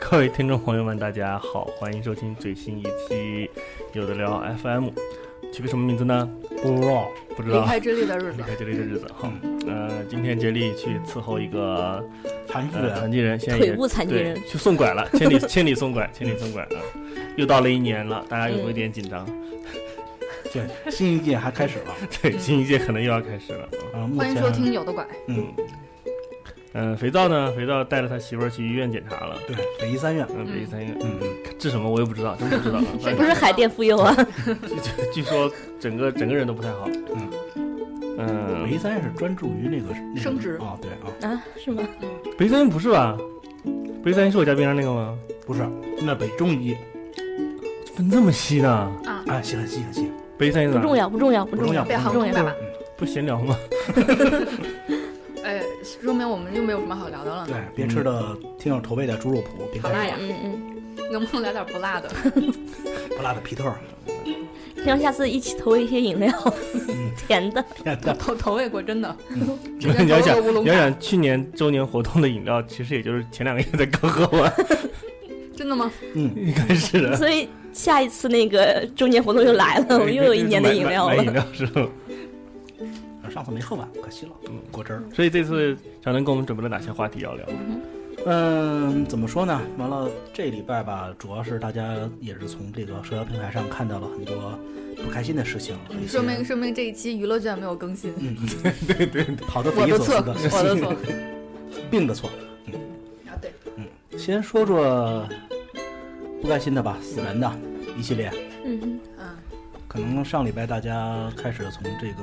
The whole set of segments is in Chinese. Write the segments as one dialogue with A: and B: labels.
A: 各位听众朋友们，大家好，欢迎收听最新一期《有的聊 FM》，取个什么名字呢？
B: 不知道，
A: 不知道。
C: 离开这里的日子，
A: 离开这里的日子哈。呃，今天杰力去伺候一个
B: 残疾
A: 呃
B: 人，
A: 残疾人，现在
C: 腿
A: 也
C: 部残疾
A: 对
C: 人，
A: 去送拐了，千里 千里送拐，千里送拐啊！又到了一年了，大家有没有一点紧张？
C: 嗯
B: 对，新一届还开始了
A: 对，新一届可能又要开始了。
B: 啊！目
C: 欢迎
B: 前
C: 收听《有的拐》。
B: 嗯，
A: 嗯、肥皂呢？肥皂带着他媳妇儿去医院检查了。
B: 对，北医三院，
A: 嗯，北医三院
B: 嗯嗯，
A: 治什么我也不知道，真不知道 啊。反正
D: 不是海淀妇幼啊，
A: 据据说整个整个人都不太好。嗯，
B: 北医三院是专注于那个那个
C: 升职
B: 啊，对 啊，
D: 啊是吗？
A: 北三不是吧？北三是我家边上那个吗？
B: 不是那北中医
A: 分这么细呢？
B: 啊，行了行了行了，
A: 北三是
D: 不
A: 哪？
D: 重要，不重要，不重要，
B: 不重要
D: 不重
C: 不重
D: 要
C: 要。
A: 不闲聊吗？
C: 哎，说明我们又没有什么好聊的了呢。
B: 对，别吃的听友投喂的猪肉脯，别
C: 嗯好辣
B: 开
C: 呀！
D: 嗯
C: 能不能来点不辣的？
B: 不辣的皮特儿，
D: 嗯，让下次一起投一些饮料， 甜的。
C: 头头喂过真的，
B: 嗯
A: 你
C: 之前
A: 要
C: 投
A: 想
C: 了个乌龙
A: 你要
C: 茶，
A: 想去年周年活动的饮料，其实也就是前两个月才刚喝 完，
C: 真的吗？
B: 嗯，
A: 应该是的。
D: 所以下一次那个周年活动又来了， 我们又有一年的饮 料
A: 买买买饮
D: 了。
A: 料是吧？
B: 上次没喝完，可惜了，嗯，果汁儿。
A: 所以这次小能给我们准备了哪些话题要聊？
B: 嗯，怎么说呢？完了，这礼拜吧，主要是大家也是从这个社交平台上看到了很多不开心的事情，一些
C: 说明说明这一期娱乐圈没有更新，
B: 嗯，对对对，好的，匪
C: 我
B: 夷
C: 的
B: 所
C: 错，
B: 思
C: 我 的错。
B: 病的错。
C: 啊，对，
B: 先说说不开心的吧，死人的一系列，
D: 嗯，
C: 嗯，
B: 可能上礼拜大家开始从这个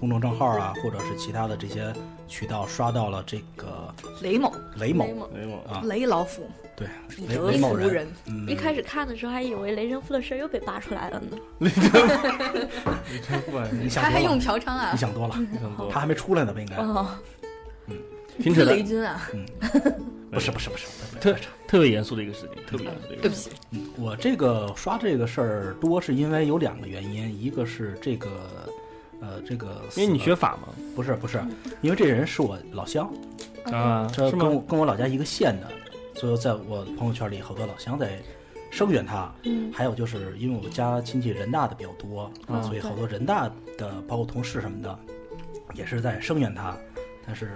B: 公众账号啊，或者是其他的这些渠道刷到了这个
C: 雷某，
B: 雷某，
A: 哎呦，
B: 啊
C: 雷老虎，
B: 对，
C: 彼
B: 雷
C: 得
B: 雷某
C: 夫
B: 人，
C: 人，
B: 嗯，
D: 一开始看的时候还以为雷神夫的事儿又被扒出来了呢。
A: 啊你真坏，
B: 你想
C: 他还
B: 多
C: 用
B: 了，
C: 嫖娼啊
B: 你？想多了，
A: 非常多。
B: 他还没出来呢吧？应该
D: 哦，
A: 停止
C: 是
A: 了
C: 雷，军啊？
B: 不是不是不是，不是
A: 特特别严肃的一个事情，特别严肃的一
C: 对
A: 个
C: 不
A: 事情。
C: 起，
B: 嗯我这个刷这个事儿多是因为有两个原因，一个是这个，呃，这个死
A: 因为你
B: 了
A: 学法嘛，
B: 不是不是，因为这人是我老乡，
A: 啊，
B: 这
A: 是
B: 跟
A: 吗？
B: 我跟我老家一个县的，所以在我朋友圈里好多老乡在声援他。
D: 嗯
B: 还有就是因为我家亲戚人大的比较多，
A: 嗯
B: 所以好多人大的包括同事什么的，也是在声援他。但是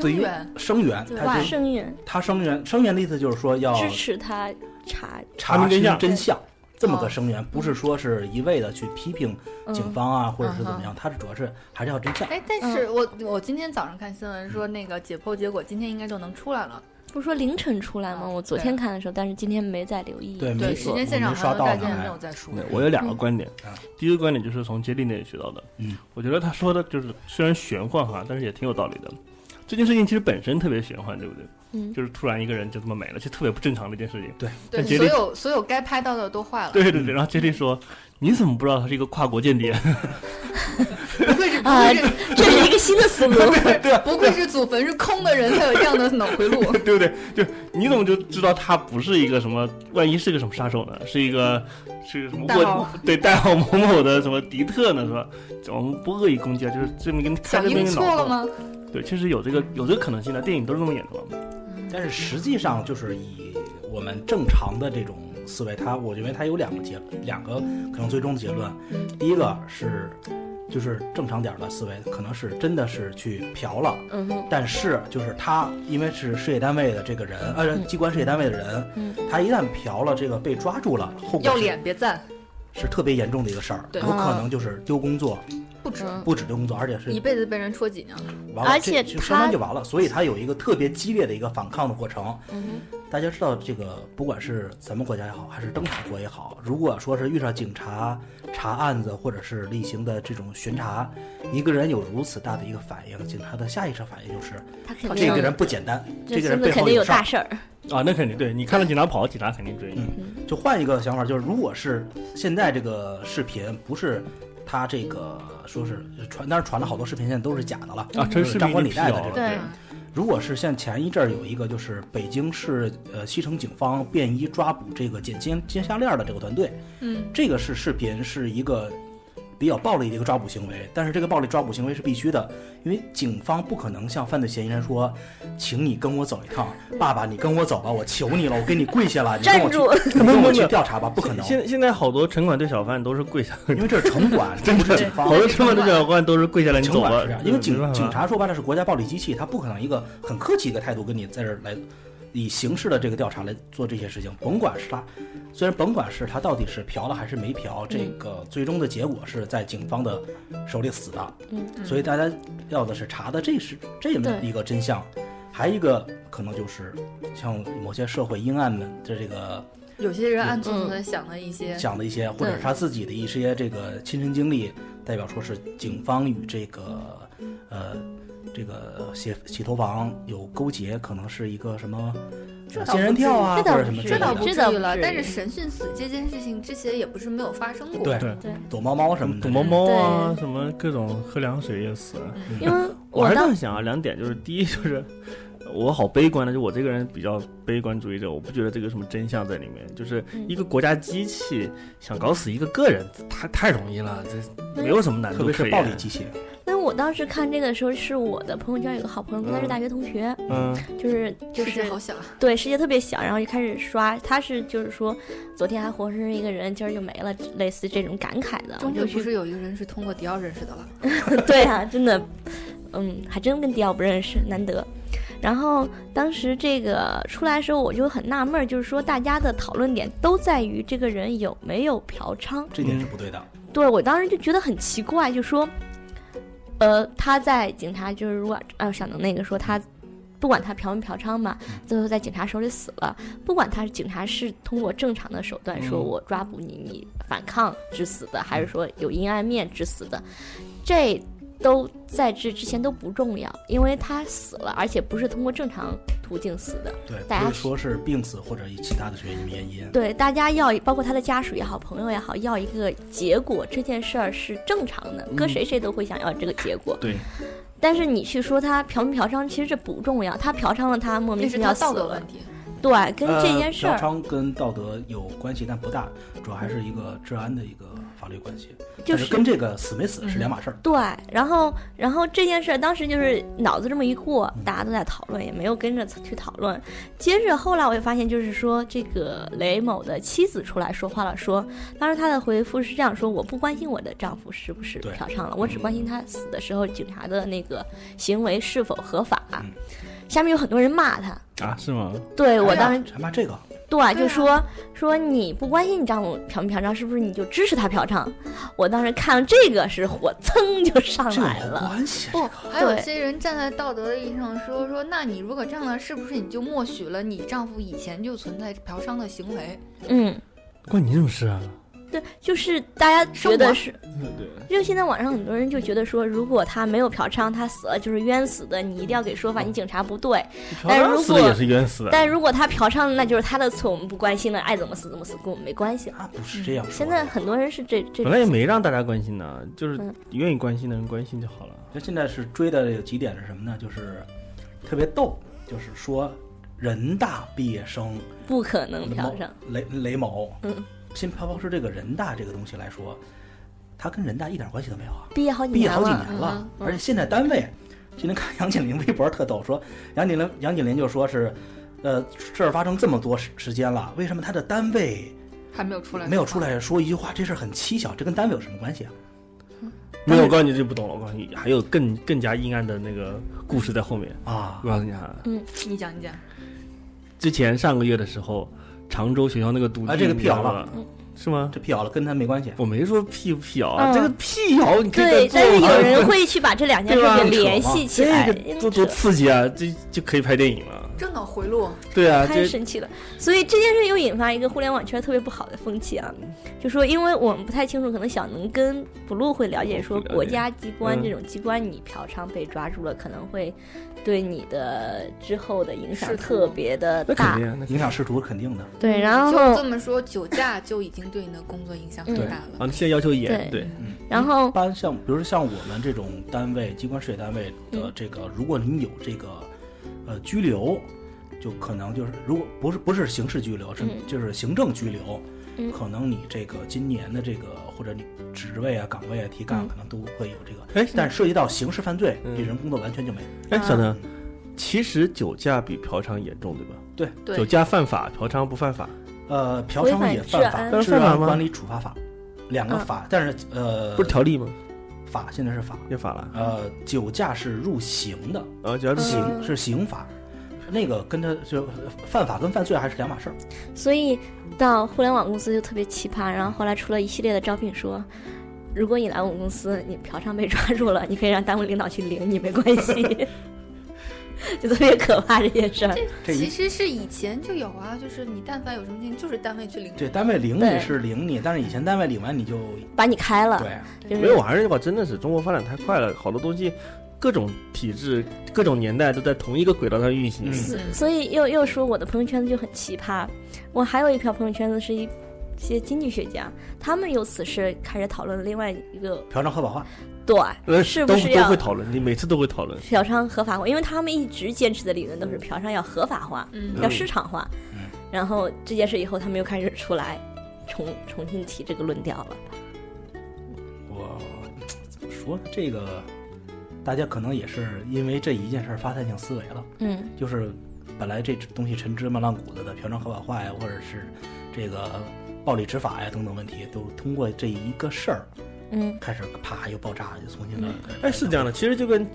B: 对
C: 声
B: 于
C: 援，
B: 声援，
D: 对
B: 他，就
D: 声援
B: 他声援声援的意思就是说要
D: 支持他查
B: 查
A: 真
B: 清
A: 相
B: 真相，这么个
C: 哦
B: 声援，不是说是一味的去批评警
D: 嗯
B: 方啊，或者是怎么样，他是主要是还是要真相。
C: 哎，但是我我今天早上看新闻说，那个解剖结果今天应该就能出来了。
D: 不是说凌晨出来吗？
C: 啊
D: 我昨天看的时候，但是今天没再留意。
B: 对
C: 对，
B: 没
C: 时
B: 错
C: 间线
B: 我
C: 上
B: 没刷
C: 好像
B: 到
C: 大
B: 呢
C: 家没
B: 还
C: 有在说。
A: 对我有两个观点
B: 嗯啊，
A: 第一个观点就是从杰利那里学到的，
B: 嗯，
A: 我觉得他说的就是虽然玄幻哈，但是也挺有道理的。这件事情其实本身特别玄幻，对不对？
D: 嗯
A: 就是突然一个人就这么没了，就特别不正常的一件事情。
C: 对，
A: 但杰
C: 所
A: 里
C: 有所有该拍到的都坏了，
A: 对对对，然后杰利说：“你怎么不知道他是一个跨国间谍
C: 不愧是不
D: 啊
C: 愧是
D: 这是一个新的思路。
C: 不愧啊是祖坟是空的人才有这样的脑回路，？”
A: 对不对？就你怎么就知道他不是一个什么？万一是个什么杀手呢？是一个是个什么
C: 代号
A: 沃对代号某某的什么迪特呢？是吧？我们不恶意攻击啊，就是这么一个开
C: 想
A: 着那
C: 应
A: 个
C: 错
A: 脑
C: 了
A: 洞。
C: 吗？
A: 对，确实有这个有这个可能性的，电影都是这么演的嘛。
B: 但是实际上就是以我们正常的这种思维，它我认为它有两个结，两个可能最终的结论。第一个是，就是正常点儿的思维，可能是真的是去嫖了，
D: 嗯哼，
B: 但是就是他因为是事业单位的这个人，呃，机关事业单位的人，他一旦嫖了这个被抓住了，后果
C: 要
B: 是
C: 脸别赞，
B: 是特别严重的一个事儿，
C: 对
B: 有可能就是丢工作，
C: 不止
D: 嗯
B: 不止丢工作，而且是
C: 一辈子被人戳脊梁。
B: 完了，
D: 而且
B: 这就
D: 他
B: 相当于就完了。所以他有一个特别激烈的一个反抗的过程。
D: 嗯
B: 大家知道，这个不管是咱们国家也好，还是灯塔国也好，如果说是遇上警察查案子，或者是例行的这种巡查，一个人有如此大的一个反应，警察的下意识反应就是
D: 哼，他肯定
B: 这个人不简单，这个人
D: 村子
B: 背
D: 肯
B: 后
D: 定有
B: 事儿
D: 大。事儿。
A: 啊，那肯定对你看到警察跑，警察肯定
D: 嗯
A: 追你。
B: 就换一个想法，就是如果是现在这个视频不是他这个说是传，当然传了好多视频，现在都是假的了
A: 啊这
B: 就
A: 视频
B: 张冠
A: 已
B: 李
A: 经
B: 戴
A: 辟
B: 的这
A: 谣
B: 个。
A: 了对
C: 对，
B: 如果是像前一阵儿有一个，就是北京市呃西城警方便衣抓捕这个剪金金项链儿的这个团队，
C: 嗯，
B: 这个是视频是一个比较暴力的一个抓捕行为，但是这个暴力抓捕行为是必须的，因为警方不可能向犯罪嫌疑人说，请你跟我走一趟，爸爸你跟我走吧，我求你了，我给你跪下了，你跟
D: 站
B: 我去
D: 住，
B: 你跟我去调查吧，不可能，
A: 现现在好多城管对小贩都是跪下，
B: 因为这是城 管，这不是警
D: 哦
B: 方
A: 好。多城管对小贩都是跪下来，你
B: 城
A: 走
B: 管
A: 吧
B: 是这。样，因为
A: 没办
B: 警
A: 法
B: 警察说白了是国家暴力机器，他不可能一个很客气一个态度跟你在这儿来以形式的这个调查来做这些事情，甭管是他，虽然甭管是他到底是嫖了还是没嫖，这
D: 嗯
B: 个最终的结果是在警方的手里死的，
D: 嗯，
B: 所以大家要的是查的这是这么
D: 对
B: 一个真相，还一个可能就是像某些社会阴暗的这这个
C: 有些人暗搓搓的嗯想了一些，
B: 讲的一些，或者是他自己的一些这个亲身经历，代表说是警方与这个呃这个洗洗头房有勾结，可能是一个什么
C: 这倒
B: 仙人
C: 不至于
B: 跳啊，
D: 这倒
B: 或者
D: 不
B: 什么
D: 至
B: 之
C: 这
D: 于
B: 类
C: 倒
B: 的，
C: 不至
D: 这倒
C: 于
D: 不
C: 了。
D: 至于
C: 但是神训死这件事情之前也不是没有发生过。
B: 对
A: 对
D: 对，
B: 躲猫猫什么的，
A: 躲猫猫啊，什么各种喝凉水也死。
D: 因为
A: 我
D: 我
A: 还是
D: 当
A: 在想啊，两点就是第一就是我好悲观的，就我这个人比较悲观主义者，我不觉得这个有什么真相在里面，就是
D: 嗯
A: 一个国家机器想搞死一个个人，太太容易了，这没有什么难
B: 特
A: 度
B: 别
A: 可啊
B: 是
A: 言。
B: 暴力机器，
D: 因为我当时看这个的时候，是我的朋友圈有个好朋友，跟他是大学同学，
A: 嗯，
D: 就是就
C: 世界
D: 是
C: 好小啊，
D: 对世界特别小，然后就开始刷，他是就是说昨天还活生生一个人，今儿就没了，类似这种感慨的，我
C: 终
D: 就
C: 究不
D: 去
C: 是有一个人是通过迪奥认识的了。
D: 对啊，真的，嗯，还真跟迪奥不认识，难得。然后当时这个出来的时候，我就很纳闷儿，就是说大家的讨论点都在于这个人有没有嫖娼。
B: 这
A: 嗯
B: 点是不对的。
D: 对我当时就觉得很奇怪，就说，呃，他在警察就是如果按、想的那个说他，不管他嫖没嫖娼嘛，最后在警察手里死了。不管他是警察是通过正常的手段说我抓捕你，你反抗致死的，还是说有阴暗面致死的，这都在这之前都不重要，因为他死了，而且不是通过正常途径死的。
B: 对，
D: 大家
B: 不是说是病死或者以其他的原因原因。
D: 对，大家要包括他的家属也好，朋友也好，要一个结果，这件事儿是正常的，
B: 嗯
D: 搁谁谁都会想要这个结果。
A: 对。
D: 但是你去说他嫖没嫖娼，其实这不重要，他嫖娼了，他莫名
C: 这
D: 其
C: 是
D: 妙
C: 他
D: 死
C: 道德
D: 了
C: 问。题。
D: 对，跟这件事
B: 呃
D: 儿，
B: 嫖娼跟道德有关系，但不大，主要还是一个治安的一个法律关系，
D: 就嗯
B: 但是跟这个死没死是两码事儿。
D: 对，然后然后这件事儿当时就是脑子这么一过，大家都在讨论，也没有跟着去讨论。接着后来我也发现，就是说这个雷某的妻子出来说话了，说当时她的回复是这样说：“我不关心我的丈夫是不是
B: 对
D: 嫖娼了，我只关心他死的时候警察的那个行为是否合法。
B: 嗯
D: 下面有很多人骂他，
A: 啊是吗？
D: 对我
B: 哎呀
D: 当时、
B: 咱妈这个
D: 对，
C: 对
D: 就
C: 啊
D: 说、说你不关心你丈夫嫖没嫖娼，是不是你就支持他嫖娼？我当时看了这个是火蹭就上
B: 这有
D: 来
B: 毛
D: 了。
B: 关系啊？
C: 不，还有
D: 对
C: 些人站在道德的意义上说说，那你如果这样了，是不是你就默许了你丈夫以前就存在嫖娼的行为？
D: 嗯，
A: 关你什么事啊？
D: 对，就是大家觉得是，
A: 对，
D: 因为现在网上很多人就觉得说，如果他没有嫖娼，他死了就是冤死的，你一定要给说法，你警察不对。但哎是如果
A: 死的也是冤死的。
D: 但如果他嫖娼了，那就是他的错，我们不关心了，爱怎么死怎么死，跟我们没关系了。
B: 那不是这样说
D: 嗯
B: 的。
D: 现在很多人是这这
A: 本来也没让大家关心呢，就是
D: 嗯
A: 愿意关心的人关心就好了。
B: 那现在是追的有几点是什么呢？就是特别逗，就是说人大毕业生
D: 不可能嫖娼，
A: 嗯
B: 雷雷某，
D: 嗯，
B: 先抛抛出这个人大这个东西来说，他跟人大一点关系都没有啊，
D: 毕业好几
B: 毕业
D: 年
B: 好几
D: 了，嗯
B: 年了，而且现在单位，今天看杨锦麟微博特逗，说杨锦麟杨锦麟就说是，呃，事儿发生这么多时时间了，为什么他的单位
C: 还没有出来，
B: 没有出。来说一句话？这事儿很蹊跷，这跟单位有什么关系啊？
A: 没有，我告诉你这不懂了，我告诉你还有更更加阴暗的那个故事在后面。
B: 啊
A: 我，告诉你啊，
C: 你讲，你讲，
A: 之前上个月的时候，常州学校那个毒
B: 啊
A: 地，
B: 这个
A: 你
B: 辟
A: 知道
B: 谣
A: 吧
B: 了，
A: 是吗？
B: 这辟谣了，跟他没关系。
A: 我没说辟不辟谣啊，
D: 嗯
A: 这个辟谣你可以
D: 对，
A: 再
D: 但是
A: 做嘛啊
D: 有 人会去把这两件
A: 对吧啊
D: 事情联系起来，
A: 这个多多刺激啊，这就可以拍电影了。
C: 正脑回路，
A: 对啊，
D: 太
A: 这
D: 神奇了。所以这件事又引发一个互联网圈特别不好的风气啊，
A: 嗯
D: 就说因为我们不太清楚，可能小能跟 blue 会了解说
A: 哦了解
D: 国家机关
A: 嗯
D: 这种机关，你嫖娼被抓住了，可能会对你的之后的影响
C: 仕途
D: 特别的
A: 那肯
D: 大。
A: 定啊，那
B: 影响仕途是肯定的，
D: 对，然
C: 就
D: 后
C: 这么说，酒驾就已经对你的工作影响很
D: 嗯
C: 大
A: 啊，
C: 了。
A: 现在要求严，
D: 对
A: 对，
B: 嗯
D: 然后
B: 一般像比如说像我们这种单位、机关事业单位的
D: 嗯
B: 这个，如果你有这个呃拘留，就可能就是如果不是不是刑事拘留，是
D: 嗯
B: 就是行政拘留，
D: 嗯
B: 可能你这个今年的这个或者你职位啊、岗位啊、提
D: 嗯
B: 岗可能都会有这个。
A: 哎
B: 但涉及到刑事犯罪，
A: 嗯
B: 这人工作完全就没有。
A: 哎，
D: 啊
A: 小邓，其实酒驾比嫖娼严重，对吧？
C: 对
A: 酒，驾犯法，嫖娼不犯法。
B: 呃，嫖
D: 违
B: 娼
D: 反
B: 也
D: 治
B: 犯
D: 安
B: 法，
A: 但是
B: 治
A: 犯法
B: 安
A: 吗
B: 管理处罚法，两个
D: 嗯
B: 法，但是呃，
A: 不是条例吗？
B: 法，现在是法。
A: 也法了
B: 呃，酒驾是入刑的，
A: 啊，只要是
D: 嗯
A: 刑，
B: 刑是刑法，那个跟他就犯法跟犯罪还是两码事儿。
D: 所以到互联网公司就特别奇葩，然后后来出了一系列的招聘说。如果你来我们公司，你嫖娼被抓住了，你可以让单位领导去领你，没关系， 就特别可怕这件事儿。
B: 这
C: 其
B: 一
C: 实是以前就有啊，就是你但凡有什么事情，就是单位去领。
B: 这单位领
D: 对啊
B: 你是领你，但是以前单位领完你就
D: 把你开了，
B: 对，啊
D: 就是
A: 没有，我还是那句话，真的是中国发展太快了，好多东西，各种体制、各种年代都在同一个轨道上运行。
B: 嗯
D: 所所以又又说我的朋友圈子就很奇葩。我还有一条朋友圈子是一些经济学家，他们由此事开始讨论另外一个
B: 嫖娼合法化。
D: 对，
A: 呃
D: 是不
A: 都
D: 是
A: 都
D: 要
A: 会讨论，你每次都会讨论。
D: 嫖娼合法化？因为他们一直坚持的理论都是嫖娼要合法化，
C: 嗯，
D: 要市场化
B: 嗯。
D: 然后这件事以后，他们又开始出来重重新提这个论调了。
B: 我怎么说呢？这个大家可能也是因为这一件事儿发散性思维了，
D: 嗯，
B: 就是本来这东西陈芝麻烂谷子的嫖娼合法化呀，或者是这个暴力执法呀等等问题，都通过这一个事儿
D: 嗯，
B: 开始啪又爆炸，就重新的。
A: 哎，是这样的，其实就跟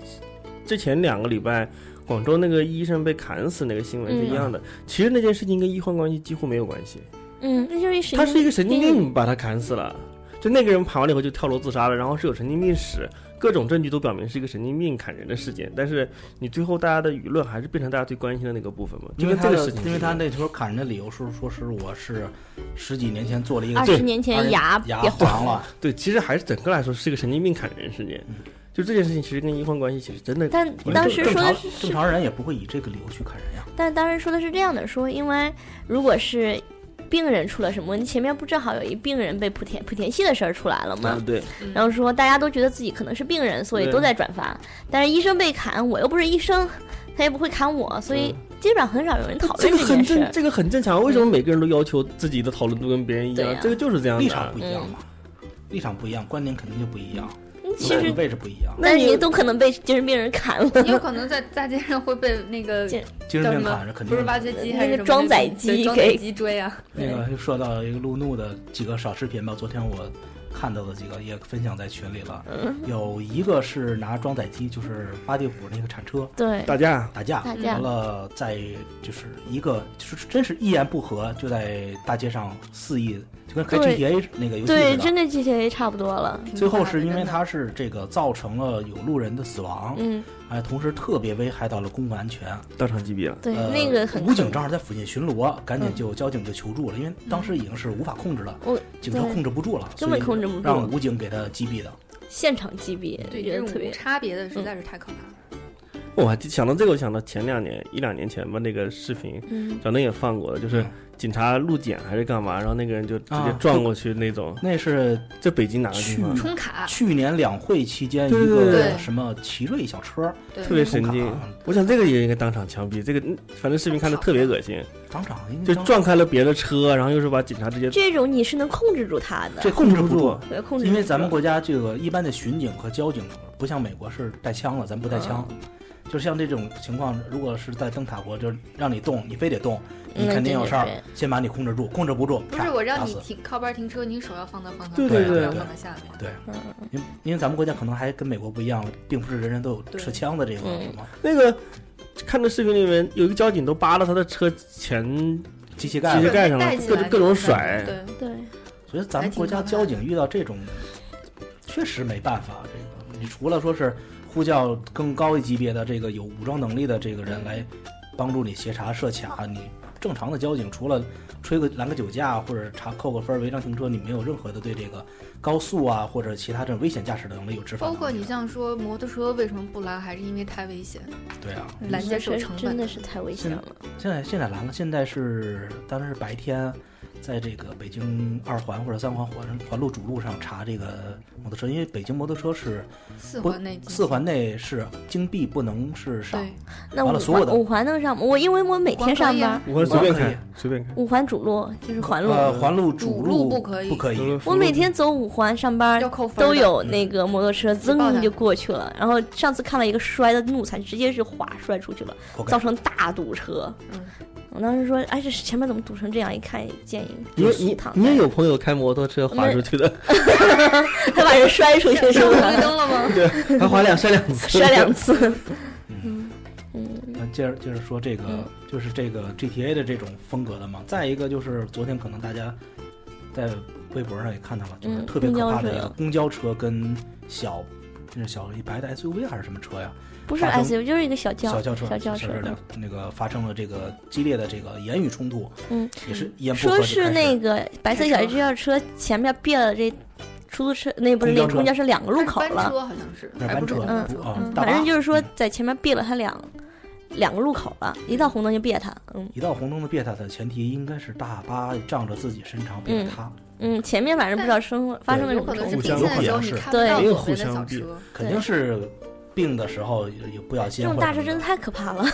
A: 之前两个礼拜广州那个医生被砍死那个新闻是一样的。其实那件事情跟医患关系几乎没有关系，
D: 嗯，那就是一神经
A: 他是一个神经
D: 病
A: 病把他砍死了。就那个人盘完了以后就跳楼自杀了，然后是有神经病史，各种证据都表明是一个神经病砍人的事件。但是你最后大家的舆论还是变成大家最关心的那个部分嘛？就
B: 因为
A: 跟这
B: 他
A: 个
B: 的
A: 事情是一样的，
B: 因为他那时候砍人的理由是说是我是十几年前做了一个
D: 二十年前牙
B: 牙
D: 也
B: 黄了，
A: 对，其实还是整个来说是一个神经病砍人事件
B: 嗯。
A: 就这件事情，其实跟医患关系其实真的
D: 但
A: 我
D: 当
A: 就
D: 时
B: 正
D: 说的
B: 常
D: 是
B: 正常人也不会以这个理由去砍人呀。
D: 但当时说的是这样的，说因为如果是病人出了什么问题，前面不正好有一病人被莆田莆田系的事儿出来了
B: 嗯
D: 吗？
A: 对，
D: 然后说大家都觉得自己可能是病人，所以
A: 嗯对
D: 都在转发。但是医生被砍，我又不是医生，他也不会砍我，所以基本上很少有人讨
A: 嗯这
D: 论
A: 个
D: 件
A: 很
D: 事
A: 正，
D: 儿。
A: 这个很正常。为什么每个人都要求自己的讨论度跟别人一
D: 对
A: 样
D: 呀？
A: 这个就是这样的啊。
B: 立场不一样嘛，立场不一样，观点肯定就不一样，
D: 嗯其实，
B: 位置不一样。
A: 那
D: 但
A: 你
D: 你都可能被精神病人砍 了，
C: 你有可能在大街上会被那个
D: 这
B: 精神病砍人肯
C: 不
B: 定
C: 是
B: 是
C: 挖掘机还
D: 那
C: 是
D: 个
C: 什么
D: 装载
C: 那种
D: 机
C: 对装载
D: 给
C: 机追啊？
B: 那个又说到一个路怒的几个小视频吧，昨天我看到的几个也分享在群里了。有一个是拿装载机，就是八地虎那个铲车
D: 对
A: 打架，
B: 打架，
D: 打
C: 嗯
D: 架
B: 完，了在就是一个就是真是一言不合就在大街上肆意，就跟开
D: 对
B: GTA 那个游戏
D: 对，
B: 似
D: 真
B: 的。
D: 跟 GTA 差不多了。
C: 挺
B: 最后
C: 可怕的
B: 是因为
C: 真的
B: 他是这个造成了有路人的死亡，
D: 嗯，
B: 哎，同时特别危害到了公共安全。
A: 当场击毙了。
D: 对，
B: 呃
D: 那个很嗯
B: 武警正好在附近巡逻，赶紧就交警就求助了，因为当时已经是无法控制了，
D: 我
B: 警车
D: 嗯哦对
B: 控制不住了，
D: 根本控制不
B: 所以
D: 住
B: 让武警给他击毙的。
D: 现场击毙，
C: 对
D: 觉
C: 这
D: 得
C: 种
D: 特
C: 无
D: 别
C: 差别的实在是太可怕了。
A: 我还记想到这个，我想到前两年一两年前吧，那个视频，
D: 嗯
A: 小邓也放过了，就是
B: 嗯
A: 警察路检还是干嘛，然后那个人就直接
B: 啊
A: 撞过去那种。
B: 那是
A: 这北京哪个地方？
B: 去
C: 充卡，
B: 去年两会期间一
A: 对对
C: 对
B: 个
C: 对
B: 什么奇瑞小车，
C: 对，
A: 特别神经
B: 嗯。
A: 我想这个也应该当场枪毙。这个嗯反正视频看的特别恶心，
B: 当场应
A: 就
B: 该当
A: 撞开了别的车，然后又是把警察直接
B: 嗯
D: 这种你是能控制住他的，
B: 这控制不住，
D: 对，控制
B: 因为
D: 不
B: 咱们
D: 住
B: 国家这个一般的巡警和交警啊不像美国是带枪了，咱不带枪。
C: 嗯
B: 就像这种情况，如果是在灯塔国，就是让你动，你非得动，你
D: 嗯
B: 肯定有
D: 对
B: 事儿
D: 对对，
B: 先把你控制住，控制不住，
C: 不
B: 啪
C: 是我让
B: 打
C: 你
B: 死
C: 停靠边停车，你手要放到方向
A: 对
B: 对
C: 盘
B: 对
C: 不要
B: 对
C: 放到下面。
B: 对，因因为咱们国家可能还跟美国不一样，并不是人人都有持枪的这个
D: 嗯
B: 什么
A: 那个看着视频里面有一个交警都扒拉他的车前
B: 机
A: 直
B: 器盖
A: 接
B: 子，
A: 盖上了
C: 带起来
A: 各种各种
C: 那种
A: 甩
C: 对，
D: 对，
B: 所以咱们国家交警遇到这种，确实没办法。这个你除了说是呼叫更高一级别的这个有武装能力的这个人来帮助你协查设卡，你正常的交警除了吹个拦个酒驾啊或者查扣个分儿违章停车，你没有任何的对这个高速啊或者其他这种危险驾驶的能力有执法能
C: 包
B: 力。
C: 括你像说摩托车为什么不拦，还是因为太危险，
B: 对啊，
C: 拦截是有成
D: 真
C: 本
D: 的是太危险了。
B: 现在现在拦了，现在是当时是白天，在这个北京二环或者三环环环路主路上查这个摩托车，因为北京摩托车是
C: 四
B: 不
C: 环内禁
B: 四环内是禁闭，不能是上。
C: 对，
D: 那
B: 完
D: 五
B: 了所有
D: 环
B: 的
D: 五环能上吗？我因为我每天上班，
A: 我随便
B: 可以
A: 开，随便开。
D: 五环主路就是环路，
B: 呃，环路主
C: 主
B: 路
C: 路不可以
B: 不可以。
A: 嗯
D: 我每天走五环上班
C: 要。扣分
D: 都
C: 的
D: 有
B: 嗯
D: 那个摩托车
C: 爆
D: 噌
C: 的
D: 就过去了，然后上次看了一个摔的怒惨，直接是滑摔出去了，
B: OK
D: 造成大堵车。
C: 嗯
D: 我当时说，哎，这前面怎么堵成这样？一看见一
E: 你
D: 就是
E: 你
D: 躺
E: 你
D: 在
E: 也有朋友开摩托车滑出去 的，
D: 还把人摔出去
C: 上
D: 是
C: 上
D: 吧？
C: 红绿灯 了吗？
E: 还滑两摔两次，
D: 摔两次。
B: 嗯
D: 嗯，
B: 那接着接着说这个，
D: 嗯
B: 就是这个 GTA 的这种风格的嘛。再一个就是昨天可能大家在微博上也看到了，就是
D: 嗯
B: 特别
D: 公
B: 可
D: 交
B: 怕
D: 车
B: 的公交车跟小，那是小一白的 SUV 还是什么车呀？
D: 不是
B: 发生
D: SUV，就是一个小轿
B: 小轿车，
D: 小轿车嗯
B: 车辆那个发生了这个激烈的这个言语冲突，
D: 嗯，
B: 也是一言不
D: 说
B: 合就开
D: 是
B: 始
D: 那个白色小轿车前面别了这出租车，那不是那
B: 公交车
D: 公交车两个路口
C: 还是班
D: 了，
C: 车好像是，
B: 那
C: 还
B: 班
C: 不是
B: 车
C: 公交
D: 嗯
C: 车
B: 啊
C: 嗯
B: 大
D: 反正
B: 巴
D: 就是说在前面别了他两两个路口了，一到红灯就别他，嗯
B: 一到红灯的别他的前提应该是大巴仗着自己身长别了他，
D: 嗯，前面反正不知道生活发生了什
C: 有
D: 么
C: 可能
D: 冲
C: 是
D: 突
B: 互，
C: 比赛
B: 相
C: 的时候
B: 互
C: 你
B: 相
C: 看不
D: 对
C: 到左边的小
A: 这
C: 车，
B: 肯定是病的时候有不小
D: 这
B: 心或
D: 种
B: 者什
D: 大
B: 么。
D: 车真的太可怕了，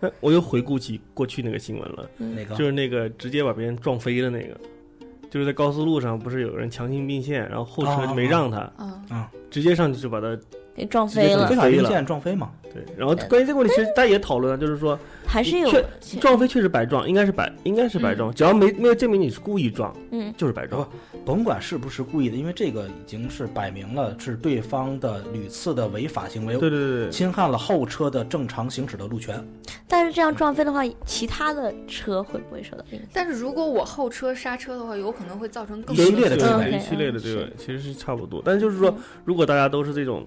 A: 哎 我又回顾起过去那个新闻了，
B: 那
D: 啊
B: 个
A: 就是那个直接把别人撞飞的那个，就是在高速路上，不是有人强行并线，然后后车就没让
D: 哦
A: 他，
C: 嗯，
A: 直接上去就把他
D: 给撞
A: 直接
D: 飞
A: 就
D: 了
B: 非，常
A: 飞
B: 一
A: 了
B: 线撞飞嘛，
A: 对。然后关于这个问题，其实大家也讨论了，就是说
D: 还是有
A: 确撞飞确实白撞，应该是白应该是白撞，只要没没有证明你是故意撞，
D: 嗯
A: 就是白撞。
B: 甭管是不是故意的，因为这个已经是摆明了是对方的屡次的违法行为，
A: 对对对对，
B: 侵害了后车的正常行驶的路权。
D: 但是这样撞飞的话，其他的车会不会受到影响？
C: 但是如果我后车刹车的话，有可能会造成更
B: 一系列的
A: 对
B: 追
D: 尾
A: 一系列的
D: 嗯
A: 这个
D: 是
A: 其实是差不多，但是就是说
D: 嗯，
A: 如果大家都是这种。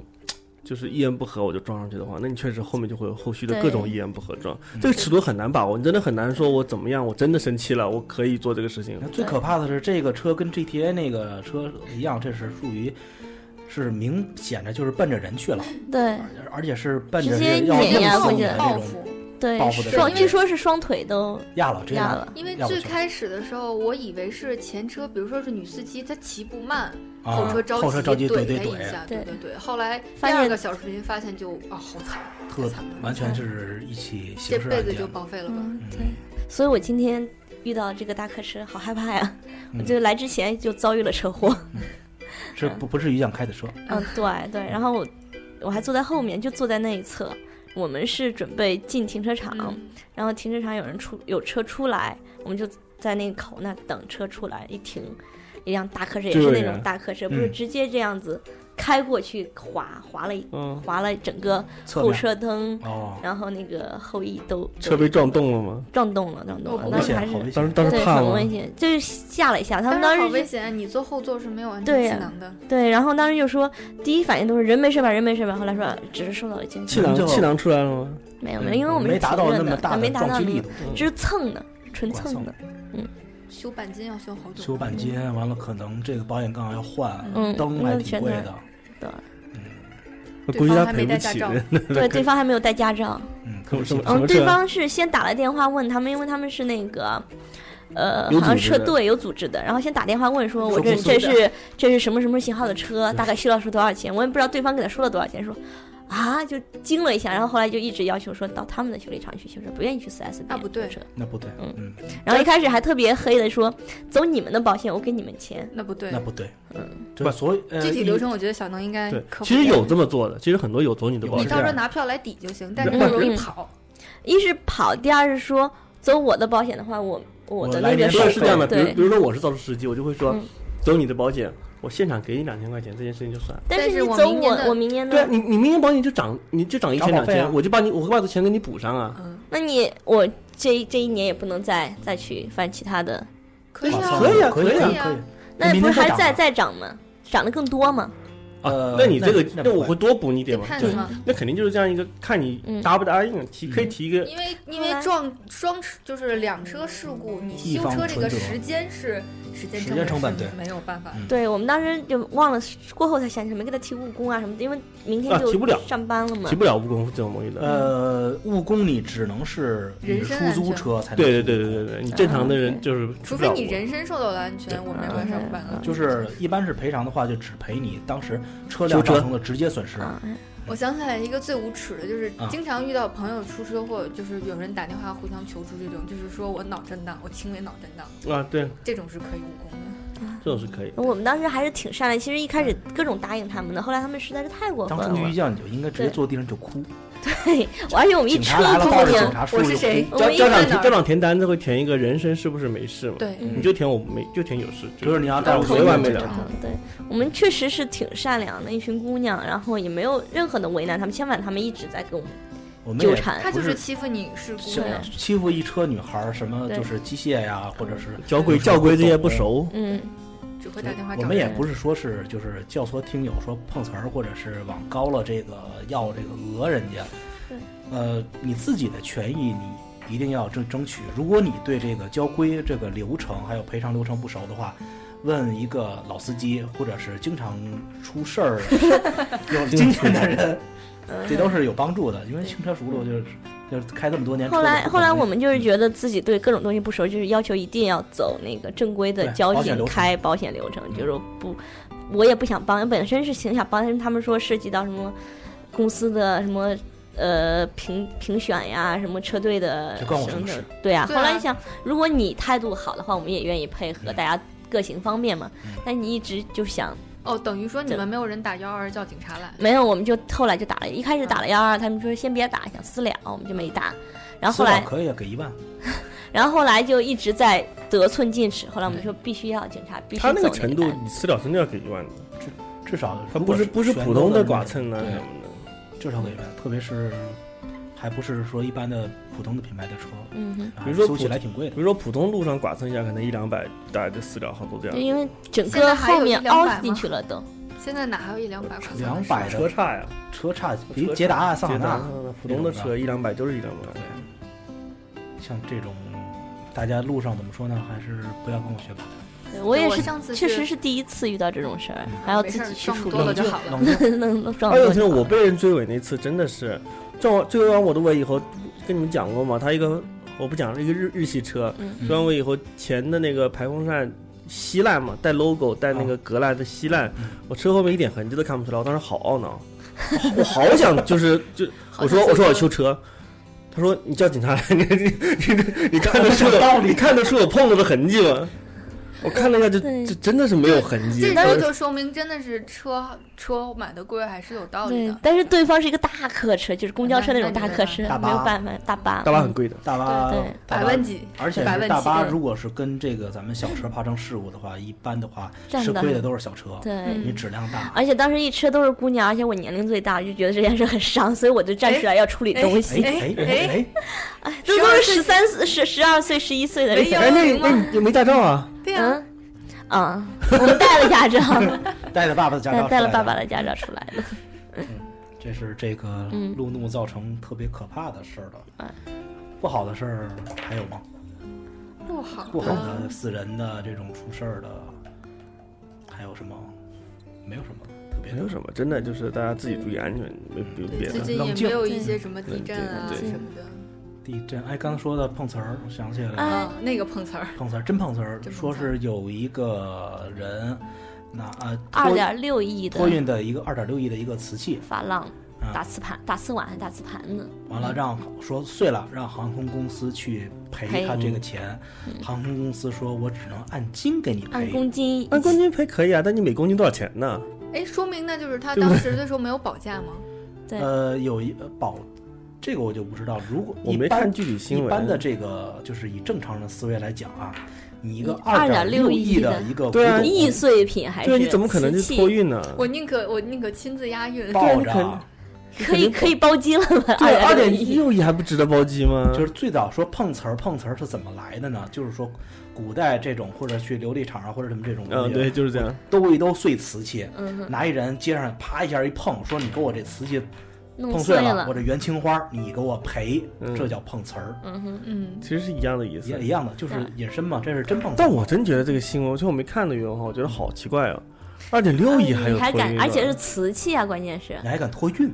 A: 就是一言不合我就撞上去的话，那你确实后面就会有后续的
D: 对
A: 各种一言不合撞，
B: 嗯
A: 这个尺度很难把握，你真的很难说我怎么样，我真的生气了，我可以做这个事情。
D: 嗯
B: 最可怕的是，这个车跟 GTA 那个车一样，这是属于是明显的就是奔着人去了，
D: 对
B: 而且是奔着
D: 直接
B: 要
D: 碾压
B: 弄死
D: 过
B: 你
D: 去
B: 的
C: 报
B: 那种
C: 复。
B: 报
D: 对，
B: 复的
D: 双
C: 感觉
D: 据说是双腿都
B: 压了，直接
D: 压
B: 压
D: 了，
C: 因为
B: 要不
C: 最
B: 就
C: 开始的时候，我以为是前车，比如说是女司机，她骑不慢，
B: 啊
C: 后车着
B: 后车着急
C: 急
B: 怼
C: 怼
B: 怼
C: 她一
B: 怼，
C: 下，对
D: 对
C: 对对。后来第
D: 发现
C: 二个小视频发现就啊，好惨，太
B: 特
C: 惨了，
B: 完全是一起
C: 这
B: 刑事
C: 辈
B: 案
C: 子就
B: 件。
C: 报废了吧。
D: 嗯
B: 嗯，
D: 对，所以我今天遇到这个大客车，好害怕呀！
B: 嗯
D: 我就来之前就遭遇了车祸。
B: 是不不是于酱开的车？
D: 嗯， 对对，然后我我还坐在后面，就坐在那一侧。我们是准备进停车场，
B: 啊
C: 嗯，
D: 然后停车场有人出有车出来，我们就在那个口那等车出来，一停，一辆大客车也
A: 就是有
D: 那种
A: 人
D: 大客车，不是
B: 嗯
D: 直接这样子开过去划划了一
A: 嗯，
D: 划了整个
B: 侧
D: 后
B: 面
D: 车灯，
B: 哦，
D: 然后那个后翼都
A: 车被撞动了吗？
D: 撞动了，撞动
C: 哦
D: 了
B: 好，
D: 当
B: 危
D: 时还
B: 险，
D: 是
A: 当
B: 好危险嗯
A: 时！当时
D: 对，
A: 怕
D: 很
A: 了
D: 危，险，就是吓了一下。他们
C: 但
D: 当
C: 是好
D: 时
C: 危
D: 就
C: 险啊！你坐后座是没有安
D: 对
C: 全气
D: 呀
C: 囊的，
D: 对，然后当时就说第一反应都是人没事吧，人没事吧。后来说只是受到了惊
A: 气
D: 吓，
A: 囊
B: 就
A: 气囊出来了吗？
D: 没有没有，因为我们
B: 没
D: 是
B: 达
D: 停
B: 到
D: 着
B: 那么
D: 的，
B: 大
D: 没
B: 的
D: 达到
B: 撞击
D: 那
B: 力
D: 么
B: 度，
D: 只是蹭的，纯
B: 我
D: 蹭
B: 操
D: 的。
C: 修钣金要修好久。
B: 修钣金完了，可能这个保险杠要换，
D: 嗯，
B: 灯
D: 那
B: 还
D: 个
B: 挺
D: 全
B: 贵
D: 拿
B: 的。
A: 我
C: 对
A: 估计
C: 方
A: 他
C: 还
A: 赔
C: 没
A: 不
C: 带驾
A: 起
C: 照
A: 的。
D: 对，对方还没有带驾照。
B: 嗯，
A: 什么什么
D: 嗯，
A: 车
D: 对
A: 啊？
D: 方是先打了电话问他们，因为他们是那个。呃，
A: 有
D: 好像
A: 组织
D: 车
A: 的
D: 队有组织的，然后先打电话问说，我
B: 说
D: 这
B: 公司
D: 这
B: 的
D: 是这是什么什么型号的车，大概需要是多少钱？我也不知道对方给他说了多少钱，说啊就惊了一下，然后后来就一直要求说到他们的修理厂去修车，不愿意去 4S 店
C: 啊不对
D: 修车
B: 那不对，嗯，
D: 然后一开始还特别黑的说走你们的保险，我给你们钱。
C: 那不对
B: 那，不对，
D: 嗯，
B: 对，所以呃
C: 具体流程我觉得小能应该
A: 对
C: 科，普
A: 其实
C: 一下
A: 有这么做的，其实很多有走你的保险
C: 你
B: 是这
C: 到
B: 样
C: 时候拿票来抵就行，但是
A: 不
C: 你容易
D: 嗯
C: 跑。
D: 一是跑，第二是说走我的保险的话，我我的
B: 我
D: 那
B: 来
D: 个
B: 年
A: 是
B: 收
D: 手
B: 费
A: 是这样的，比如
D: 对
A: 比如说我是肇事司机，我就会说
D: 嗯，
A: 走你的保险，我现场给你两千块钱，这件事情就算了。
D: 但
C: 但
D: 是
C: 是
D: 你
C: 我
D: 走
C: 明年
D: 我
C: 的
D: 我明年
A: 对啊，
D: 的，
A: 你你明年保险就涨，你就涨一千
B: 涨保
A: 两
B: 费啊
A: 千，我就把你我会把这钱给你补上啊。
C: 嗯，
D: 那你我这这一年也不能再再去犯其他的。
C: 可以
B: 好
C: 啊，
B: 可以啊
C: 可
B: 可以啊
C: 啊。
D: 那
B: 明
D: 不
B: 天
D: 是还
B: 再
D: 在
B: 涨
D: 再涨吗？涨得更多吗？
B: 呃，
A: 啊那你这个，
B: 那
A: 那
B: 不
A: 我会多补你
D: 啊
B: 啊
A: 点嘛？
C: 看
A: 就
C: 什
A: 是
C: 么？
A: 那肯定就是这样一个，看你
D: 嗯
A: 答不答应，提可以提一个，
C: 因为因
D: 后
C: 为
D: 来
C: 撞双就是两车事故，你
B: 一
C: 修
B: 方
C: 车这
B: 纯
C: 个
B: 责
C: 时间是时间
B: 时
C: 成
B: 间
C: 本，
B: 成本对
C: 没有办法
B: 嗯
D: 对我们当时就忘了，过后才想起来没给他提误工啊什么的，因为明天
A: 啊
D: 就
A: 提不了
D: 上班了嘛
A: 提。不了误工这种东西的。
B: 呃，务工你只能是你
C: 人
B: 是
C: 身
B: 出
C: 安
B: 租
C: 全
B: 车才能
A: 对对
B: 提
A: 对
B: 供
A: 对对对，你正常的人就是提
C: 除
A: 不了
C: 非
A: 误工，
C: 你人身受到了安全，我没办法上班了。
B: 嗯就是一般是赔偿的话，就只赔你当时车辆
E: 修车
B: 造成的直接损失。
D: 啊，
C: 我想起来一个最无耻的，就是
B: 啊
C: 经常遇到朋友出车祸，就是有人打电话互相求助这种，就是说我脑震荡，我轻微脑震荡，
A: 啊，对，
C: 这种是可以误工的。
A: 这种是可以。
D: 我们当时还是挺善良，其实一开始各种答应他们的，后来他们实在是太过分
B: 当初遇
D: 了。
B: 见你就应该直接
D: 对
B: 坐地上就哭，
D: 对，而 且我们一
B: 警
D: 出
B: 察来了
D: 姑
B: 抱着警
D: 娘，
B: 察叔
C: 我
B: 叔
C: 是
B: 就哎
C: 谁
B: 哭。
D: 我
A: 家
D: 们一
A: 家
D: 看
A: 长
D: 哪
A: 家
D: 儿，
A: 长填单子会填一个人身是不是没事嘛？，
C: 对，
B: 嗯
C: 嗯
A: 你就填我没，就填有事，
B: 就是你要带
A: 让
B: 我
A: 我
B: 回
A: 没完没
B: 家
A: 了。
D: 对我们确实是挺善良的一群姑娘，然后也没有任何的为难他们，相反他们一直在跟我们
B: 我们
D: 纠
B: 也
D: 缠。
C: 他就
B: 不是
C: 是欺负你是姑
B: 小
C: 娘，
B: 欺负一车女孩儿，什么
D: 对
B: 就是机械呀，或者是
C: 嗯
A: 交规教规这些不熟，
D: 嗯，
C: 只会打电话
B: 我
C: 找
B: 们也
C: 人。
B: 不是说是就是教唆听友说碰瓷儿，或者是往高了这个要这个讹人家。
D: 对，
B: 呃，你自己的权益你一定要争争取。如果你对这个交规、这个流程还有赔偿流程不熟的话，问一个老司机或者是经常出事儿 的有经验的人，这都是有帮助的。因为轻车熟路就是就是开这么多年车
D: 后
B: 的不容易。
D: 来，后来我们
B: 嗯
D: 就是觉得自己对各种东西不熟，就是要求一定要走那个正规的
B: 对
D: 交
B: 保险
D: 警
B: 流程
D: 开保险流程，
B: 嗯
D: 就是不，我也不想帮，本身是挺想帮，但是他们说涉及到什么公司的什么呃评评选呀，什么车队的
B: 这关我什
D: 等
B: 么
D: 等
B: 事
D: 对啊，
C: 对啊
D: 后来一想，如果你态度好的话，我们也愿意配合，
B: 嗯
D: 大家各行方面嘛
B: 嗯。
D: 但你一直就想
C: 哦，等于说你们没有人打幺二二叫警察来。
D: 没有，我们就后来就打了，一开始打了幺二，他们说先别打，想私了，我们就没打。然后后
B: 私
D: 来
B: 了可以啊，给一万。
D: 然后后来就一直在得寸进尺。后来我们说必须要警察必
B: 嗯
D: 须
A: 他
D: 走
A: 那个程度
D: 单子
A: 你私了真的要给一万的，
B: 至少
A: 他不
B: 如果
A: 是不是
B: 全
A: 普
B: 都
A: 通的
B: 那
A: 剐
B: 种
A: 蹭啊
B: 对
A: 什么的。
B: 至少给人，特别是还不是说一般的普通的品牌的车，
D: 嗯哼，
B: 啊
A: 比如说
B: 修起
A: 普
B: 来挺贵的
A: 比。如说普通路上剐蹭一下，可能一两百，大家就私了好多这
D: 就
A: 样。
D: 因为整
C: 现在
D: 个
C: 还有
D: 后面
C: 100
D: 凹
C: 吗
D: 进去了都。
C: 现在哪还有一两百块钱的
B: 两
C: 事
B: 百
A: 车
B: 的
A: 差呀，
B: 车差比捷达、桑塔
A: 捷达
B: 纳，
A: 普通的车一两百就是一两百
B: 对。，像这种大家路上怎么说呢？还是不要跟我学吧。
D: 对我也
C: 我
D: 是，
C: 上次
D: 确
C: 去
D: 实是第一次遇到这种事儿
B: 嗯，
D: 还要
C: 没
D: 自
C: 事儿
D: 己去
C: 撞
D: 处
C: 多了
D: 理。
C: 就好了。
B: 冷静，
D: 能能 撞
A: 哎
D: 多
A: 呦天，
D: 少
A: 我被人追尾那次真的是，撞追完我的尾以后，跟你们讲过吗？他一个我不讲了，一个日日系车
D: 嗯
A: 追完尾以后，前的那个排风扇稀烂嘛，带 logo 带那个格兰的稀烂
B: 嗯，
A: 我车后面一点痕迹都看不出来，我当时好懊恼，我好我好想就是就
C: 好
A: 我说
C: 像
A: 我说我
C: 就
A: 修车，他说你叫警察来，你你你你看得出我你看得出我碰到的痕迹吗？我看了一下，就
D: 对
A: 就真的是没有痕迹
C: 这。这就说明真的是车车买的贵还是有道理
D: 对
C: 的，。
D: 但是对方是一个大客车，就是公交车那种大客车，
B: 那那
D: 没有办法，大巴，
A: 大巴很贵的，
B: 大巴
D: 对对
B: 大
C: 百
B: 巴
C: 万，级，
B: 而且
C: 百
B: 是
C: 万
B: 大
C: 级
B: 巴
C: 对
B: 如果是跟这个咱们小车发生事故的话，一般的话
D: 占
B: 吃
D: 不到
B: 亏的都是小车，
D: 对
C: 嗯。
B: 你质量大。
D: 而且当时一车都是姑娘，而且我年龄最大，就觉得这件事很伤，所以我就站出来要处理东
B: 哎
D: 西。
B: 哎哎哎，
D: 哎，这都是十三四、十十二岁、十一岁的人
C: 没，有
A: 哎，那
C: 行吗
A: 那你没驾照啊？
C: 对呀、
D: 嗯，啊，我们带了 驾照，
B: 带着爸爸的驾
D: 带
B: 照出
D: 带
B: 来
D: 了
B: 的，
D: 爸爸的驾照出来的。
B: 这是这个
D: 嗯
B: 路怒造成特别可怕的事儿了
D: 哎。
B: 不好的事儿还有吗？
C: 不好啊的，
B: 不好的、死人的这种出事儿的，还有什么？没有什么特别
A: 没有
B: 的。
A: 什么，真的就是大家自己注意安全，没没有别
C: 最
A: 的。
C: 近也
B: 冷静
C: 没有一些什么地震啊
A: 对对
C: 什么的
B: 地震，哎，刚才说的碰瓷儿，我想起来了，
D: 哎
C: 啊，那个碰瓷儿，
B: 碰瓷儿真碰瓷儿，
C: 真碰瓷儿
B: 说是有一个人拿啊
D: 二
B: 托
D: 点六亿
B: 托
D: 的
B: 运的一个二点六亿的一个瓷器，
D: 发廊
A: 啊
B: 嗯，
D: 打瓷盘、打瓷碗还打瓷盘子，
B: 完了让说碎了，让航空公司去赔
D: 赔嗯
B: 他这个钱，航空公司说我只能按斤给你
D: 按
B: 赔，
D: 公斤，
A: 哎按公斤赔可以啊，但你每公斤多少钱呢？
C: 哎，说明那就是他当时的时候没有保价吗？
D: 对
B: 呃，有一呃保，这个我就不知道，如果
A: 我
B: 一
A: 没
B: 般
A: 看具体新闻。
B: 一般的这个就是以正常人的思维来讲啊，你一个
D: 一
B: 二点
D: 2.6
B: 亿
D: 亿
B: 的
D: 的
B: 一个古
A: 对啊
B: 董
D: 易碎品还
A: 对啊，
D: 是
A: 你怎么可能
D: 瓷
A: 就
D: 器
A: 托运呢？
C: 我宁可我宁可亲自押运，
B: 抱
A: 对啊
B: 着
D: 可以可以包机了吧？
A: 对，啊二点
D: 一
A: 六亿还不值得包机吗？
B: 就是最早说碰瓷儿，碰瓷儿是怎么来的呢？就是说，古代这种或者去琉璃厂啊，或者什么这种，
A: 嗯，对，，就是这样。
B: 兜一兜碎瓷器，
D: 嗯哼
B: 拿一人街上啪一下一碰，说你给我这瓷器
D: 弄
B: 碰碎
D: 了，
A: 啊
B: 我这元青花儿你给我赔，
A: 嗯
B: 这叫碰瓷儿，
D: 嗯哼，
C: 嗯，
A: 其实是一样的意思
B: 也。一样的，就是
D: 对
B: 隐身嘛，这是真碰瓷
A: 但
B: 儿。
A: 我真觉得这个新闻，就我没看的原文哈，我觉得好奇怪啊，二点六亿还有
D: 你还
A: 托运
D: 敢，
A: 呢
D: 而且是瓷器啊，关键是
B: 你还敢托运？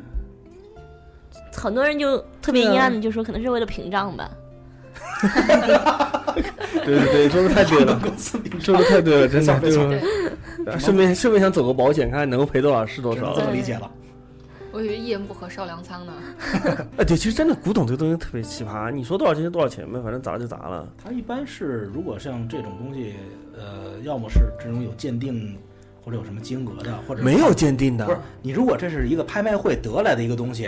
D: 很多人就特别
A: 啊
D: 阴暗的就说，可能是为了屏障吧。
E: 对对对，说的太对了，说的太对 了，真的，
B: 没错
E: 对
A: 啊
E: 吧？顺便顺便想走个保险，看看能够赔多少是多
B: 只能
E: 少
B: 这。么理解了。
C: 我以为一言不合烧粮仓呢。
A: 哎，对，其实真的古董这个东西特别奇葩，你说多少钱就多少钱呗，反正砸就砸了。
B: 它一般是如果像这种东西，呃，要么是这种有鉴定或者有什么金额的，或者
A: 没有鉴定的，
B: 不是你如果这是一个拍卖会得来的一个东西，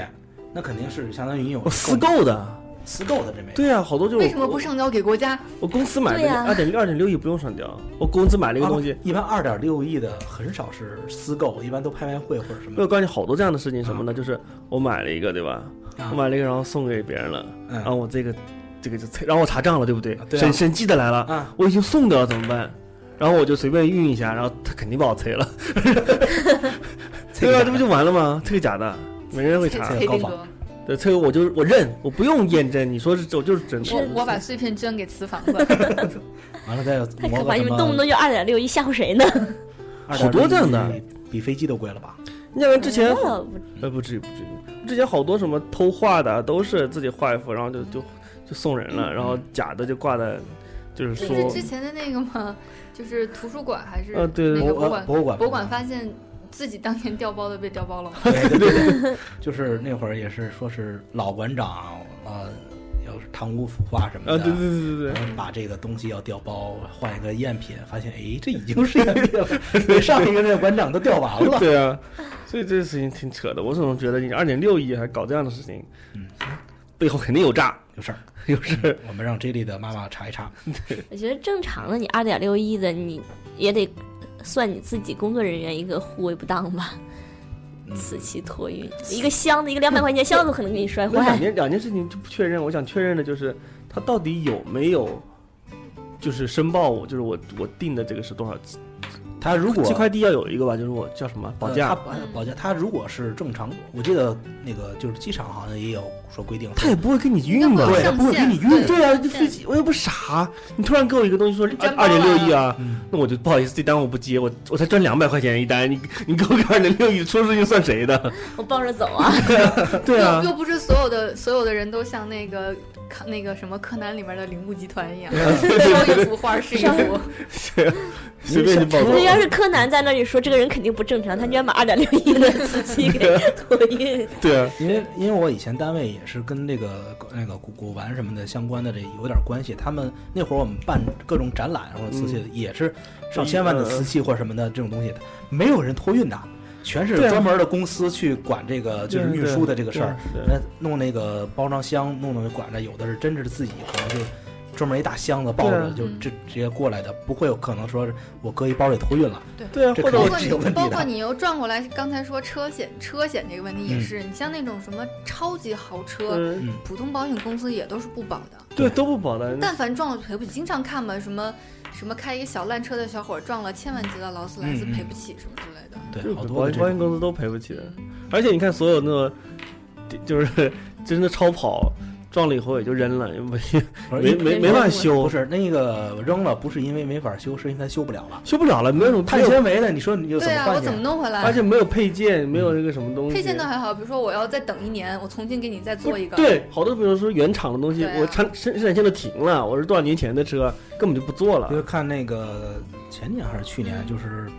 B: 那肯定是相当于你有
A: 我私购的。
B: 私购的这枚。
A: 对呀、啊好多就
C: 为什么不上交给国家？
A: 我公司买的
D: 对呀
A: 二点二点六亿不用上交，我公司买了一个东西
B: 啊。一般二点六亿的很少是私购，一般都拍卖会或者什
A: 没有
B: 么。
A: 告诉你好多这样的事情什么呢？就是我买了一个，对吧？
B: 啊
A: 我买了一个，然后送给别人了，
B: 嗯
A: 然后我这个这个就催然后我查账了，对不对？
B: 对啊
A: 审审计的来了，
B: 啊
A: 我已经送掉了，怎么办？然后我就随便运一下，然后他肯定把我催了，
B: 这
A: 对吧？
B: 个
A: 这不就完了吗？这个假的，没人会
C: 崔
A: 查。
C: 崔
B: 高
C: 定
B: 仿
C: 哥，
A: 对，催我就我认，我不用验证，你说是我就是真的。
C: 我我把碎片捐给瓷房子。
B: 完了再
D: 太
B: 磨
D: 可
B: 个
D: 怕！
B: 什
D: 你们动不
B: 么
D: 动就二点六一，吓唬谁呢？
A: 好多这样的
B: 2.6亿，比飞机都贵了吧？
A: 要不然之前好
D: 我不
A: 呃，不至于不至于，之前好多什么偷画的啊都是自己画一幅，然后就就就送人了，然
B: 嗯
A: 后假的就挂在，就是
C: 这
A: 说，
C: 是之前的那个吗？就是图书馆还是
A: 呃对对
C: 那个
B: 博物
C: 博物馆？
B: 博物馆
C: 博物馆发现自己当年调包的被调包了。
B: 对对对，对就是那会儿也是说是老馆长呃，要是贪污腐化什么的，
A: 啊，对对对对 对，
B: 然后把这个东西要调包，换一个赝品，发现哎，这已经是赝品了， 比上一个那个馆长都调完了。
A: 对啊，所以这个事情挺扯的。我总觉得你二点六亿还搞这样的事情，
B: 嗯，
A: 背后肯定有诈，
B: 有事儿，
A: 有事。
B: 我们让 J 莉的妈妈查一查。
D: 我觉得正常的，你二点六亿的，你也得算你自己工作人员一个护卫不当吧。
B: 嗯
D: 瓷器托运，一个箱子，一个两百块钱箱子都可能给你摔
A: 那两
D: 坏。
A: 件两件事情就不确认，我想确认的就是他到底有没有，就是申报我，就是我我定的这个是多少？
B: 他如果
A: 寄快递要有一个吧，就是我叫什么保价
B: 呃，他保保价，他如果是正常，我记得那个就是机场好像也有说规定，
A: 他也不会给你运吧？
C: 要不
B: 对，
C: 上
B: 他不会给
C: 线
B: 你运。
A: 对啊，就
C: 对
A: 飞机，我又不傻，你突然给我一个东西说
C: 真
A: 二
C: 包
A: 点六亿啊，
B: 嗯，
A: 那我就不好意思，这单我不接，我我才赚两百块钱一单，你你给我个二点六亿，出事情算谁的？
D: 我抱着走啊！
A: 对啊
C: 又，又不是所有的所有的人都像那个看那个什么柯南里面的铃木集团一样，
B: 啊
C: 收一幅画是一幅。
A: 随便你报
D: 那
A: 个。
D: 要是柯南在那里说这个人肯定不正常，他居然把二点六亿 的瓷器给托运，
A: 对啊，
B: 因为因为我以前单位也是跟这个那个古古玩什么的相关的这有点关系，他们那会儿我们办各种展览或者瓷器，
A: 嗯
B: 也是上千万的瓷器或者什么的这种东西，没有人托运的，全是
A: 对啊
B: 专门的公司去管这个就是运输的这个事儿。
A: 对啊，对啊
B: 那弄那个包装箱，弄弄管着，有的是真是自己可能就专门一大箱子抱
A: 对
B: 着
A: 啊
B: 就
C: 嗯
B: 直直接过来的，不会有可能说是我搁一包里托运了。
A: 对啊，
B: 这
A: 或者
C: 包
B: 肯
A: 我
C: 括
B: 是有问
C: 你，
B: 题的
C: 包括你又转过来，刚才说车险，车险这个问题
B: 嗯
C: 也是，你像那种什么超级豪车，
A: 嗯，
C: 普通保险公司也都是不保的。
B: 嗯
A: 对都不保的，
C: 但凡撞了赔不起，经常看嘛，什么什么开一个小烂车的小伙儿撞了千万级的劳斯莱斯
B: 嗯嗯
C: 赔不起什么之类的。
B: 对，
A: 就
B: 好
A: 是
B: 多
A: 保
B: 的
A: 险
B: 这
A: 保
B: 种
A: 险公司都赔不起的。
C: 嗯
A: 而且你看，所有那种就是 真的超跑撞了以后也就扔了，也没
B: 而
A: 没
B: 呃一
A: 没没法修
B: 不，是那个扔了，不是因为没法修，是因为它修不了了。
A: 修不了了，没有什么
B: 碳
A: 配，
B: 纤维的，你说你又怎
C: 对
B: 么
C: 啊，我
B: 换去
C: 怎？么弄回
A: 而
C: 来？
A: 且没有配件，没有那个什么东西。
C: 配件倒还好，比如说我要再等一年，我重新给你再做一个。
A: 对，好多比如说原厂的东西，
C: 对啊
A: 我产生生产线都停了，我是多少年前的车，根本就不做
B: 啊就是
A: 了。
B: 看那个前年还是去年，
C: 嗯
B: 就是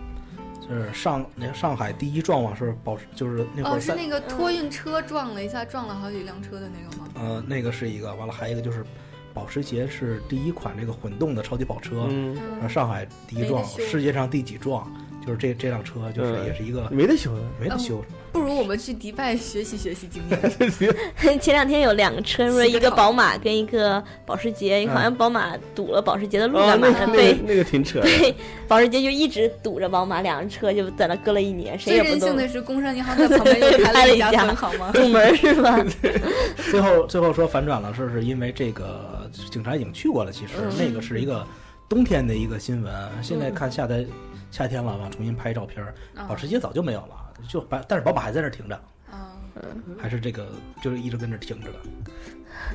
B: 就是上那上海第一状况是保时，就是那会
C: 哦，
B: 儿
C: 是
B: 三
C: 那个托运车撞了一下，撞了好几辆车的那个吗？
B: 呃那个是一个，完了还有一个就是保时捷是第一款这个混动的超级跑车，
A: 嗯，
B: 啊然后上海第一
C: 没得
B: 撞，
C: 修
B: 世界上第几撞，就是这这辆车就是
A: 嗯
B: 也是一个
A: 没得修的，
B: 没
C: 嗯
B: 得修，
C: 不如我们去迪拜学习学习经 验。
D: 前两天有两个车，说
C: 四个
D: 一个
C: 头
D: 宝马跟一个保时捷，好像宝马堵了保时捷的
C: 嗯
D: 路
A: 嗯哦，
D: 干嘛
A: 那
D: 的？
A: 那
D: 对
A: 个那个挺扯的。
D: 对，保时捷就一直堵着宝马，两个车就在那搁了一年，谁
C: 最
D: 也不
C: 任性
D: 动。
C: 的是，工商银行在旁边又
D: 开
C: 开
D: 了
C: 了
D: 一
C: 一家
D: 家
C: 分行 吗？
B: 嗯
D: 堵门是吧？
B: 最后最后说反转了，是是因为这个警察已经去过了，其实
D: 嗯
B: 那个是一个冬天的一个新闻，现在看下载夏天了，往重新拍照片儿，
D: 嗯
C: 啊
B: 保时捷早就没有了，就把但是宝马还在那儿停着，
C: 啊，
D: 嗯
B: 还是这个就是一直跟那儿停着的，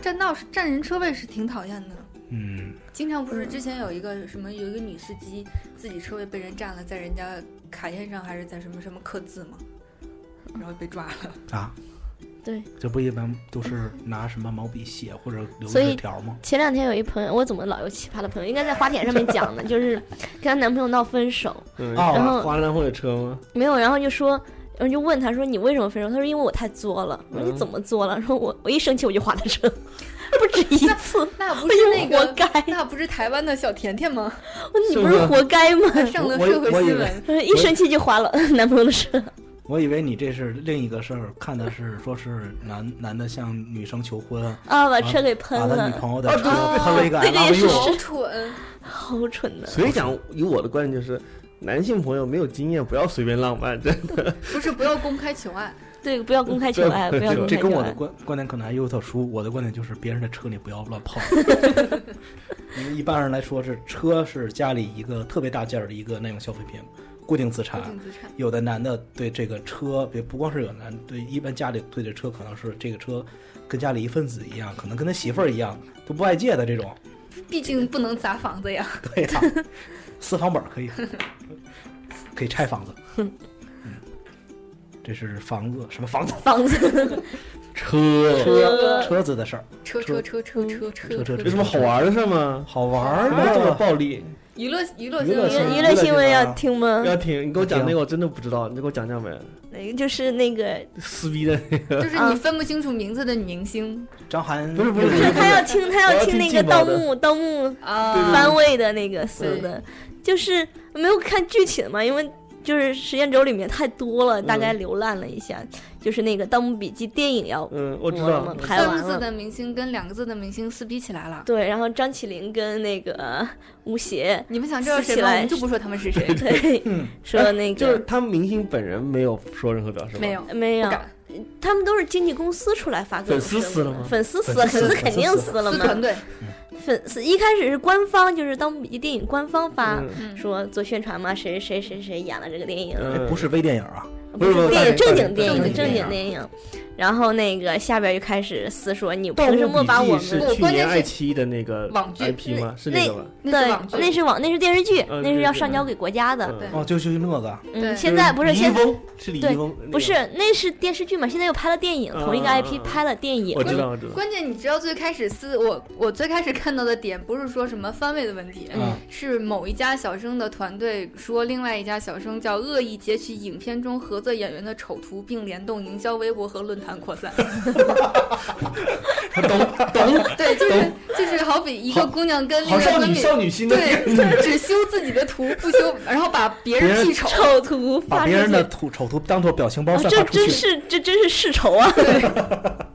C: 占道是占人车位是挺讨厌的。
B: 嗯，
C: 经常不是之前有一个什么有一个女司机自己车位被人占了，在人家卡宴上还是在什么什么刻字嘛，然后被抓
D: 哎
C: 了。
B: 啊，
D: 对，
B: 这不一般都是拿什么毛笔写或者留
D: 所以
B: 纸条吗？
D: 前两天有一朋友，我怎么老有奇葩的朋友？应该在花田上面讲的， 就是跟她男朋友闹分手，
A: 嗯，
B: 哦
D: 然后
A: 花男会有车吗？
D: 没有，然后就说，然后就问他说你为什么分手？他说因为我太作了。我说你
A: 嗯
D: 怎么作了？然后我我一生气我就划他 车，不止一次，
C: 那不
D: 我
C: 是
D: 就
C: 那
D: 活
C: 个，
D: 该。
C: 那不是台湾的小甜 甜吗？
D: 我说你
A: 是
D: 不
A: 不
D: 是
A: 是
D: 活该吗？
C: 上了
B: 我
C: 社会
B: 我以
C: 新
B: 为
C: 闻。
D: 他说一生气就划了男朋友的车。
B: 我以为你这是另一个事儿，看的是说是男男的向女生求 婚，
D: 啊，把车给喷
B: 把他女
D: 了，
B: 朋友的车喷了一个
D: 那个也是
B: LV，
C: 好蠢！
D: 好蠢的。
E: 所以讲，以我的观点就是，男性朋友没有经验，不要随便浪漫，真的
C: 不是不要公开求爱，
D: 对，不要公开求爱，不要公开
B: 这跟
D: 求
B: 我的
D: 爱。
B: 观观点可能还有所出入。我的观点就是，别人的车你不要乱碰。因为一般人来说是车是家里一个特别大件儿的一个那种消费品，固定资
C: 不
B: 产。
C: 定资产。
B: 有的男的对这个车，别不光是有男对，一般家里对这车可能是这个车跟家里一份子一样，可能跟他媳妇儿一样都不外借的这种。
C: 毕竟不能砸房子呀。
B: 对呀、私房本儿可以，可以拆房子。嗯这是房子什么房子？
D: 房 子
E: 车
D: 车
B: 车子的事儿，
C: 车
B: 车嗯
C: 车车车车
B: 车车
C: 车
E: 有什么好玩的事吗？
B: 好玩儿啊
E: 没有这么
B: 吗？
E: 暴力，
C: 娱乐娱乐
B: 娱乐
C: 新闻
D: 娱
B: 新
D: 娱乐新闻
B: 娱乐新闻
D: 要
B: 啊
D: 听吗？
E: 要听你给我讲那个，我真的不知道，你给我讲讲呗。
D: 哪个就是那个，
E: 撕逼的，
C: 就是你分不清楚名字的女明星
B: 张涵
E: 不是不是
B: 有一
D: 就是
B: 个
D: 他要听他
E: 我
D: 要
E: 要
D: 听
E: 听
D: 那个
E: 劲爆
D: 盗
E: 的
D: 墓盗墓
C: 啊
D: 番位的那个死的，就是没有看具体的嘛，因为就是时间轴里面太多了，大概浏览了一下，就是那个《盗墓笔记》电影要
E: 嗯，我知
D: 播了嘛
E: 道，
D: 拍
C: 三
D: 完
C: 个字
D: 了。
C: 的明星跟两个字的明星撕逼起来了。
D: 对，然后张起灵跟那个 吴邪，
C: 你们想知道谁
D: 撕起
C: 吗？
D: 来
C: 我们就不说他们是谁，
D: 对，说那
E: 嗯哎就是
D: 个
E: 他们明星本人没有说任何表示吗？
C: 没有，
D: 没有
C: 不，敢
D: 他们都是经纪公司出来发各种
E: 粉丝
D: 声
E: 撕了
D: 明
E: 吗
D: 粉丝撕了，
B: 粉丝
D: 粉丝
B: 撕了
D: 肯定撕了
C: 撕
D: 嘛
C: 团。队。
D: 粉丝一开始是官方，就是《盗墓笔记》电影官方发
E: 嗯，
C: 嗯
D: 说做宣传嘛，谁谁谁谁演了这个电影，
E: 嗯
B: 哎不是微电影啊，
D: 不是
E: 不是
D: 电影，
E: 不
D: 正
E: 是
D: 经电影，
B: 正
D: 正
B: 经
D: 经电影。然后那个下边就开始撕说你
E: 盗
D: 凭什
E: 墓
D: 么把
E: 笔
D: 我
E: 记
D: 们
E: 是
C: 我
E: 去
C: 关键
E: 年
C: 是
E: 爱奇艺的那个
C: 网剧
E: IP 吗？是
D: 那
E: 那个吧？
C: 那是
D: 对
C: 网，剧，
D: 那是网，那是电视剧，
E: 嗯
D: 那是
E: 对
D: 要
E: 对
D: 上
E: 对
D: 交给国家的。
E: 嗯
C: 对
B: 哦，就就那个，
D: 嗯，
C: 对
D: 现在不是
E: 李易
D: 现
E: 峰，是李
D: 对
E: 易峰，那个
D: 不是，那是电视剧嘛？现在又拍了电影，同一个
E: 嗯嗯
D: IP
E: 嗯
D: 拍了电影
E: 我。知道，我知道。
C: 关键你知道最开始撕我，我最开始看到的点不是说什么番位的问题，
B: 嗯
C: 是某一家小生的团队说另外一家小生叫恶意截取影片中合作演员的丑图，并联动营销微博和论坛扩散。 懂懂，对，就是就是好比一个姑娘跟另一个闺蜜。
E: 女心
C: 对，只修自己的图，不修，然后把别人剃丑，
D: 丑图
B: 把
D: 发出
B: 别人
D: 去，
B: 的
D: 啊
B: 图丑图当做表情包散发
D: 哦这
B: 出
D: 真
B: 去，
D: 是这真是世仇啊！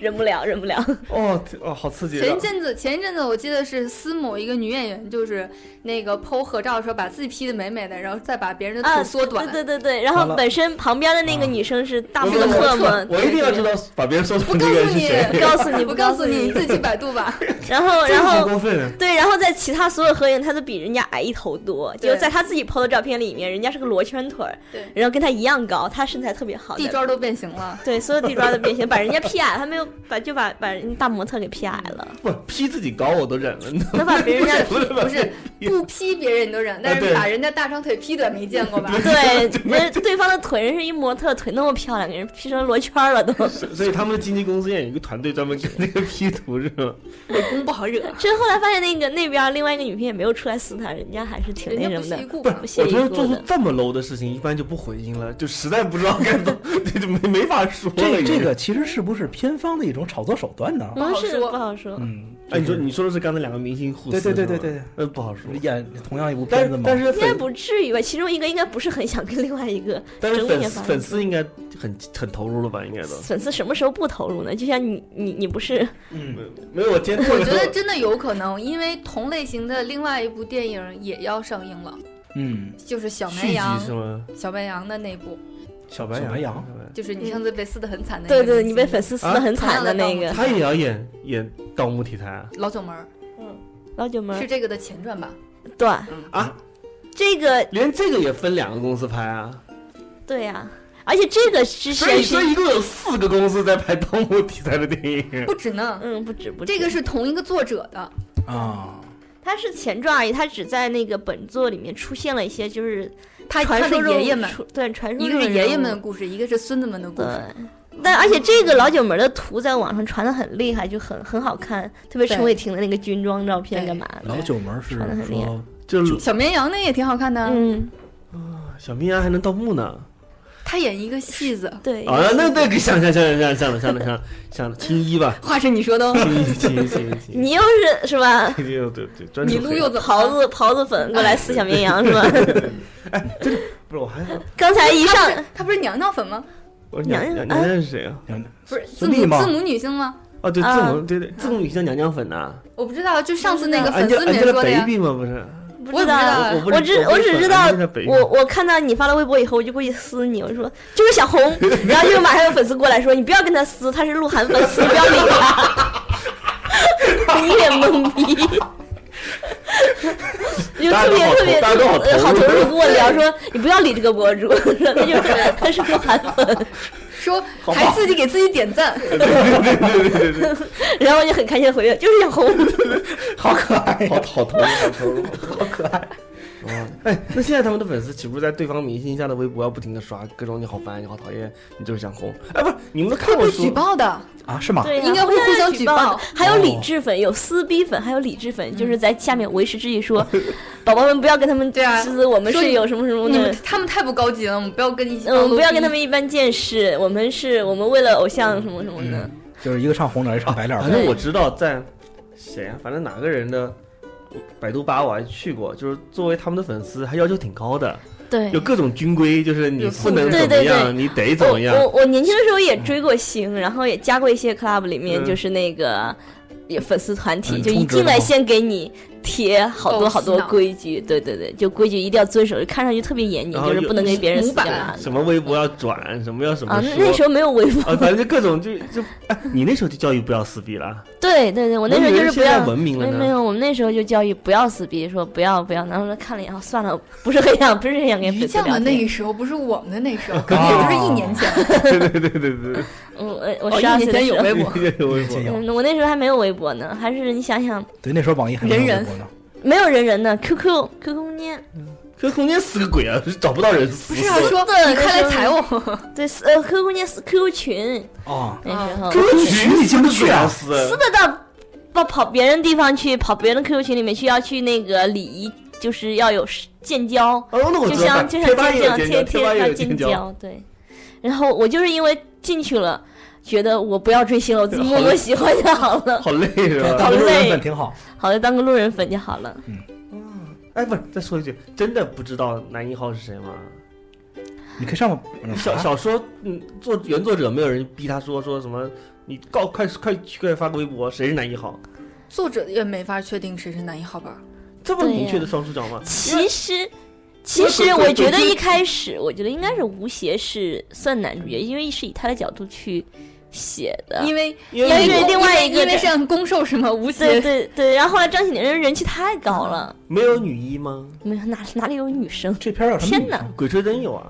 D: 忍不了，忍不了。
E: 哦天哦，好刺激啊！
C: 前一阵子，前一阵子我记得是撕某一个女演员，就是那个 PO 合照的时候，把自己 P 的美美的，然后再把别人的
D: 啊，
C: 腿缩短。
D: 对对对对，然后
B: 完了
D: 本身旁边的那个
B: 啊
D: 女生是大
E: 嗯我
D: 模
E: 不能
D: 特
C: 我
D: 嘛，
E: 我一定要知道把别人说
C: 不
E: 成
C: 告
E: 这个人
C: 诉
E: 是
C: 你
E: 谁，，
D: 告诉你，
C: 不
D: 不
C: 告诉你，
D: 你
C: 你。自己百度吧。
D: 然后，然
E: 好
D: 后
E: 过分啊！
D: 对，然后在其他所有合影，他都比人家矮一头多。
C: 对
D: 就在他自己 PO 的照片里面，人家是个罗圈腿儿
C: 对，
D: 然后跟他一样高，他身材特别好。
C: 地
D: 在
C: 砖都变形了，
D: 对所有地砖的变形，把人家 P 矮，他没有把就把把人大模特给 P 矮了，
E: 不批自己高我都忍了，你知道
D: 能把别 人家 P
E: 吗
C: 不是不 P 别人你都忍，但是
E: 对
C: 把人家大长腿 P 短没见过吧？
D: 对人对方的腿，人是一模特，腿那么漂亮，给人 P 成罗圈儿了都。
E: 所所以他们的经纪公司也有一个团队专门给那个 P 图是吗？
C: 美工不好惹，
D: 真后来发现那个那边儿另外一个女评也没有出来撕他，人家还是挺
C: 人
D: 那
C: 家
D: 哎什么
C: 不屑一
D: 的，
C: 顾吧
D: 不？屑
E: 我
D: 一
E: 觉得
D: 顾
E: 做出
D: 的。
E: 这么 low 的事情，一般就不回应了，就实在不知道该怎么，这 就没没法说了。
B: 这
E: 已
B: 这
E: 经
B: 个其实是不是偏方的一种炒作手段呢？
C: 不好
D: 嗯是
C: 说
D: 不好说，
B: 嗯，
A: 哎，你说你说的是刚才两个明星互
B: 对
A: 撕，
B: 对
A: 是
B: 对对
A: 吧
B: 对对，
A: 呃，不好说。
B: 演同样一部
A: 但
B: 片子
A: 是
B: 嘛，
A: 但是
D: 应该
A: 粉
D: 不至于吧？其中一个应该不是很想跟另外一个
A: 但是
D: 整
A: 粉
D: 也
A: 丝
D: 吧
A: 粉丝应该很很投入了吧？应该都
D: 粉丝什么时候不投入呢？就像你你你不是
B: 嗯，
A: 没有。我 今天做
C: 我
A: 了
C: 觉得
A: 个
C: 真的有可能，因为同类型的另外一部电影也要上映了，
B: 嗯，
C: 就是小
A: 续
C: 绵羊
A: 集是，吗？
C: 小绵羊的那部，
A: 小白
B: 小白
A: 羊
B: 羊，
C: 就是你上次被撕的很惨的那个
D: 嗯对
C: 明星，
D: 对，你被粉丝撕的很惨的那个
C: 啊
A: 他也要演演盗墓题材啊？
C: 老九门儿
D: 老九门
C: 是嗯
D: 儿，
C: 这个的前传吧？
D: 对
A: 啊，
D: 这个
A: 连这个也分两个公司拍啊？
D: 对呀，而且这个之
A: 所以
D: 前
A: 所
D: 是
A: 以一共有四个公司在拍盗墓题材的电影。
C: 不止呢，
D: 嗯不止不止，
C: 这个是同一个作者的，
B: 啊，
D: 它是前传而已，它只在那个本作里面出现了一些就是
C: 他
D: 传
C: 他
D: 说
C: 的
D: 中
C: 爷爷们，
D: 出对传说
C: 一
D: 中
C: 个
D: 的
C: 是爷爷
D: 人物
C: 们的故事，一个是孙子们的故
D: 对
C: 事。，
D: 但而且这个老九门的图在网上传的很厉害，就很很好看，特别陈
C: 对
D: 伟霆的那个军装照片干嘛的
B: 老，九门是
D: 传得很厉害
B: 说
A: 就是
C: 小绵羊那也挺好看的啊，
D: 嗯，
A: 小绵羊还能盗墓呢？
C: 他演一个戏子，
D: 对，
A: 啊，那那个想想想想想想想想想青衣 吧，
C: 话是你说 的哦，
A: 青衣青衣青衣青 衣，
D: 你又是是吧？
A: 对对对，专
C: 你
A: 属
C: 撸
A: 黑
C: 柚子
D: 狍子狍子粉过来撕小绵羊 是吧？
A: 不是我还
D: 刚才一上
C: 他不是他不是娘娘粉吗？
A: 我娘
D: 娘
A: 娘
D: 娘
A: 娘是谁啊？
B: 嗯
C: 不是字
B: 孙俪
C: 母
B: 吗
C: 字母女星吗？
A: 哦，对，字
D: 啊
A: 母对对，字母女星叫娘娘粉呐，
C: 我不知道，就上次那个
A: 俺
C: 粉
A: 叫
C: 丝里
A: 俺
C: 面
A: 叫
C: 说的呀。
A: baby 吗？不是，
C: 我也不知道啊
A: 我不
D: 我
A: 是
D: 只我只知道我
A: 我
D: 我看到你发了微博以后，我就过去撕你，我就说就是 小红，然后就马上有粉丝过来说你不要跟他撕，他是鹿晗粉丝，不要理他。 你也懵逼，就特别特别
A: 大家都好投入
D: 呃好投入，跟 我聊说你不要理这个博主， 他就是他是鹿晗粉，
C: 说还自己给自己点赞，
A: 哎
D: 然后我就很开心的回应，就是小红，
A: 好好投入，好投入，好可爱。哦， 哎，那现在他们的粉丝岂不是在对方明星家的微博要不停的刷各种你好烦，你好讨厌，你就是想红？哎，不是，你们都看过
C: 会
A: 书
C: 举报的。
B: 啊是吗？
D: 对啊
C: 应该会互相举报嗯
D: 的还
A: 哦
D: 有理智粉，有撕逼粉，还有理智粉，就是在下面维持秩 序说，宝宝们不要跟他们
C: 对啊
D: 撕，我们
C: 说
D: 是
C: 你
D: 有什么什么
C: 你们
D: 的。
C: 他们太不高级了，我们不要跟一些
D: 嗯，不要跟他
C: 们
D: 们一般见识。我们是我们为了偶像什么什么
A: 嗯
D: 的，
B: 就是一个唱红脸，一个唱白脸
E: 啊
A: 反
B: 呗。
A: 正我知道在谁啊，反正哪个人的百度吧我还去过，就是作为他们的粉丝，还要求挺高的，
D: 对
A: 有各种军规，就是你
C: 有
A: 不
C: 素
A: 能
D: 哎质
A: 怎么
D: 对对
A: 样，
D: 对
A: 你得怎
D: 我
A: 么样。
D: 我我年轻的时候也追过星，然后也加过一些 club 里面
A: 嗯
D: 就是那个也粉丝团体，
B: 嗯
D: 就一
B: 充值
D: 进来
B: 吗
D: 先给你贴好多
C: 哦
D: 好多
C: 洗脑
D: 规矩，对对对，就规矩一定要遵守，看上去特别严谨，
A: 然后
D: 就是
A: 有
D: 不能给别人
C: 模
D: 撕
C: 板
D: 干嘛的
A: 什么微博要转，什么要什么
D: 啊。
A: 说，
D: 那那时候没有微博，
A: 啊，反正就各种就就哎，你那时候就教育不要撕逼了，
D: 对对对，我
A: 我
D: 那时候
A: 以
D: 就
A: 为
D: 是不
A: 现在
D: 要。
A: 文明了
D: 没没
A: 呢。
D: 有，我们那时候就教育不要撕逼，说不要不要。然后说看了以后算了，不是很想，不是很想跟
C: 于
D: 粉丝
C: 酱
D: 聊
C: 的那
D: 天。哦
C: 个时候，不是我们的那时 候，可能也不是一年前，
A: 对 对对对对，
D: 嗯，我我
C: 哦
D: 十
C: 一
D: 二
C: 年
D: 岁的
C: 前有
D: 时候，
C: 微 博，
A: 对有啊 微博
B: 这样
D: 嗯，我那时候还没有微博呢，还是你想想，
B: 对，那时候网易还没有
C: 人人
B: 微博呢。
D: 没有人人呢，QQ QQ 空间，
A: 这空间撕个鬼啊，找不到人撕
C: 不。是啊，说
D: 对
C: 你快来
D: 那时
C: 踩我，
D: 对，私呃，QQ 空间私 QQ 群
B: 啊，
D: 那时候
A: 歌曲你进不去啊，
D: 撕
A: 撕
D: 的到到跑别人地方去，跑别人的 QQ 群里面去，要去那个礼仪，就是要有建交，
A: 哦，那我
D: 就
A: 知道
D: 像
A: 了，
D: 就
A: 贴
D: 像
A: 吧也
D: 这
A: 有
D: 样
A: 尖椒，
D: 贴
A: 贴吧
D: 贴
A: 也有尖
D: 近
A: 椒。
D: 郊，对。然后我就是因为进去了，觉得我不要追星了，我自己默默喜欢就好了，
A: 好累啊是吧？
D: 好
B: 当时
D: 累
B: 人粉挺好。
D: 好了，当个路人粉就好
A: 嗯
D: 了。
A: 哎，不是，再说一句，真的不知道男一号是谁吗？
B: 你可以上网嗯
A: 小
B: 啊
A: 小说，嗯，作原作者没有人逼他说说什么，你告快快快发个微博，谁是男一号？
C: 作者也没法确定谁是男一号吧？
A: 这么
D: 对
A: 明确
D: 呀
A: 的双主角吗？
D: 其实，其实我觉得一开始，我觉得应该是吴邪是算男主角，因为是以他的角度去写的。
C: 因为
A: 因为
D: 但是
C: 公
D: 另外
C: 因
D: 一
C: 为
D: 个
C: 因为
D: 人
C: 像攻受什么无
D: 对
C: 邪，
D: 对对，然后后来张起灵人人气太高了，
A: 没有女一吗？
D: 没有哪哪里有 女生？
B: 这片儿有什么？
D: 天哪！
A: 鬼吹灯有啊？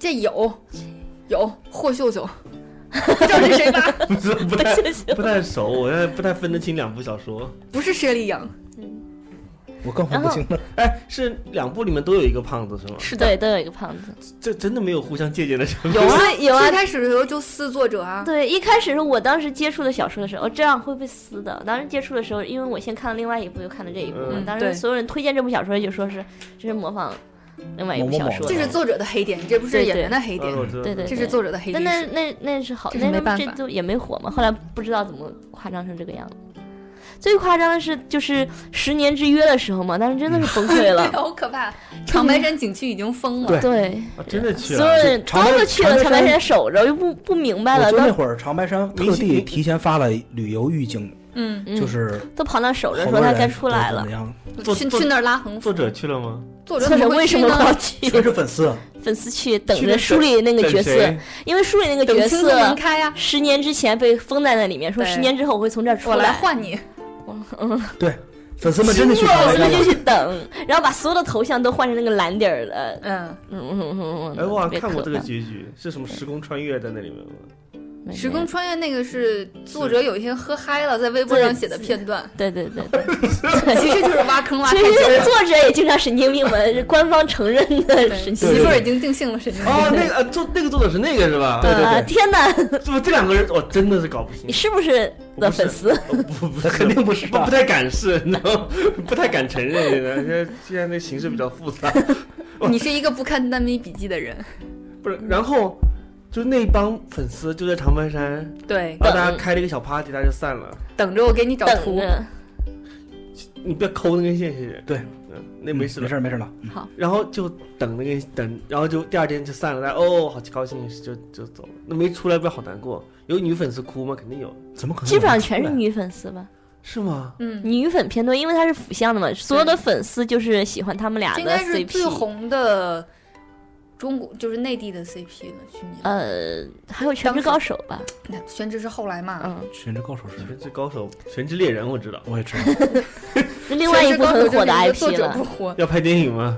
C: 这有有霍秀 秀，不知道是谁吧？
A: 不是不太不太熟，我现在不太分得清两部小说。
C: 不是佘丽阳，
B: 我更分不
D: 啊
B: 清了。
A: 哎，是两部里面都有一个胖子是吗？
C: 是的，
D: 对，都有一个胖子。
A: 这真的没有互相借鉴的成
D: 有
A: 分。
D: 啊有啊
C: 最，开始的时候就撕作者啊，
D: 对，一开始是我当时接触的小说的时候，哦这样会被撕的。当时接触的时候，因为我先看了另外一部，又看了这一部嘛
A: 嗯
D: 当
C: 对
D: 时所有人推荐这部小说，就说是这是模仿另外一部
B: 某某
D: 小
B: 某
D: 说
B: 的
D: 的。
C: 这是作者的黑点，这不是
D: 对
C: 演
D: 对
C: 员的黑点
A: 啊，我知道
D: 对对
C: 这是作者的黑
D: 但那
C: 点。
D: 那那是好，
C: 这是
D: 那
C: 没
D: 他们
C: 办
D: 这
C: 法
D: 都也没火嘛。后来不知道怎么夸张成这个样子。最夸张的是就是十年之约的时候嘛，当时真的是崩溃
C: 对，
D: 了。
C: 好可怕！长白山景区已经封 了，
D: 对，
A: 啊真的去
D: 所有
A: 了，
D: 人
B: 长白
D: 都去了长
B: 长
D: 白
B: 白
D: 山
B: 山
D: 守着，又不不明白了，
B: 我就那
D: 都
B: 会儿长白山特地提前发了旅游预警，
C: 嗯，
D: 嗯
B: 就是
D: 都跑那守着，
B: 好
D: 说
B: 多
D: 他
B: 人
D: 该出来
B: 对
D: 了
B: 怎么。样？
C: 去
A: 作作
C: 去那儿拉横
A: 作，
C: 幅
A: 者去了吗？
C: 作者
D: 作
C: 怎
D: 者
C: 么
D: 为
C: 会去
D: 什么
C: 呢
D: 要？去？
B: 全是 粉丝，
D: 粉丝去等
A: 去
D: 着
A: 那
D: 书里那个
A: 等
D: 角色，
A: 谁？
D: 因为书里那个
C: 等
D: 角
C: 青春门
D: 色
C: 开呀，
D: 十年之前被封在那里面，说
C: 对
D: 十年之后我会从这儿出
C: 我来。换你。
B: 粉丝们真的去长
D: 啊我
B: 白
D: 们
B: 山
D: 就
B: 了。
D: 去等，然后把所有的头像都换成那个蓝底儿的。
C: 嗯，
D: 嗯嗯嗯嗯嗯。
A: 哎，我好
D: 特别
A: 像看过
D: 可
A: 这个
D: 怕
A: 结局，是什么时空穿越在那里面吗？
D: 没
C: 时
D: 没
C: 空穿越那个是作者有一天喝嗨了，在微博上写的片段，
D: 对对对对，
C: 其实就是挖 坑挖
D: 其
C: 太
D: 实
C: 久了。
D: 作者也经常神经病嘛，是官方承认的神经
C: 媳
D: 病
C: 妇。儿已经定性了，神经病。
A: 哦，那个呃作那个作者是那个是吧？
D: 啊，天哪，
A: 怎么这两个人我真的是搞不清
D: 你， 是不是的粉丝？
A: 不不肯定不是，不不太敢是，你知道吗不太敢承认。现在现在现在那形势比较复杂，
C: 你是一个不看耽美笔记的人，
A: 不是？然后就那帮粉丝就在长白山，
C: 对，
A: 然后大家开了一个小 party，大家就散了。
C: 等着我给你找
D: 等
C: 图。
D: 着，
A: 你不要抠那根线，谢谢。
B: 对，
A: 嗯，那没事
B: 没
A: 了。
B: 事儿没事儿了。
A: 然后就等那个等，然后就第二天就散了，大家哦，好高兴，就就走了。那没出来不要好难过？有女粉丝哭吗？肯定有，
B: 怎么可能？
D: 基本上全是。女粉丝吧，
A: 是吗？
C: 嗯，
D: 女粉偏多，因为她是腐向的嘛，所有的粉丝就是喜欢他们俩
C: 这应
D: 的
C: 该是最
D: CP。
C: 红的中国，就是内地的 CP 了。去年，
D: 呃，还有《全职高手》吧，
C: 那宣之是后来嘛？
D: 嗯，
B: 全职高手是，
A: 全职高手、全职猎人我知道，
B: 我也知道。
D: 那另外一部很火的
C: 宣之高手就是一个作
D: IP
C: 者
D: 了
C: 不，火，
A: 要拍电影吗？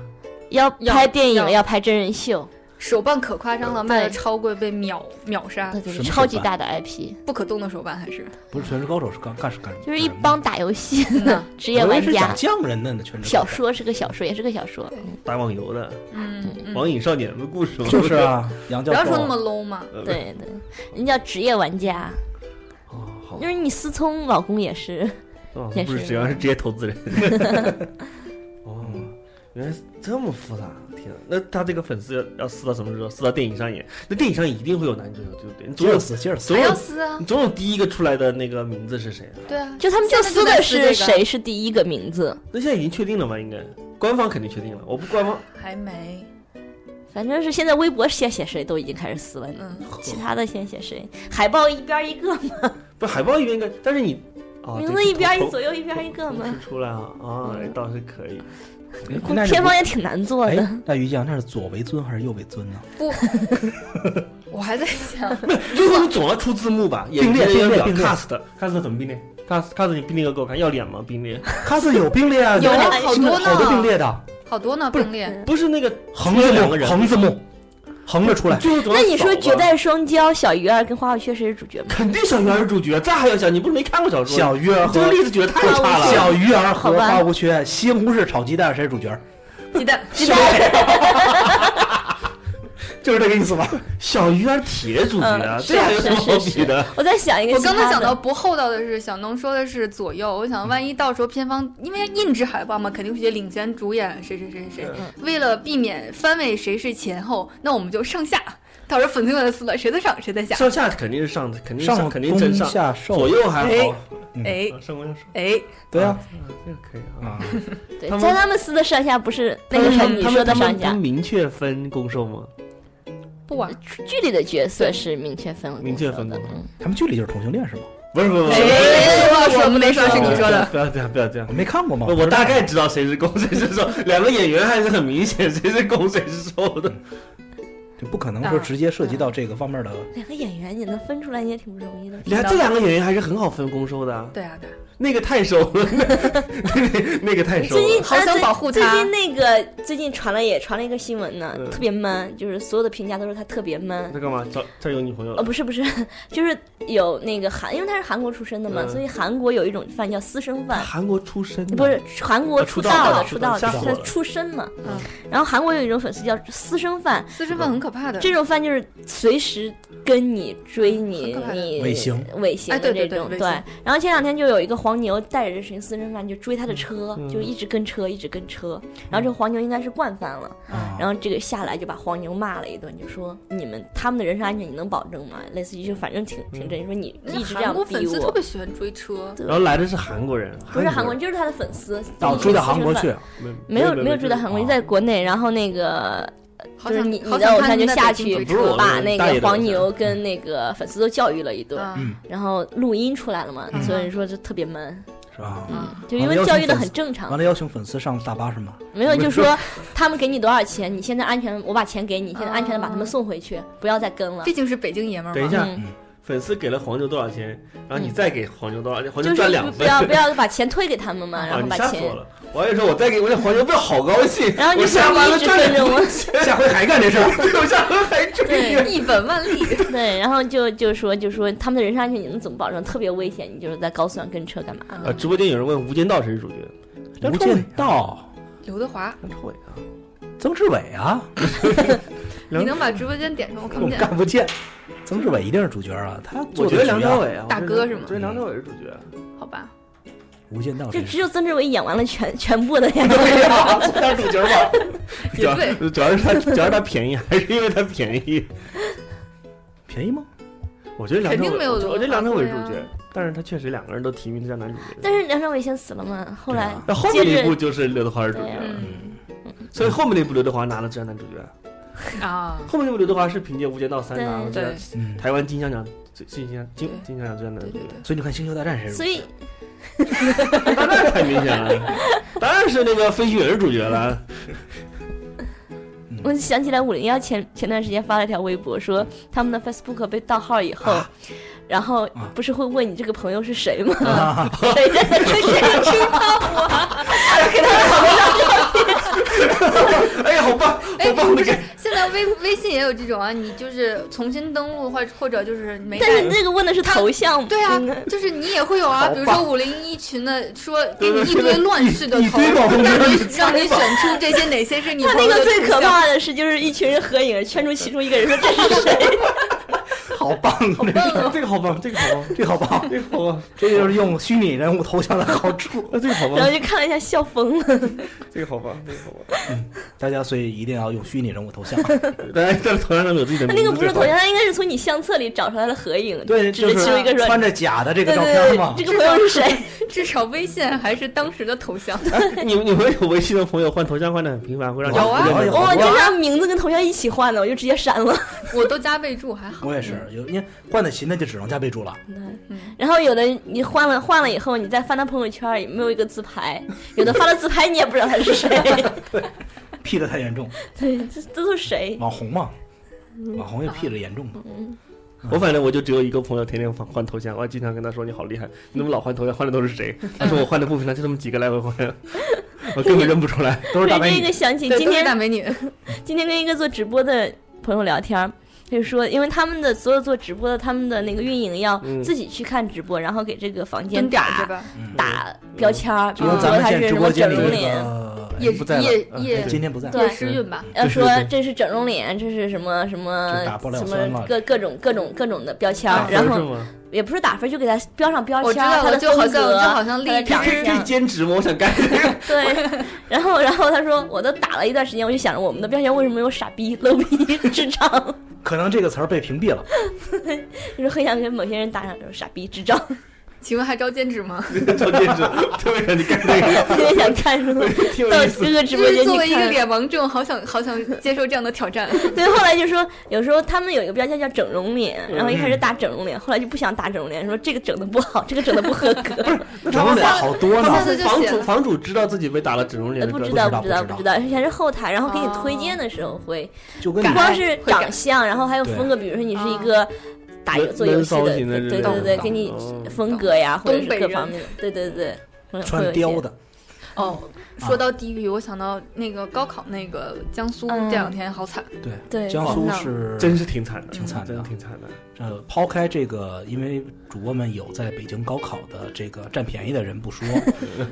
D: 要
C: 要
D: 拍电
C: 要
D: 影，要拍真人秀，
C: 手办可夸张了，卖的
D: 对
C: 超贵，被秒秒杀
D: 对，对对，
B: 什么
D: 超级
B: 手
D: 大的 IP，
C: 不可动的手办还是。
B: 不是全职高手是干干是干什么？
D: 就是一帮打游戏
C: 嗯呐
D: 的 职业玩
B: 我以为是讲
D: 家。
B: 匠人的呢，全职
D: 小
B: 高手
D: 说是个小说，也是个小说。
C: 对
D: 嗯
A: 打网游的
C: 嗯，嗯
A: 网瘾少年的故事吗？
B: 就是啊，杨
C: 不
B: 教授。
C: 要说那么 low 嘛。
A: 呃，
D: 对对，人家叫职业玩家，
A: 哦，好
D: 就，是你思聪老公也 是，
A: 哦，
D: 也
A: 不是，
D: 是
A: 只要是职业投资 人。 哦，原来是这么复杂，天哪！那他这个粉丝要要撕到什么时候？撕到电影上演？那电影上一定会有男主角，对不对？你总
B: 接着
A: 有
B: 撕，接着撕。
A: 总
C: 还
A: 有
C: 要撕啊
A: 你，总有第一个出来的那个名字是谁啊？
C: 对啊，
D: 嗯就他们就
C: 现在
D: 撕
C: 就在
D: 的
C: 撕这
D: 是
C: 个
D: 谁是第一个名字，
A: 那现在已经确定了吗？应该官方肯定确定了，我不官方
C: 还没，
D: 反正是现在微博先写谁都已经开始撕了，
C: 嗯，
D: 其他的先写谁，海报一边一个嘛，
A: 不海报一边一个，但是你啊
D: 名
A: 对
D: 字一边一
A: 同
D: 左右一边一个
A: 同
D: 嘛
A: 时，出来啊啊，
D: 嗯
A: 倒是可以。
B: 哎那是
D: 偏方也挺难做
B: 哎
D: 的。，
B: 那于酱那是左为尊还是右为尊呢？
C: 不，我还在想，
A: 最后你总要出字幕吧？也
B: 并列
A: 也
B: 并列
A: 表
B: 并列
A: cast，cast 怎么并列？cast cast 你并列一个给我看，要脸吗？并列
B: 他是有并列啊，
C: 有啊
B: 是不是
C: 好多呢
B: 好多并列的，
C: 好多呢，并
D: 嗯
C: 列，
A: 不是那个
B: 横字
A: 两
B: 幕
A: 个，人
B: 横字幕，横着出来。
A: 最后总
D: 那
A: 要
D: 你
A: 扫
D: 说《
A: 吧
D: 绝代双骄》小鱼儿跟花无缺谁是主 角吗？
A: 肯定小鱼儿是主角，这还要想？你不是没看过小说？
B: 小鱼儿
A: 你这
B: 和
A: 个例子举得太差了。
B: 小鱼儿
D: 好
B: 和
D: 吧
B: 花无缺，西红柿炒鸡蛋谁是主角？
C: 鸡蛋，
D: 鸡蛋，
B: 就是这个意思吧？
A: 小鱼儿铁主角啊，
D: 嗯
A: 这还有
D: 是
A: 什么
D: 是
A: 好
D: 是
A: 比的？
D: 我在想一个
C: 我
D: 其他
C: 刚
D: 的。
C: 才想到不厚道的是，小农说的是左右，我想万一到时候片方因为印制海报嘛，肯定会写领衔主演谁谁谁谁谁。为了避免番位谁是前后，那我们就上下，到时候粉丝们撕了，谁在上谁在下。
A: 上下肯定是上，肯定是上，
B: 上
A: 肯定真上
B: 中。下
A: 左
B: 瘦，
A: 右还好，
C: 哎
A: 啊上官下
C: 哎，
B: 对啊，
A: 手，这个可以啊。
B: 啊，
D: 对，
A: 他们
D: 在他们撕的上下不是那个是你
A: 他
D: 说
A: 们
D: 的
A: 他
D: 上
A: 们
D: 下
A: 他们，明确分攻受吗？
C: 不玩，
D: 剧里的角色是明确分
A: 明确分
D: 的
A: 工，
D: 嗯
B: 他们剧里就是同性恋是吗？
A: 不是不是不
C: 哎，我们没说是
D: 啊
C: 你说的，
A: 不要这样不要这样
B: 我。没看过吗？
A: 我大概知道谁是攻谁是受，两个演员还是很明显谁是攻谁是受的。
B: 就不可能说直接涉及到这个方面
C: 啊
B: 的。
D: 两个演员你能分出来也挺不容易的。
A: 两这两个演员还是很好分攻受的啊，
C: 对啊对啊，
A: 那个太受 了，那那个太受
D: 最近
A: 了。
C: 好想保护
D: 最
C: 他
D: 近那个最近传了也传了一个新闻呢，
A: 嗯
D: 特别闷，就是所有的评价都说他特别闷。
A: 他干嘛？找这有女朋友
D: 呃，？不是不是，就是有那个韩，因为他是韩国出身的嘛，
A: 嗯
D: 所以韩国有一种饭叫私生饭，
A: 韩国出身的
D: 不是韩国
A: 啊
D: 出
A: 出道
D: 道的
A: 的
D: 出道的，
A: 吓死
D: 就是
A: 我
D: 他
A: 了
D: 出身嘛
C: 嗯。
D: 然后韩国有一种粉丝叫私生饭，
C: 私生饭很可怕的。
D: 这种番就是随时跟你追你
C: 很可怕的
D: 你
B: 尾行
D: 尾行
C: 哎
D: 的
C: 对
D: 这
C: 对对
D: 种
C: 尾行
D: 然后前两天就有一个黄牛带着这群私生饭就追他的车，
A: 嗯
D: 就一直跟车一直跟车，然后这黄牛应该是惯犯了，
B: 啊
D: 然后这个下来就把黄牛骂了一顿，就说你们他们的人身安全你能保证吗？类似于就反正挺挺真，说你
C: 那
D: 一直这
C: 韩
D: 样
C: 国粉
D: 逼
C: 丝特
D: 我，
C: 别喜欢追车，
D: 对
A: 然后来的是韩国人，
D: 不是韩
A: 国
D: 国
A: 人，
D: 人，就是他的粉丝，
B: 到追到韩国去，
D: 没有没有追到韩国，就在国内，然后那个
C: 好
D: 就是
C: 想
D: 你你
C: 好
D: 的
C: 想
D: 偶
C: 看
D: 像就
C: 他们在
D: 下
C: 北京
D: 去
C: 追车
A: 不是我
D: 把那
A: 大爷
D: 个
A: 的偶像
D: 黄牛跟那个粉丝都教育了一顿，
C: 啊
D: 然后录音出来了嘛，
C: 嗯
D: 所以说就特别闷，
B: 是吧？
D: 嗯
C: 啊，
D: 就因为教育的很正常
B: 完，了邀请粉丝上大巴是吗？
D: 没有就说他们给你多少钱，你现在安全，我把钱给你，现在安全的把他们
C: 啊
D: 送回去，不要再跟了
C: 毕。竟是北京爷们儿
A: 等一
C: 嘛。
A: 下，
D: 嗯，
A: 粉丝给了黄牛多少钱，然后你
D: 嗯
A: 再给黄牛多少钱，黄
D: 就
A: 牛
D: 是
A: 赚两
D: 不
A: 分。
D: 要不要把钱退给他们嘛，然
A: 啊！
D: 后
A: 你
D: 把
A: 吓死
D: 钱
A: 我，了！我还说，我再给我那黄牛不要好高兴，
D: 然后
A: 我
D: 就说
A: 下班
D: 你
A: 了
D: 一直
A: 赚
D: 跟着
A: 两
D: 我，
B: 下回还干这 事儿？
A: 分，我下班还 追你。
C: 一本万利，
D: 对，然后就就说就说他们的人身安全你们怎么保证？特别危险，你就是在高速上跟车干嘛？
A: 啊！直播间有人问《无间道》谁是主角？
B: 无间道，
C: 刘德华，
A: 梁朝伟啊！
B: 啊曾志伟啊，
C: 你能把直播间点上，我看
B: 我
C: 不
B: 们
C: 见。
B: 看不见。曾志伟一定是主角啊，他
A: 我
B: 做
A: 觉
B: 的
A: 得
B: 局啊
A: 梁朝伟啊，
C: 大哥是吗
A: 我觉得梁朝伟是主 角。
C: 好吧，
B: 无间道
A: 哦
D: 就
B: 真是
D: 只有曾志伟演完了全全部的呀。
A: 当主角 吧，主
C: 也
A: 要
C: 对，
A: 主要是他，主要是他便宜，还是因为他便 宜？
B: 便宜吗？
A: 我觉得梁朝伟，
C: 肯定没有
A: 我觉得我觉得梁朝伟是主
C: 对
A: 角
C: 啊，
A: 但是他确实两个人都提名最佳男主角。
D: 但是梁朝伟先死了嘛，后来
A: 那后
D: 接
A: 面那一
D: 着
A: 部就是刘德华是主角了，
C: 嗯
B: 嗯，
A: 所以后面那部刘德华拿了最佳男主角。
C: 啊，
A: 后面那部刘德华是凭借《无间道三》拿了最
C: 对
A: 佳，
B: 嗯
A: 台湾金像奖最最金像金金像奖最佳男主角。
B: 所以你看《星球大战》
A: 啊
B: 谁是主角？
D: 所
A: 哎
D: 以
A: 当然 太明显了，当然是那个飞行员是主角了。
D: 我就想起来五零幺前前段时间发了条微博，说他们的 Facebook 被盗号以后，
A: 啊
D: 然后不是会问你这个朋友是谁吗？
A: 啊
D: 谁认得是 谁？知道我？给他们好
A: 哎呀，好棒，
C: 哎，
A: 好棒
C: 不
A: 的
C: 是
A: 感，
C: 现在微微信也有这种啊，你就是重新登录，或者或者就是没
D: 但
C: 带
D: 是那个问的是头像，
C: 对啊
D: 嗯，
C: 就是你也会有啊，比如说五零一群的说给你一堆乱序的
A: 一
C: 头，
A: 堆暴风
C: 让你
A: 圈你
C: 让你选出这些哪些是你
D: 他
C: 朋
D: 那
C: 友
D: 个
C: 的
D: 最
C: 图
D: 可
C: 像。
D: 怕的是，就是一群人合影，圈出其中一个人说这是谁？
B: 好棒，
A: 觉， 这个好棒，这个好棒，
B: 这好棒，
A: 这个好棒，
B: 这就是用虚拟人物头像的好处。
A: 那这个好
D: 然后
A: 棒，
D: 就看了一下，笑疯了。
B: 嗯
A: 这个好棒，这个好棒。
B: 大家所以一定要用虚拟人物头像。
A: 大家在头像上有自己的
D: 他
A: 名字，
D: 那个不是
A: 最好
D: 头像，他应该是从你相册里找出来的合影，
B: 对，
D: 指
B: 就
D: 着其中一个
B: 是
D: 说
B: 穿着假的这个
D: 对
B: 照
D: 对
B: 片
D: 对，
B: 嘛
D: 这。个朋友是谁？
C: 至少微信还是当时的头像，
A: 哎你你们有微信的朋友换头像换的很频繁，会让你
C: 有啊
A: 忽略
B: 有
A: 吗
B: 啊
D: 我经常名字跟头像一起换的，我就直接删了。
C: 我都加备注，还好。
B: 我也是，有因为换的勤的就只能加备注了。
D: 然后有的你换了换了以后，你再翻他朋友圈也没有一个自拍，有的发了自拍你也不知道他 是谁，
B: P 的太严重，
D: 对，这这都是谁？
B: 网红嘛，
D: 嗯
B: 网红也
D: 啊
B: P 的严重嘛。
A: 我反正我就只有一个朋友，天天换换头像，我还经常跟他说你好厉 害，你怎么老换头像，换的都是谁？他说我换的不频繁，就这么几个来回换，我根本认不出来。
B: 都是大美
D: 对，这
B: 女
D: 个，想起
C: 对
D: 今
C: 都是
D: 天
C: 大美女，
D: 今天跟一个做直播的朋友聊天儿，他就说，因为他们的所有做直播的，他们的那个运营要
A: 嗯
D: 自己去看直播，然后给这个房间
C: 蹲点儿
D: 打
C: 对吧？
D: 嗯打标签儿，比
B: 嗯就
D: 如说
B: 跟咱们
D: 他
B: 现
D: 是
B: 在直
D: 什
B: 播
D: 么
B: 间
D: 整
B: 里
D: 容
B: 那
D: 脸，
B: 个
C: 也
B: 哎不在了，
C: 也
B: 嗯
C: 也
B: 今天不在。
D: 对
C: 也是运吧，
D: 要说
A: 对对对
D: 这是整容脸，这是什么什么
B: 就打玻尿
D: 什
B: 酸
D: 么
B: 了
D: 各各种各种各种的标签
C: 打
D: 儿，
C: 分
D: 然
A: 是
D: 后
A: 吗？
D: 也不是打分，就给他标上标
C: 我知
D: 签儿，
C: 道，
D: 他
C: 我
D: 的
C: 就好
D: 风
C: 像就好
D: 格。
C: 像
D: 他的
C: 励
D: 长
C: 志
A: 这
D: 相
A: 这兼职吗？我想干这个。
D: 对，然后然后他说，我都打了一段时间，我就想着我们的标签为什么有傻逼、low 逼、智障，
B: 可能这个词儿被屏蔽 了。
D: 就是很想跟某些人打上这种傻逼、智障。
C: 请问还招兼职吗？
A: 做兼 职，特别想去干 这
D: 特别想看什么，到各个直
C: 就
D: 播
C: 是
D: 间
C: 作为
D: 去
C: 一个
D: 看。
C: 脸盲症，好想好想接受这样的挑 战。
D: 对，后来就说有时候他们有一个标签叫整容脸，然后一开始打整容脸，后来就不想打整容脸，说这个整的不好，这个整的不合格。
A: 个。
B: 整容脸好多
C: 下
B: 呢，
C: 次
A: 房
C: 就
A: 房
C: 写
A: 主
C: 了
A: 房主知道自己被打了整容脸
D: 呃
A: 的
D: 不
A: 标
D: 知
A: 签，
D: 道
B: 不
D: 知
B: 知
D: 道
B: 道
D: 不知道，全是后台，然后给你推荐的时候会，
B: 就跟你
D: 不光是长相，然后还有
B: 对
D: 风格，比如说你是
C: 哦
D: 一个打游做游戏
A: 闷骚
D: 的，
A: 型的
D: 对
A: 这
D: 对
A: 种
D: 对对，
B: 懂
D: 给你
A: 懂
D: 风格呀，或者是
C: 东北
D: 各
C: 人
D: 方面的，对对对，会
B: 穿
D: 会有
B: 貂
D: 一些嗯
B: 的，
C: 哦，说到地狱，我想到那个高考，那个江苏
D: 嗯
C: 这两天好惨，
B: 对
D: 对嗯
B: 江苏
D: 那
B: 是
A: 真是挺惨的，
B: 挺惨的
A: 真的挺惨的。
B: 呃，抛开这个，因为主播们有在北京高考的这个占便宜的人 不说，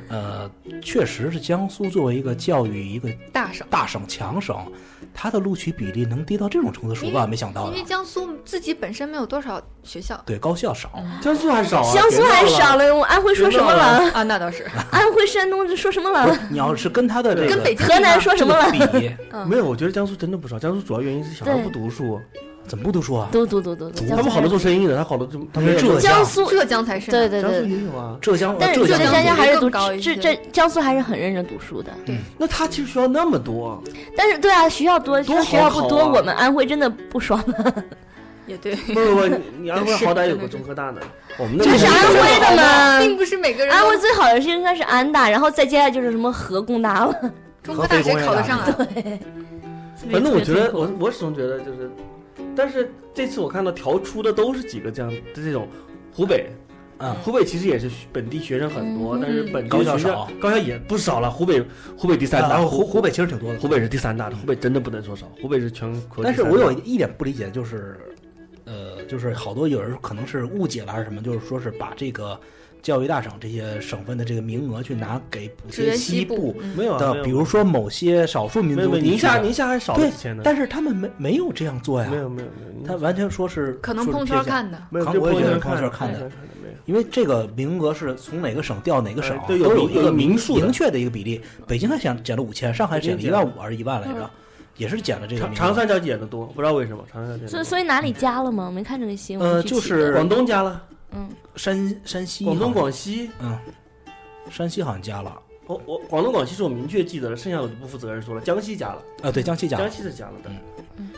B: 呃，确实是江苏作为一个教育一个
C: 大省。
B: 大省强省，它的录取比例能低到这种程度，是我万万没想到
C: 因
B: 的
C: 为。江苏自己本身没有多少学校
B: 对，高校少，
D: 嗯
A: 江苏还少啊，
D: 江苏还少
A: 了。
D: 了，我安徽说什么了？
C: 啊，那倒是
D: 安徽、山东这说什么
B: 不
D: 了？
B: 是你要是跟它的这个
C: 跟北京
D: 河南
C: 比呢
D: 说什么了？
B: 这个比，
C: 嗯
A: 没有，我觉得江苏真的不少。江苏主要原因是小孩不读书，
B: 怎么不读书啊？
D: 读读读读读，
A: 他们好多做生意的，他好多就他们
B: 浙江
D: 江苏，
C: 浙江才是呢
D: 对对
A: 江苏
D: 对，
A: 也有啊。
B: 浙江，
D: 但是
B: 浙
D: 浙
B: 江
D: 江
C: 江
D: 还是
C: 更
D: 读
C: 高一
D: 这
C: 些
D: 这江苏还是很认真读书的，
A: 那他其实学校那么 多，
D: 但是对啊，学校多，
A: 多
D: 说
A: 好
D: 学校不多，
A: 考啊
D: 我们安徽真的不爽，
C: 也 对，
A: 不不不，你你安徽
C: 是
A: 好歹有
C: 真的
A: 个
C: 是
A: 中科大 呢。我们那
D: 这
A: 边
D: 是安徽的
C: 并
D: 吗？
C: 不是每个人
D: 安
C: 都
D: 徽最好的是应该是安大，然后再接下来就是什么河工大了，
C: 中国大学考得上
B: 合肥
C: 啊，
A: 反正我觉得，
D: 特别
A: 我我始终觉得就是，但是这次我看到调出的都是几个这样的这种湖北，
B: 嗯
A: 湖北其实也是本地学生很多，
D: 嗯
A: 但是本地
B: 高
A: 的
B: 校
A: 学
B: 少
A: 校高校也不少了。湖北湖北第三大，
B: 啊湖湖北其实挺多的
A: 湖。北是第三大的，湖北真的不能说少，湖北是全国第三大。
B: 但是我有一点不理解的就是，呃，就是好多有人可能是误解了还是什么，就是说是把这个教育大省这些省份的这个名额去拿给补
C: 只
B: 贴
C: 缘
B: 西
C: 西
B: 部
C: 部，嗯
A: 没有啊，没
B: 的，
A: 有
B: 比如说某些少数民
A: 没有
B: 族
A: 没有
B: 地
A: 宁
B: 区
A: 夏
B: 的，
A: 宁夏还少
B: 对
A: 之前呢，
B: 但是他们没没有这样做呀
A: 没，有没有没有，宁夏
B: 他完全说是
C: 可能朋友圈，看的。
A: 没有
B: 可能
A: 就
B: 我也
A: 朋友
B: 是
A: 圈
B: 朋友圈
A: 看
B: 看的，
A: 没有。
B: 因为这个名额是从哪个省调哪个省啊
A: 哎，
B: 都
A: 对有
B: 有一个
A: 有
B: 明
A: 民宿的
B: 明确的一个比例。北京还减减了五千，上海减了一万五还是一万来着，也是减了这个
A: 长
B: 名额。
A: 长三角减的多，不知道为什么长三角减得
D: 所
A: 多。
D: 以所以哪里加了吗？没看这个新闻。
B: 呃，
D: 具体
B: 就
D: 的
B: 是
A: 广东加了，
D: 嗯，
B: 山山西好
A: 广
B: 像、
A: 东广西，
B: 嗯山西好像加了
A: 我我广东广西是我明确记得的，剩下我就不负责任说了。江西加了，
B: 啊，对，江西加了
A: 江。西是加了的，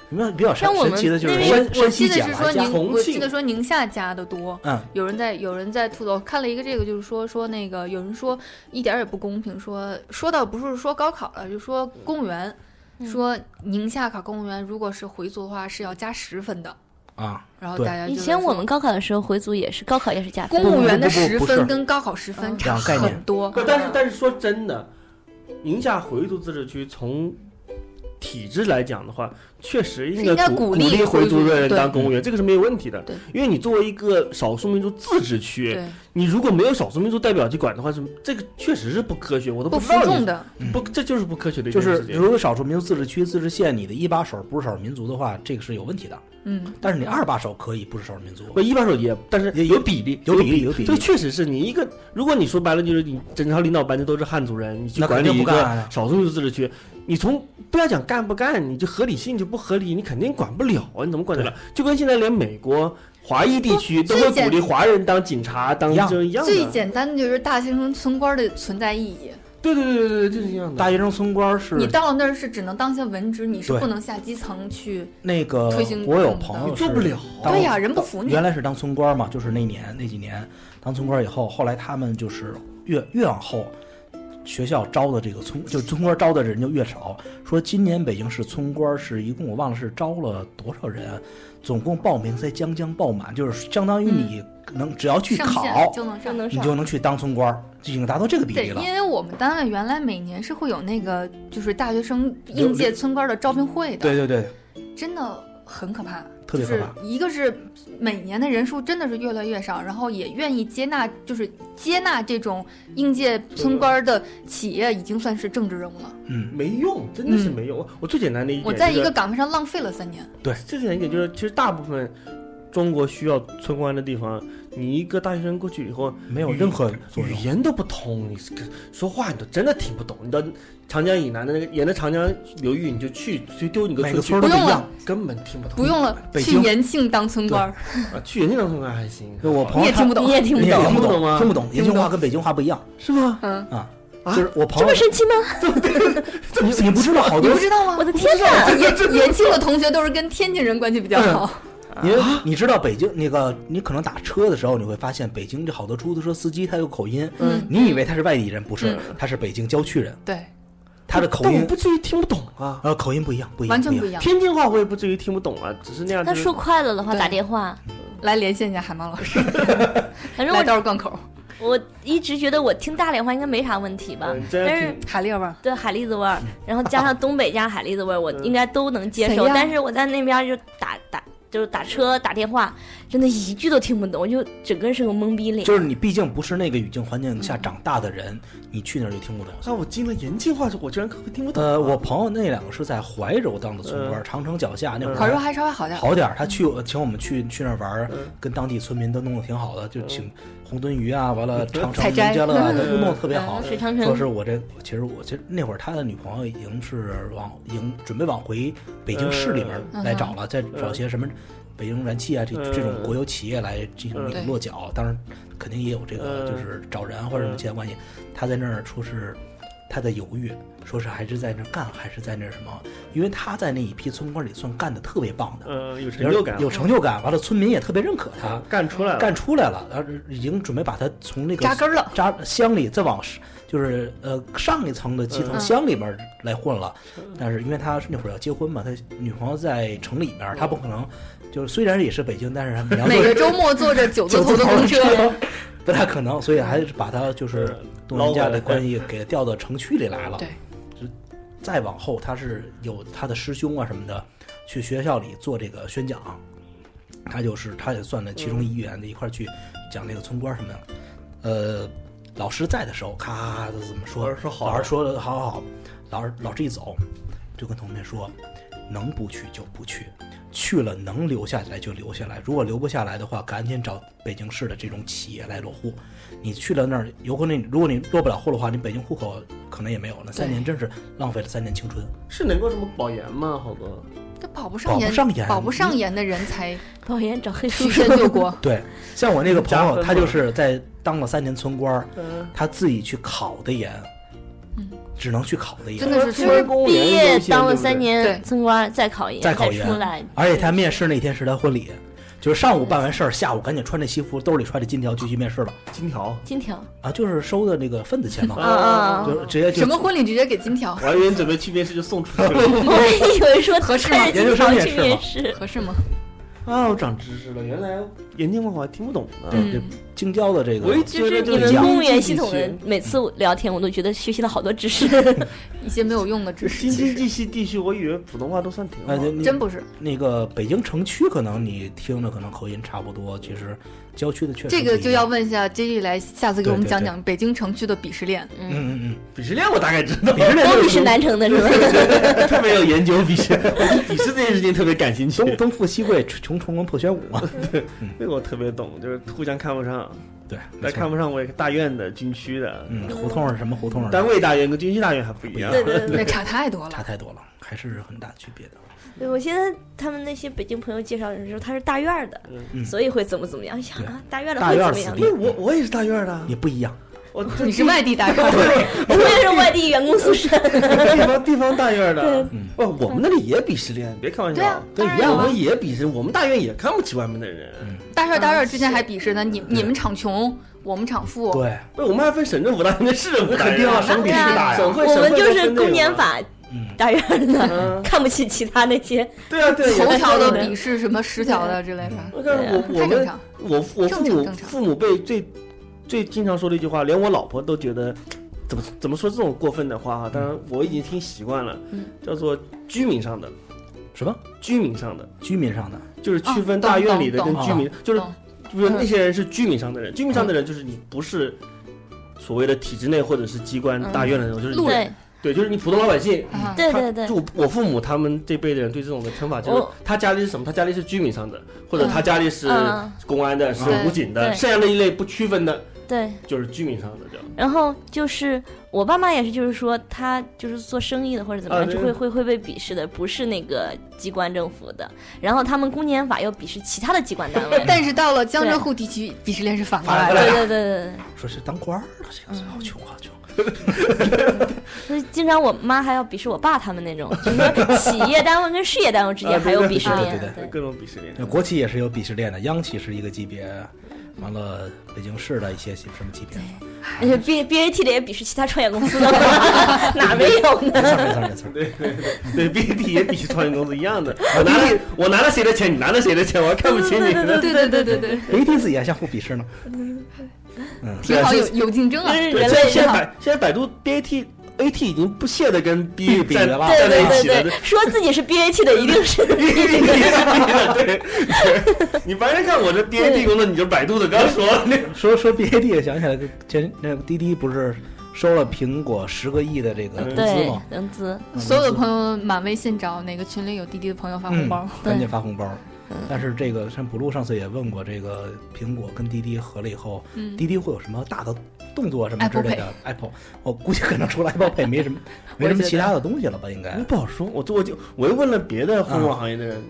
B: 你们比较神
D: 像我们
B: 神奇的就
D: 那
B: 是
D: 边
B: 山
C: 我
B: 山
C: 记
B: 西啊
C: 得
B: 加
C: 是说
B: 了加，
C: 宁，
A: 重
C: 我
A: 庆
C: 记得说宁夏加的多。
B: 嗯，
C: 有人在有人在吐槽，看了一个这个，就是说说那个有人说一点儿也不公平，说说到不是说高考了，就说公务员，
D: 嗯
C: 说宁夏考公务员如果是回族的话是要加十分的
B: 啊。
C: 然后
B: 对
C: 大家就
D: 以
C: 在
D: 前
C: 说
D: 我们高考的时候，回族也是高考也是加分
C: 公务员的
B: 不不不
C: 十
B: 不是
C: 分跟高考十分
D: 嗯
C: 差
B: 两概念
C: 很多
A: 不，，但是但是说真的，宁夏回族自治区从体制来讲的话，确实
C: 是应
A: 应
C: 该
A: 该
C: 鼓
A: 鼓
C: 励
A: 励回族的人
C: 对
A: 当公务员，这个是没有问题的
C: 对。
A: 因为你作为一个少数民族自治区，
C: 对，
A: 你如果没有少数民族代表去管的话，是这个确实是不科学，我都
C: 不
A: 知
C: 服
A: 道
C: 众
A: 你
C: 的，
B: 嗯
A: 不，这就是不科学的一
B: 就
A: 件
B: 是
A: 事情。
B: 如果少数民族自治区、自治县，你的一把手不是少数民族的话，这个是有问题的。
C: 嗯，
B: 但是你二把手可以不是少数民族，
A: 不，一般手也，但是
B: 也
A: 有比例，
B: 有比例有比例
A: 这个确实是你一个，如果你说白了就是你整套领导班子都是汉族人，你去
B: 那肯
A: 管
B: 定
A: 理
B: 不
A: 一
B: 干
A: 个
B: 啊
A: 少数民族自治区，你从不要讲干不干，你就合理性就不合理，你肯定管不了啊，你怎么管得了？就跟现在连美国华裔地区都
C: 最
A: 会鼓
C: 简
A: 励华人当警察当
B: 一样
A: 就一样
C: 最
A: 的，
C: 简单的就是大学生村官的存在意义。
A: 对对对对对，就是一样的。
B: 大学生村官是
C: 你到了那儿是只能当些文职，你是
B: 对
C: 不能下基层去。
B: 那个
C: 推行
B: 我有
C: 政
B: 朋
C: 党
B: 友
A: 做不
B: 是
A: 了
B: 当
C: 对呀人不服你
B: 原来是当村官嘛，就是那年那几年当村官以后，后来他们就是越越往后，学校招的这个村就是村官招的人就越少。说今年北京市村官是一共我忘了是招了多少人，总共报名才将将爆满，就是相当于你能、只要去
C: 上线
B: 考，
C: 就能
D: 就
C: 上。
D: 能
B: 你
D: 上
B: 就能去当村官，已经达到这个比
C: 对，
B: 例了
C: 因。为我们单位原来每年是会有那个就是大学生应届村官的招聘会的，
B: 对对对，
C: 真的很可怕。
B: 特别可怕
C: 就是一个是每年的人数真的是越来越少，然后也愿意接纳，就是接纳这种应届村官的企业已经算是政治人物了。
B: 嗯，
A: 没用，真的是
C: 嗯
A: 没用。我最简单的一点，
C: 我在一个岗位上浪费了三年，
A: 最简单一点就是，其实大部分中国需要村官的地方，你一个大学生过去以后，
B: 没有任何作
A: 语
B: 用。
A: 言都不通，你是个说话你都真的听不懂。你到长江以南的那个沿着长江流域，你就去随丢你个
B: 每个
A: 村
B: 村
A: 去
B: 儿都不
C: 不用
B: 一
C: 了
B: 样。
A: 根本听不懂。
C: 不用了，
B: 北
C: 去
B: 京
C: 延庆当村官儿，
A: 啊，去人家当村官还行，
B: 就我朋友
C: 你也
B: 他
C: 听不懂
D: 你。也听不
B: 你也
D: 懂，
B: 听不懂
A: 吗
B: 听不懂，延
C: 听
B: 庆
C: 不懂
B: 话跟北京话不一样。
A: 是吗？
C: 嗯，
A: 啊
B: 就是我朋
D: 这
B: 友
D: 么，生气吗？
B: 你你不知道好
C: 你
B: 多
C: 不，知道吗？
D: 我的天哪！
C: 延延庆的同学都是跟天津人关系比较好。
B: 因为你知道北京那个，你可能打车的时候，你会发现北京这好多出租车司机他有口音，
C: 嗯
B: 你以为他是外地人，不是
C: 嗯，
B: 他是北京郊区人，
C: 对，
B: 他的口
A: 但我
B: 音
A: 不至于听不懂啊，
B: 呃口音不一样，不一样，
C: 完全
B: 不
C: 不
B: 一
C: 一
B: 样。
C: 样。
A: 天津话我也不至于听不懂啊，只是那样。
D: 他
A: 就是
D: 说快了的话
C: 对
D: 打电话，
C: 来连线一下海猫老师，
D: 反正
C: 来
D: 我
C: 道儿港口。
D: 我一直觉得我听大连话应该没啥问题吧，
A: 嗯这
D: 但是
A: 挺
C: 海蛎味儿，
D: 对海蛎子味
B: 嗯
D: 儿，然后加上东北加海蛎子味儿，我
A: 嗯
D: 应该都能接
C: 谁
D: 受。
C: 呀
D: 但是我在那边就打打就是打车打电话，真的一句都听不懂，我就整个是个懵逼脸。
B: 就是你毕竟不是那个语境环境下长大的人，你去那儿就听不懂。
A: 啊，我进了延庆话说，我居然会听不懂啊。
B: 呃，我朋友那两个是在怀柔当的
C: 嗯
B: 村官，长城脚下那会
C: 烤肉
B: 儿
C: 还稍微好点儿。
B: 好点儿，他去请我们去去那儿玩儿
A: 嗯，
B: 跟当地村民都弄得挺好的，就请红鳟鱼啊，完了长城
C: 嗯采摘
B: 农家乐啊，
C: 嗯
B: 都弄得特别好
D: 嗯。水长
B: 说
D: 城
B: 是我这，其实我其实那会儿他的女朋友已经是往已经准备往回北京市里面
C: 嗯
B: 来找了，再找些什么北京燃气啊这
A: 嗯
B: 这种国有企业来进
A: 嗯
C: 对
B: 行落脚，当然肯定也有这个
A: 嗯
B: 就是找人或者什么其他关系。他在那儿说是他在犹豫，说是还是在那儿干还是在那儿什么，因为他在那一批村官里算干的特别棒的，
A: 呃有成就感，
B: 有成就感，完了村民也特别认可他
A: 啊，，干出来了，
B: 干出来了，然后已经准备把他从那个
C: 扎根儿了，
B: 扎乡里再往就是呃上一层的基层
C: 嗯
B: 乡里面来混了，但是因为他是那会儿要结婚嘛，他女朋友在城里面，他不可能就是虽然也是北京，但是 你要
C: 每个
B: 坐
C: 周末坐着九字
B: 九
C: 头
B: 字
C: 的
B: 头
C: 公
B: 的
C: 车，
B: 车 不太可能，所以还是把他就是
A: 呃
B: 东人
A: 捞
B: 家
A: 回来
B: 的关系给调到城区里来了。
C: 对，
B: 再往后他是有他的师兄啊什么的去学校里做这个宣讲，他就是他也算了其中一员的一块儿去讲这个村官什么的。呃，老师在的时候，咔就怎么说？
A: 老师说好
B: 老师说的好好好，老师老师一走，就跟同学说，能不去就不去。去了能留下来就留下来，如果留不下来的话，赶紧找北京市的这种企业来落户。你去了那儿，有可能你如果你落不了户的话，你北京户口可能也没有了。三年真是浪费了三年青春。
A: 是能够什么保研吗？好多
C: 他保不
B: 保
C: 上
B: 不
C: 研，
B: 上研
C: 保不上研的人 才
D: 保研找黑叔
C: 曲
D: 叔
C: 线， 救国。
B: 对，像我那个朋
A: 加分
B: 友，
A: 吗
B: 他就是在当了三年村官儿，
A: 嗯，
B: 他自己去考的研，
C: 嗯
B: 只能去考的研
C: 真。的是村儿
A: 公务员
D: 毕业
A: 优先
D: 当了
A: 对不对
D: 三
C: 对
D: 年村官，再考研，
B: 啊再
D: 再
B: 考研
D: 出来，
B: 而且他面试那天是他婚礼，就是上午办完事儿，下午赶紧穿着西服，兜里揣着金条就去面试了
A: 金条，
D: 金 条，
B: 啊，就是收的那个份子钱嘛，
A: 嗯
D: 啊啊，啊
B: 就直接就
C: 哦什么婚礼直接给金条
A: 我，还以为你准备去面试就送出去了
D: 我以为说合
C: 合适吗
B: 研究
D: 金
B: 生
D: 条
B: 面
D: 去
B: 试吗
D: 面试，
C: 合适吗？
A: 啊！我长知识了，原来延庆话我还听不懂呢。
B: 对
C: 嗯，
B: 京郊的这个
A: 我一
D: 就
A: 觉
D: 是
A: 得
D: 你
A: 是
D: 们
A: 讲
D: 公务员系统的人
A: 经济
D: 每次
B: 嗯
D: 聊天，我都觉得学习了好多知识。
C: 一些没有用的知识，
A: 新
C: 其
A: 经
C: 实
A: 济系地区，我以为普通话都算挺好
B: 呃，
A: 的。
B: 你
C: 真不是。
B: 那个北京城区可能你听着可能口音差不多，其实郊区的确实
C: 这
B: 不
C: 个
B: 一
C: 就要
B: 样
C: 问一下 J J 来，下次给我们
B: 对对
C: 讲讲北京城区的鄙视链。
D: 嗯，
B: 嗯嗯
A: 鄙视链我大概知道，
B: 鄙视链
D: 都你 是南城的是吧？
A: 特别有研究鄙 视，我对鄙视这件事情特别感兴
B: 嗯，
A: 趣，
B: 东东富西贵，穷崇文破宣武嘛，
C: 嗯
A: 那个我特别懂，就是互相看不上，
B: 对，没
A: 但
B: 错
A: 看，不上我也大院的、军区的，
B: 嗯，胡同是什么胡同
A: 单
B: 儿，
A: 位大院跟军区大院还不一样。
D: 对对对
C: 那差太多
B: 差
C: 了，
B: 太多了，还是很大区别的。
D: 对，我现在他们那些北京朋友介绍人说他是大院儿的，
B: 嗯
D: 所以会怎么怎么样。想
B: 对
D: 啊，大院儿的
B: 大
D: 会
B: 院
D: 怎
B: 儿
D: 么
B: 死
D: 样？
B: 定
A: 那我我也是大院的，
B: 也不一样，
A: 我这
C: 你是外地大咖，
D: 我也是外地员工宿舍。
A: 地方地方大院的
B: 嗯，
A: 哇，我们那里也鄙视链，别开玩
C: 对啊
A: 笑，
C: 当然
A: 一样，
C: 有
A: 我
C: 啊
A: 们也鄙视，我们大院也看不起外面的
B: 嗯
A: 人。
C: 大院儿大院儿之前还鄙视呢，你你们厂穷，我们厂富，
B: 对，
A: 不是，我们还分省政府大院跟市政府大院，
B: 肯定啊省
C: 比市大呀
A: 省会
D: 我们就
A: 省会
D: 是
A: 都分这个啊
D: 公检法
B: 嗯，
D: 大院儿的，
A: 嗯
D: 看不起其他那些。
A: 对啊， 对啊，
C: 头条的
D: 对
C: 鄙视什么十条的之类的，
A: 我看我我
C: 太正
A: 们
C: 常。
A: 我我父
C: 正常
A: 母
C: 正常
A: 父母辈最最经常说的一句话，连我老婆都觉得怎么怎么说这种过分的话哈、当然
B: 嗯
A: 我已经听习惯了，
C: 嗯
A: 叫做居民上的
B: 什么
A: 居民上的，
B: 居民上的，
A: 就是区分
C: 懂
A: 大院里的
C: 懂
A: 跟
B: 懂
A: 居民，就是
C: 懂
A: 就是那些人是居民上的人，居民上的人就是你不是。所谓的体制内或者是机关
D: 嗯
A: 大院的那种，就是你
C: 路人
D: 对
A: 对，就是你普通老百姓。
C: 啊，
D: 对
A: 他
D: 对对
A: 就，我我父母他们这辈的人对这种的称法，就是
D: 我
A: 他家里是什么？他家里是居民上的，或者
D: 嗯
A: 他家里是
D: 嗯，
A: 公安的，是
C: 对
A: 武警的，
D: 对
A: 剩下那一类不区分的，
D: 对。
A: 就是居民上的这样。
D: 然后就是我爸妈也是，就是说他就是做生意的或者怎么样，
A: 啊对
D: 就会会会被鄙视的，不是那个机关政府的。然后他们公检法又鄙视其他的机关单位。
C: 但是到了江浙沪地区，鄙视链是反过来
B: 反过
C: 的
B: 来。
D: 对对对对对。
B: 说是当官儿的，这
C: 嗯
B: 个好穷啊好穷，
D: 所以经常我妈还要鄙视我爸他们 那种，就是说企业单位跟事业单位之间还有鄙视链。
B: 啊对对
A: 各种鄙视链。
B: 那国企也是有鄙视链的，央企是一个级别，完了北京市的一些什么级别，
D: 而且 B B A T 的也鄙视其他创业公司的， 哪没有
B: 没错没
D: 呢？
B: 错没错，
A: 对对对，B A T 也比创业公司一样的，我拿了我拿了谁的钱，你拿了谁的钱，我还看不起你呢。
C: 对对对对对，
B: 别一听自己还相互鄙视呢。嗯，
C: 挺好，有有竞争啊。
D: 人
A: 对，
D: 类
A: 现
D: 也
A: 在
D: 好，
A: 百现在百度 B A T A T 已经不屑的 跟 B
B: 比
A: 站
B: 了
D: 对
A: 站在
D: 对
A: 一
D: 对
A: 起了。
D: 对，说自己是 B A T 的一定 是
A: 对， 你白天看我这 B A T 工作，你就百度的，刚说了那 个
B: 说说 BAT 也想起来，前那滴滴不是收了苹果十个亿的这个融资
D: 对
B: 吗？
D: 融资，
C: 所有的
B: 友
C: 朋友满微信找哪个群里有滴滴的朋友发红包，
B: 嗯
C: 嗯
B: 赶紧发红包。但是这个像补录上次也问过，这个苹果跟滴滴合了以后，
C: 嗯
B: 滴滴会有什么大的动作什么之
C: Apple
B: 类的？Apple，我估计可能除了 Apple Pay 没什么没什么其他的东西了吧？应该
C: 嗯
A: 你不好说。我就我就我又问了别的互联网行业的 人，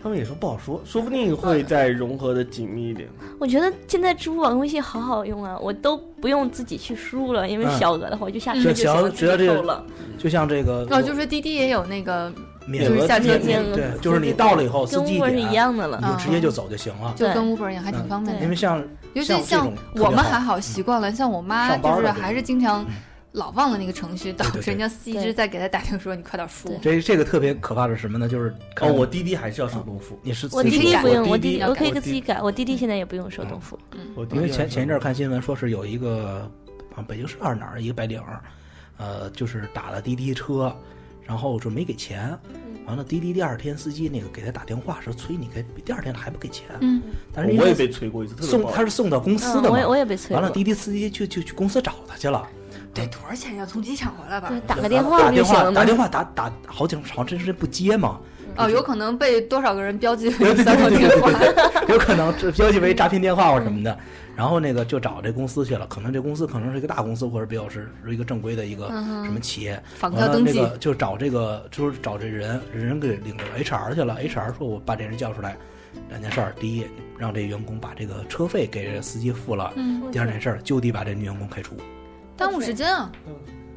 A: 他们也说不好说，说不定会再融合的紧密一点。
D: 我觉得现在支付宝跟微信好好用啊，我都不用自己去输入了，因为
B: 嗯
D: 小额的话我就下车
C: 嗯
D: 就
B: 只
D: 行
B: 要
D: 了，
B: 只要
D: 自己
B: 这个
D: 扣了。
B: 就像这个
C: 哦，就是滴滴也有那个
B: 免
C: 就是
B: 额
C: 下车
D: 金
B: 免
D: 额
B: 对，就是你到了以后，司
D: 跟
B: 机
D: Uber 是
B: 点啊嗯
D: 一样的了
B: 你。就
C: 嗯
B: 直接就走就行了。
C: 就
D: 对
C: 跟 Uber 一样，还挺方便
B: 因
C: 的。
B: 为像
C: 尤其
B: 嗯像
C: 像
B: 这种
C: 我们
B: 特别好
C: 还好习惯了，像我妈
B: 上班
C: 就
B: 了
C: 是
B: 对嗯
C: 还是经常老忘了那个程序，导
B: 对
C: 致
B: 对
C: 人家司机一直在给她打听说你快点输
D: 对。
B: 这这个特别可怕的是什么呢？就是看
A: 哦，我滴滴还是要手动付。
B: 你是
D: 我
B: 自
D: 滴
B: 己
D: 滴
B: 改嗯
D: 不用，我
A: 滴
D: 滴
C: 滴
D: 我可以
A: 我滴
D: 给自己改，我滴滴现在也不用手动付。
A: 我滴滴
B: 哦因为
A: 还
B: 前
A: 是
B: 前一阵儿看新闻说是有一个啊北京市还是哪儿一个白领儿，呃，就是打了滴滴车，然后说没给钱，
D: 嗯
B: 完了滴滴第二天司机那个给他打电话说催你给，第二天还不给钱，
C: 嗯，
B: 但是因
A: 我也
B: 为
A: 被催过一次，特别
B: 送
A: 不好
B: 他是送到公司
D: 嗯，
B: 的
D: 我也
B: 嘛
D: 我，也被催
B: 完了
D: 过，
B: 滴滴司机去去去公司找他去了，
C: 得多少钱要从机场回来吧
D: 对，啊打个
B: 打
D: 电
B: 打
D: 话不
B: 电
D: 就行
B: 话
D: 了
B: 打
D: 吗？
B: 电话打打好几好真是不接嘛，
C: 哦，有可能被多少个人标记
B: 对
C: 为
B: 对
C: 骚
B: 对
C: 扰
B: 对
C: 电
B: 对
C: 话。
B: 对对， 有可能这标记为诈骗电话或什么的，然后那个就找这公司去了，可能这公司可能是一个大公司，或者比较是是一个正规的一个
C: 嗯哼
B: 什么企业，
C: 访
B: 完
C: 客
B: 了
C: 登
B: 那
C: 记，
B: 个就找这个就是找这人，人给领着 HR 去了，HR 说我把这人叫出来，两件事儿，第一让这员工把这个车费给这司机付了，
C: 嗯，
B: 第二件事儿就地把这女员工开除，
C: 耽误时间啊，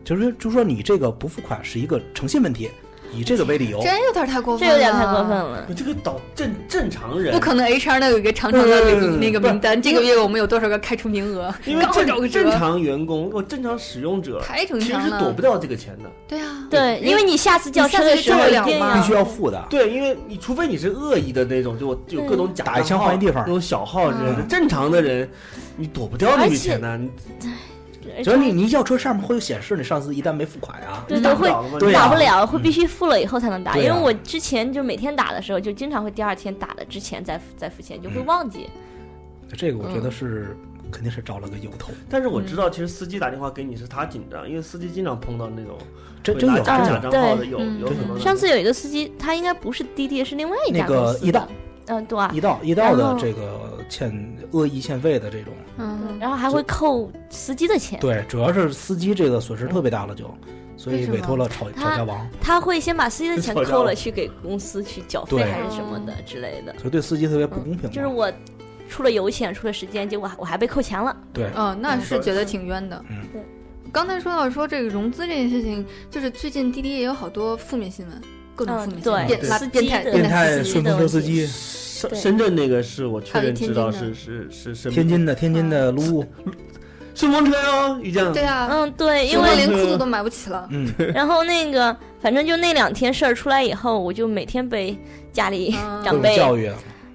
B: 就是就说你这个不付款是一个诚信问题，以这个为理由
C: 这。有点太过
D: 这
C: 分了，
D: 有点太过分。了。
A: 你这个导正正常人
C: 不，可能，HR 那有一个长长的
A: 嗯
C: 名那个名单，这个月我们有多少个开除名额？
A: 因为
C: 刚好找个
A: 正
C: 折
A: 正常员工或正常使用者，
C: 太正
A: 其实
C: 常
A: 是躲
C: 了
A: 不。掉这个钱的。
C: 对啊，
D: 对，因为你下次叫
C: 你下
D: 车
C: 次
D: 的
C: 就
D: 时候
C: 叫
D: 一
C: 了
D: 定
C: 嘛
B: 必须要付的，
A: 对，因为你除非你是恶意的那种，就我有各种假
B: 打一枪
A: 账号
B: 换一地方
A: 那种小号之类的。
B: 嗯
A: 正常的人，你躲不掉这
D: 而
A: 笔
D: 且
A: 钱的，你
B: 只要你你要车上面会有显示你上次一旦没付款啊，
D: 对
A: 打
D: 对
A: 不
D: 会
A: 了了吗？
B: 对啊
D: 打不了，会必须付了以后才能打。
B: 对
D: 因
B: 啊
D: 为我之前就每天打的时候，就经常会第二天打的之前再付再付钱，就会忘记。
B: 这个我
D: 嗯
B: 觉得是、肯定是找了个由头，
A: 但是我知道，其实司机打电话给你是他紧张，因为司机经常碰到那种
B: 真
A: 会
B: 真
A: 拿
B: 有真
A: 假
B: 有
A: 账号的，
D: 对
A: 有
C: 嗯
A: 有很多的。
D: 上次有一个司机，他应该不是滴滴，是另外一家
B: 那个
D: 公司的
B: 易到，
D: 嗯，对啊
B: 一道一道
D: 然
B: 的
D: 后
B: 这个欠恶意欠费的这种，
C: 嗯，
D: 然后还会扣司机的钱。
B: 对，主要是司机这个损失特别大了就，
D: 嗯
B: 所
C: 为
B: 以
C: 什么
B: 委托了吵吵
D: 他
B: 架王，
D: 他会先把司机的钱
A: 吵架
D: 扣了，
A: 了
D: 去给公司去缴费
B: 对
D: 还是什么的之类的。
B: 所以对司机特别不公平嘛，
D: 嗯就是我出了油钱，出了时间，结果还我还被扣钱了。
B: 对，
C: 哦，
A: 嗯
C: 那是觉得挺冤的。
B: 嗯
D: 对
C: 刚才说到说这个融资这件事情，就是最近滴滴也有好多负面新闻，各种
D: 嗯
C: 负面新
D: 对
C: 闻，变
B: 对
C: 拉
D: 司机
C: 变态
D: 的
B: 变
D: 态
B: 态
D: 司机
B: 顺风
D: 的
B: 车司
D: 问
B: 机，
A: 深
D: 对
A: 深圳那个是我确
C: 还有
A: 认
C: 天
A: 知道
C: 津
A: 是是是
D: 嗯
A: 是
B: 天津的天津的撸，
A: 顺风车哟，遇见了
C: 对啊，
D: 嗯，对，因
C: 因为
D: 为
C: 连裤子都买不起了。
B: 嗯，
D: 然后那个，反正就那两天事儿出来以后，我就每天被家里
C: 嗯
D: 长
B: 各种
D: 辈，
B: 教育，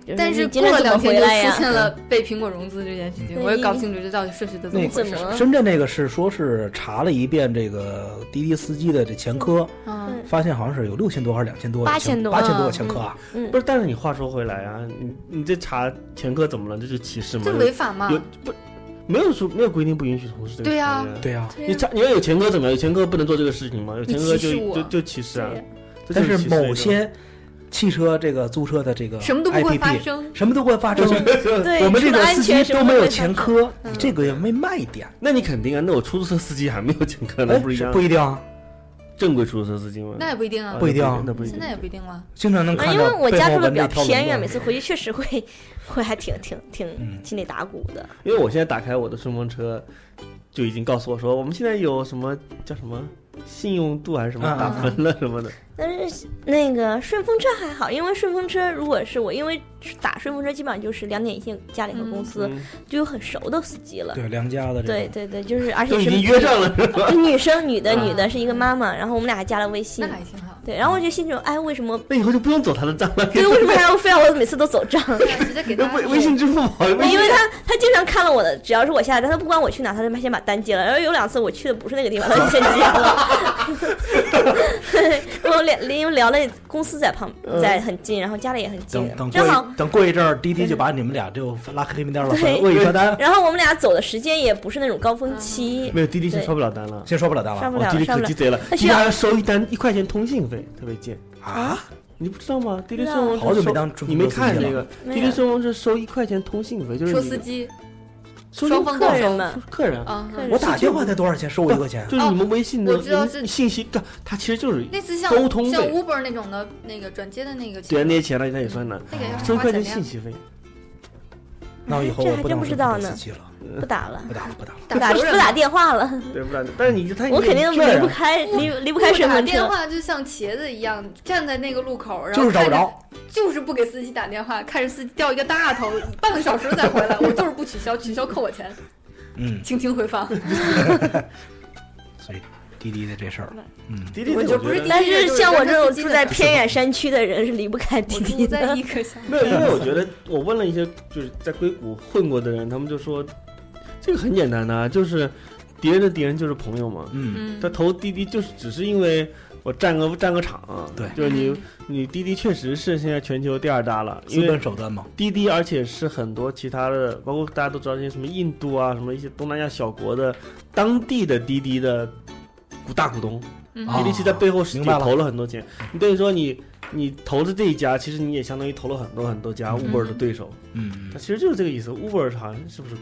D: 就
C: 但
D: 是
C: 是
D: 你今
C: 过
D: 天
C: 了
D: 怎么
C: 两天
D: 回
C: 就
D: 来呀
C: 出？现了被苹果融资这件事情，
D: 嗯
C: 我也搞不清楚这到底顺序都怎么
B: 那
C: 回事
D: 怎。么了
B: 深圳那个是说是查了一遍这个滴滴司机的这前科，
C: 嗯，
B: 发现好像是有六千多还是两千多的前，
D: 8000多
B: 八千多
C: 嗯
B: 个前科啊，
D: 嗯
A: 不，是，但是你话说回来啊，你你这查前科怎么了？这就歧视吗
C: 这？违法吗
A: 有？没有说没有规定不允许从事这个
C: 对
D: 嗯
C: 啊
A: 行业
B: 对呀。
A: 你查你要有前科怎么样？有前科不能做这个事情吗？有前科
C: 你歧
A: 就
C: 视我
A: 就就歧视啊！这就
B: 但是
A: 歧视
B: 某些汽车这个租车的这个 APP，
C: 什么都不会发，生。
B: 什么都不会发生。
D: 对，
B: 我们这
D: 除了
B: 个
D: 安
B: 司
D: 全
B: 机
D: 什么
B: 都没有
D: 会发
B: 前
D: 生，
B: 科，
C: 嗯
B: 你这个也没卖点，
A: 那你肯定啊，那我出租车司机还没有前科呢，
B: 哎
A: 不是一样？
B: 不一定啊，
A: 正规出租车司机吗？
C: 那也不一定
A: 啊
C: 啊，
B: 不一定啊
A: 那不一定
C: 现在也不一定了。
B: 经常能
D: 啊，
B: 看
D: 因
B: 到
D: 为我
B: 背
D: 家住
B: 后
D: 的
B: 纹
D: 比较
B: 那条啊
D: 偏远，
B: 纹
D: 每次
B: 路。
D: 回去确实会会还挺挺挺
B: 嗯
D: 心里打鼓的。
A: 因为我现在打开我的顺风车，就已经告诉我说，我们现在有什么叫什么信用度还是什么
B: 啊
A: 打分了什么的，
D: 但是那个顺风车还好，因为顺风车如果是我，因为打顺风车基本上就是两点一线家里和公
B: 嗯
D: 司，
A: 嗯
C: 嗯
D: 就有很熟的司机了。
B: 对良家的这
D: 对
B: 种
D: 对对，就是而且
A: 都已
D: 是
A: 经约上了，
D: 对女生女的
C: 啊
D: 女的是一个妈妈，然后我们俩加了微信
C: 那，还挺好，
D: 对，然后我就心里哎为什么
A: 那以后就不用走他的账了。
D: 对为什么还要非要我每次都走账？
C: 直接给 他
A: 微微信支付宝，微
D: 因
A: 信
D: 为他他经常看了我的，只要是我下的单，他不管我去哪，他就先把单接了。然后有两次我去的不是那个地方，他就先接了。 跟我聊，因为聊了公司在旁在很近，然后家里也很近
B: 等，等过
D: 正好
B: 一等过一阵儿，滴啊滴就把你们俩就拉黑名单了，
D: 对
B: 说未刷单，
D: 然后我们俩走的时间也不是那种高
C: 啊
D: 峰期，
A: 没有滴滴是刷不了单了。
B: 先说不了单
D: 上
B: 了
D: 不
A: 我
D: 了
A: 滴滴
D: 上
A: 可
D: 不了
A: 鸡。贼了，
D: 那
A: 一
D: 需要
A: 单收一单一块钱通信费，特别贱。
B: 啊！
A: 你不知道吗？滴滴
D: 知道
A: 顺风车
B: 好久没
A: 收
B: 当顺风
A: 你没
B: 车司
A: 看
B: 机
A: 这
B: 了
A: 个
D: 没
A: 滴滴
D: 有
A: 顺风车收一块钱通信费，就是
C: 说
A: 你
C: 司机
A: 收
C: 双
A: 收
C: 方
A: 客
C: 各
D: 人
A: 人
D: 嘛
A: 收客人啊，
C: 啊，哦
D: 客人
B: 我打电话才多少钱？收我一块钱，
A: 就是你们微信的
C: 我知道是
A: 信息，它其实就是
C: 类似像
A: 沟通
C: 像
A: 费
C: Uber 那种的那个转接的那个钱，
A: 点那些钱了，它也算的，
C: 那个要
A: 收
C: 花
A: 一块
C: 钱
A: 钱
C: 呀
A: 信，息 费。
B: 那我以后
D: 这
B: 我
D: 还
B: 不
D: 真
B: 当
D: 不知
B: 顺
D: 道
B: 风车
D: 呢
B: 司机了，
D: 不打了，
B: 不打了不打了。
D: 不打
C: 熟
D: 不
C: 人
D: 打电话了，
A: 对，不然，但是你他
D: 我肯定离不开
C: 我
D: 离离不开
C: 我
D: 顺
C: 打
D: 风
C: 电
D: 车。
C: 话就像茄子一样，站在那个路口，然后
B: 就是找不
C: 看着
B: 着，
C: 就是不给司机打电话，看着司机掉一个大头，半个小时才回来，我就是不取消，取消扣我钱，
B: 嗯，
C: 请听 回放。
B: 所以滴滴的这事儿，嗯，
A: 滴滴，
C: 我
A: 我
C: 觉
A: 觉
C: 得不是滴滴
D: 但是像我这种
C: 就是
D: 住在
C: 跟
D: 偏远山区的人是离不开滴
C: 我
D: 滴
C: 住
D: 的。
C: 在一个小，
A: 没有， 因为我觉得我问了一些就是在硅谷混过的人，他们就说这个很简单的啊，就是敌人的敌人就是朋友嘛。
B: 嗯，
C: 嗯
A: 他，投滴滴就是只是因为我占个占个场啊，
B: 对
A: 就是你你滴滴确实是现在全球第二大了，
B: 资
A: 因为
B: 本手段嘛，
A: 滴滴而且是很多其他的，包括大家都知道这些什么印度啊，什么一些东南亚小国的当地的滴滴的股大股东，
C: 嗯
B: 啊
A: 滴滴其实在背后是
B: 明
A: 也
B: 白了
A: 投了很多钱，你等于说你你投的这一家，其实你也相当于投了很多很多家 Uber 的对手，
B: 嗯
A: 它其实就是这个意思。Uber 好像是不是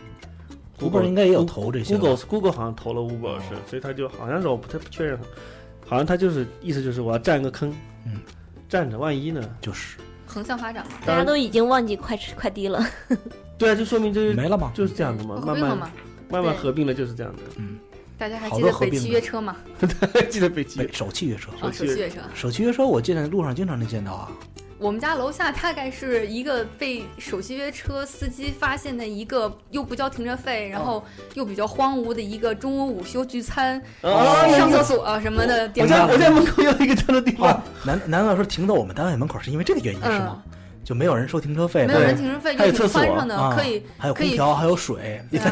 B: ，Uber 应该也有投这些吧
A: Google Google 好像投了 Uber
B: 哦
A: 是，所以他就好像是我不太不确认，好像他就是意思就是我要占个坑，
B: 嗯，
A: 占着万一呢？
B: 就是
C: 横向发展嘛，
D: 大家都已经忘记快快滴了，
A: 对啊，就说明就是
B: 没了吗？
A: 就是这样的嘛，
C: 合
A: 慢
C: 并了
A: 慢
C: 嘛，
A: 慢慢
C: 对
A: 合并了就是这样的。
C: 大家还
B: 好
C: 记
B: 多
C: 得
B: 合
C: 北
B: 并
C: 汽
B: 的
C: 约车吗？
A: 记得北极
B: 北首哎汽约车，
C: 啊，手
A: 汽
C: 汽约车，
B: 首汽约车我见路上经常能见到 啊，
C: 我们家楼下大概是一个被手续约车司机发现的一个又不交停车费，然
B: 哦
C: 后又比较荒芜的一个中午午休聚餐、
B: 哦
A: 啊，
C: 上厕所啊什么的地
A: 我
C: 方
A: 家我家门口有一个这样的地
B: 哦
A: 方，，
B: 难难道说停到我们单位门口是因为这个原因是吗？就没有人收停车费，
C: 嗯没有
B: 对
C: 人停车费，
A: 还有
C: 又挺
A: 厕所
C: 宽敞的，
B: 啊
C: 可以
B: 还有
C: 可
B: 空
C: 以
B: 调，还有水，
C: 啊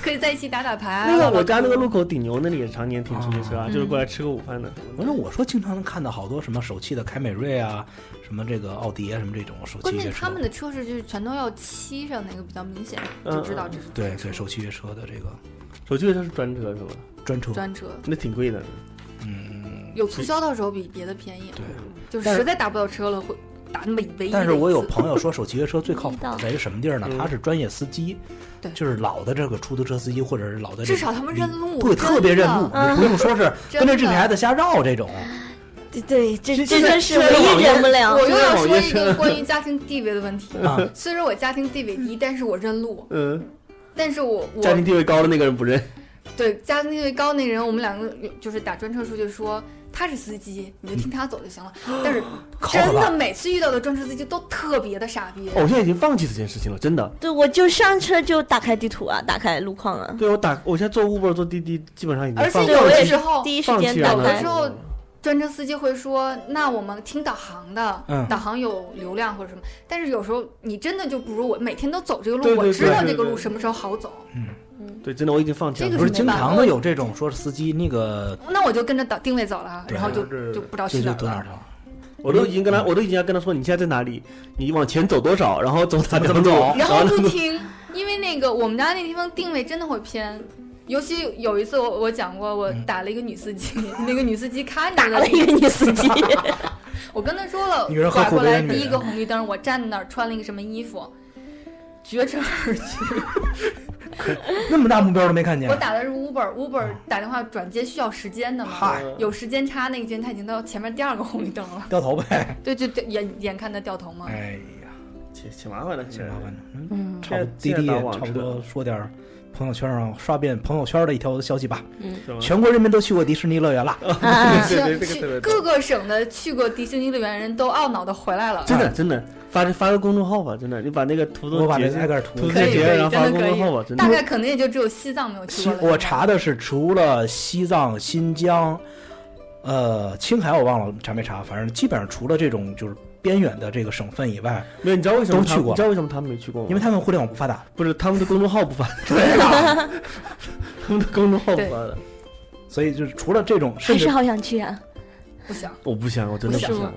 C: 可以在一起打打牌。啊
A: 那个
C: 唠唠
A: 我家那个
C: 嗑
A: 路口顶牛那里也常年停出租车啊，
C: 哦
A: 就是过来吃个午饭的。
B: 反正我说经常能看到好多什么手气的凯美瑞啊，什么这个奥迪啊，什么这种手气
C: 关
B: 约
C: 键
B: 车
C: 他，们的车是就是全都要漆上那个比较明显，
A: 嗯
C: 就知道这是
B: 呃对对，手气约车的这个
A: 手机车是专车是吧？
B: 专车，
C: 专车，
A: 那挺贵的。
B: 嗯，
C: 有促销到时候比别的便宜，
B: 对。
A: 嗯
C: 就是实在打不到车了会打那么唯一的一次。
B: 但是我有朋友说手气约车最靠谱
D: 一道
B: 在于什么地儿呢？
A: 嗯
B: 他是专业司机，
C: 对
B: 就是老的这个出租车司机或者是老的这
C: 至
B: 个，
C: 少他们认路，
B: 嗯对，特别认路，
C: 真的
B: 你不用说是
C: 嗯 真
B: 跟
C: 的
B: 着这个孩子瞎绕这 种，
D: 对对，这
A: 现
D: 这
A: 在
D: 真是
A: 现在
D: 唯
A: 网
D: 一
A: 页
D: 忍不了。
C: 我又要说一
A: 现在网
C: 个
A: 页
C: 关于家庭地位的问题。
B: 啊，
C: 虽然我家庭地位低，但是我认路。
A: 嗯，
C: 但是我
A: 家庭
C: 我
A: 地位高的那个人不认，
C: 对家庭地位高那人，我们两个就是打专车出去说他是司机，你就听他走就行了。
A: 嗯
C: 但是
B: 靠
C: 真
B: 谱
C: 的
B: 吧？
C: 每次遇到的专车司机都特别的傻逼。
A: 哦我现在已经放弃这件事情了，真的。
D: 对，我就上车就打开地图啊，打开路况啊，
A: 对我打，我现在坐 Uber 坐滴滴，基本上已经
C: 而且
A: 放
D: 对
C: 有
D: 我
C: 的
D: 也
A: 弃
C: 时
D: 是
C: 候，
D: 第一时
A: 放
D: 间
A: 弃
D: 打
A: 了。
C: 有的
D: 开
C: 时。候专车司机会说：“那我们听导航的，
B: 嗯
C: 导航有流量或者什么。”但是有时候你真的就不如我每天都走这个路，
A: 对对
C: 我知道
A: 对
C: 这个
A: 对
C: 路
A: 对
C: 什么时候好走，
A: 对，真的我已经放弃了。
C: 这个
B: 不
C: 是
B: 是
C: 没
B: 经
C: 办法
B: 常的有这种说司机那个
C: 那我就跟着导定位走了，
B: 对
C: 然后就
A: 对对对
C: 就不知道
B: 就
C: 去
B: 就
C: 哪儿
B: 多哪
C: 了
B: 儿。
C: 啊
B: 去了，
A: 我都已经跟他，我都已经要跟他说，你现在在哪里？你往前走多少？然后走哪条路？
C: 然后不听，因为那个我们家那地方定位真的会偏。尤其有一次我我讲过，我打了一个女司机， 那个女司机看着
D: 打
C: 的
D: 了一个女司机，
C: 我跟他说了，
B: 女人何
C: 拐
B: 苦
C: 过
B: 为
C: 来
B: 难女
C: 第一
B: 人
C: 个红绿灯，我站那儿穿了一个什么衣服，绝尘而去。
B: 那么大目标都没看见
C: 我，打的是 Uber，Uber 打电话转接需要时间的嘛，
B: 嗨，
C: 有时间差，那个时间他已经到前面第二个红绿灯了，
B: 掉头呗，
C: 对，就就眼眼看他掉头嘛。
B: 哎呀，
A: 挺挺麻烦的，
B: 挺麻烦的，嗯，
C: 嗯，
B: 差不
A: 现
B: 滴
A: 在
B: 滴
A: 打
B: 也
A: 网
B: 差不
A: 车
B: 多说点儿朋友圈上刷遍朋友圈的一条消息吧，
D: 嗯，
B: 全国人民都去过迪士尼乐园了，
D: 啊
C: 去
A: 对对这个特别
C: 去
A: 逗
C: 各个省的去过迪士尼乐园的人都懊恼的回来了，
A: 真的真的发发个公众号吧，真的，你把那个图
B: 我
A: 都
B: 把
A: 截
B: 那
A: 下来
B: 个挨个儿图
A: 图
C: 可
A: 片
C: 以
A: 截
C: 可
A: 下来
C: 以
A: 然后发
C: 真的
A: 公
C: 可
A: 众
C: 以
A: 号吧，真的
C: 大。概可能也就只有西藏没有去
B: 西
C: 过了。
B: 我查的是除了西藏、新疆，呃，青海我忘了查没查，反正基本上除了这种就是边远的这个省份以外，
A: 没有，你知道为什么
B: 都
A: 他
B: 去
A: 们
B: 过
A: 你知道为什么他们没去过吗？
B: 因为他们互联网不发达，
A: 不是他们的公众号不发， 他们的公众号不发的。
B: 所以就是除了这种，甚
D: 还是
B: 至
D: 好想去啊，
C: 不想，
A: 我不想，我真的不
D: 是
A: 想
D: 吗。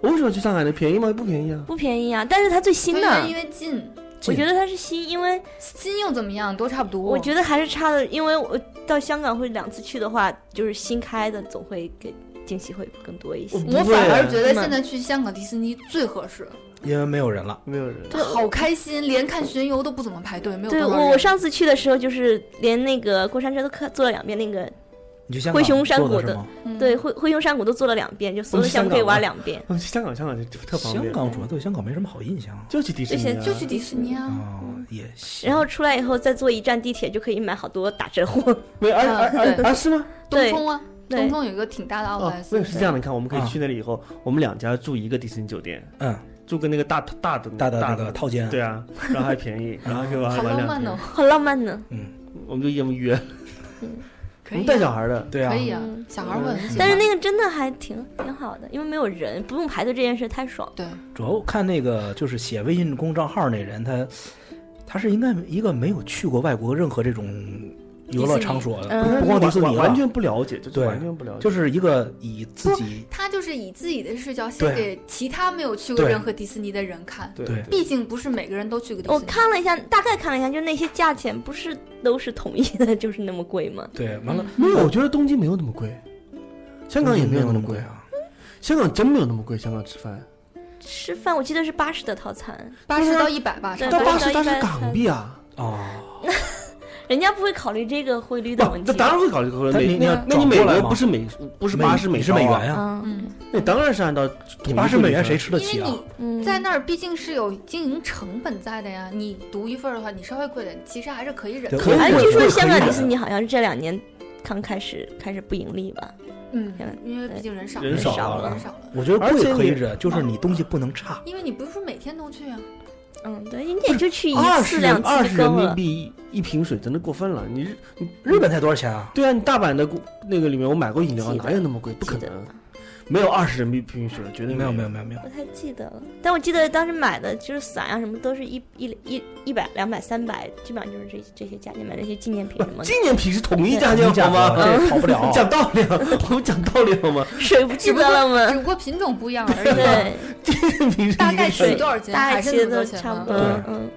A: 我为什么去上海呢？便宜吗？不便宜啊。
D: 不便宜啊，但是它最新
C: 所以
D: 的
C: 因，为近
D: 我
B: 近
D: 觉得它是新，因为
C: 近又怎么样，都差不多。
D: 我觉得还是差的，因为我到香港会两次去的话，就是新开的总会给惊喜会更多一些。
A: 不
C: 我
A: 会
C: 反而
A: 啊
C: 觉得现在去香港迪士尼最合适，
B: 因为没有人了，
A: 没有人。
C: 好开心，连看巡游都不怎么排队，没有
D: 对
C: 多少
D: 我，我
C: 人
D: 上次去的时候就是连那个过山车都看坐了两遍，那个
B: 你去香
D: 灰
B: 港
D: 熊山
B: 做
D: 谷
B: 的是
D: 的
B: 吗？
C: 嗯
D: 对灰灰熊山谷都坐了两遍，就所有的项目可以玩两遍。
A: 哦我去香港，香港就特方
B: 香
A: 便。
B: 港主要对香港没什么好印象
A: 就去迪士尼啊，
C: 就去迪士尼啊。
B: 啊，也行
D: 然后出来以后再坐一站地铁就可以买好多打折货。
A: 没有而
C: 啊
A: 而而
C: 对
A: 啊是吗？
C: 东
D: 对
C: 冲啊，
D: 对
C: 东冲有一个挺大的
A: 哦
C: outlet，、，
A: 没有是这样的。你看，我们可以
B: 啊
A: 去那里以后，我们两家住一个迪士尼酒店，
B: 嗯，
A: 住个那个大大的嗯
B: 大的
A: 大
B: 那个套间，
A: 对啊，然后还便宜，然后还可以玩
C: 好
A: 玩
C: 浪
A: 啊两
C: 漫
A: 天
C: 哦。，
D: 好浪漫呢。
B: 嗯，
A: 我们就这么约，我
C: 可以、
A: 们
C: 啊，
A: 带小孩的，
B: 对啊
C: 可，以啊
D: 嗯，
C: 小孩儿会很喜欢。
D: 但是那个真的还挺挺好的，因为没有人，不用排队这件事太爽。
C: 对，
B: 主要我看那个就是写微信公众号那人，他他是应该一个没有去过外国任何这种游乐场所的，
D: 嗯
B: 不光迪士尼
A: 啊完完
B: 了，
A: 全不了解，就是
B: 对
A: 完全不了解，
B: 就是一个以自己
C: 他就是以自己的视角写
B: 对
C: 给其他没有去过
B: 对
C: 任何迪士尼的人看，
A: 对
B: 对
C: 毕竟不是每个人都去过迪士尼。
D: 我看了一下，大概看了一下，就那些价钱不是都是统一的，就是那么贵吗？
B: 对完了，
A: 没有，我觉得东京没有那么贵，香港也没有那么贵，
B: 啊。
A: 香港真没有那么贵，香港吃饭
D: 吃饭我记得是八十的套餐，
C: 八十到一百吧，
D: 对
C: 差
A: 但
C: 不
A: 八
C: 多。
A: 十它是港币啊，
B: 哦，
D: 人家不会考虑这个汇率
A: 不
D: 的问，题。
A: 哦那当然会考虑考
B: 但
A: 虑
B: 你你要
A: 那那你
B: 转
A: 美
B: 过来
A: 国
B: 吗
A: 不是美不是
B: 美
A: 八十美啊
B: 你是美
A: 刀啊
B: 元，呀，
D: 嗯
C: 嗯，
A: 那当然是按照
B: 你八十美元谁
A: 吃？
B: 吃得起
C: 因
B: 啊？
C: 为
D: 嗯
C: 你在那儿毕竟是有经营成本在的呀，你独一份儿的话，你稍微贵点，其实还是可以忍
B: 对
C: 的。
B: 可以
D: 哎，
B: 贵
D: 据说
B: 贵
D: 香
B: 可
D: 港
B: 以忍
D: 迪士尼好像是这两年刚开始开始不盈利吧？
C: 嗯
D: 对，
C: 因为毕竟人少，
A: 人
B: 少了啊
C: 人少了。
B: 我觉得
A: 而且
B: 贵可以
A: 你
B: 忍，就是你东西不能差。
C: 因为你不是每天都去啊，
D: 嗯，对，你也就去一
A: 二
D: 次
A: 十
D: 两
A: 二
D: 次
A: 十
D: 就
A: 人
D: 够
A: 民
D: 了。
A: 币一瓶水真的过分了，你日
B: 日本才多少钱啊？
A: 对啊，你大阪的公那个里面我买过饮料，
D: 记得
A: 哪有那么贵？不可
D: 记得
A: 能，没有二十人民币瓶水，绝对
B: 没有
A: 有
B: 没有
A: 有。
B: 没有没有，
D: 不太记得了，但我记得当时买的就是伞啊，什么都是一一一一百、两百、三百，基本上就是这这些价钱买那些纪念品什么的
A: 纪，念品是统一价
B: 你
A: 钱好
B: 讲
A: 吗？。
B: 这跑不了
A: 讲道理，啊，我们讲道理好吗？
D: 水不记
C: 只不
D: 得
C: 过
D: 了
C: 只
D: 吗？
C: 不过品种不一样而已。
D: 嗯对，
A: 纪念品是
C: 大
A: 一
C: 概
A: 个
C: 取
D: 水
C: 多少钱
D: 大
C: 还
D: 家
C: 是
D: 记
C: 那么
D: 得
C: 多
D: 都
C: 钱
D: 差不
C: 吗
D: 多？
B: 对
D: 嗯，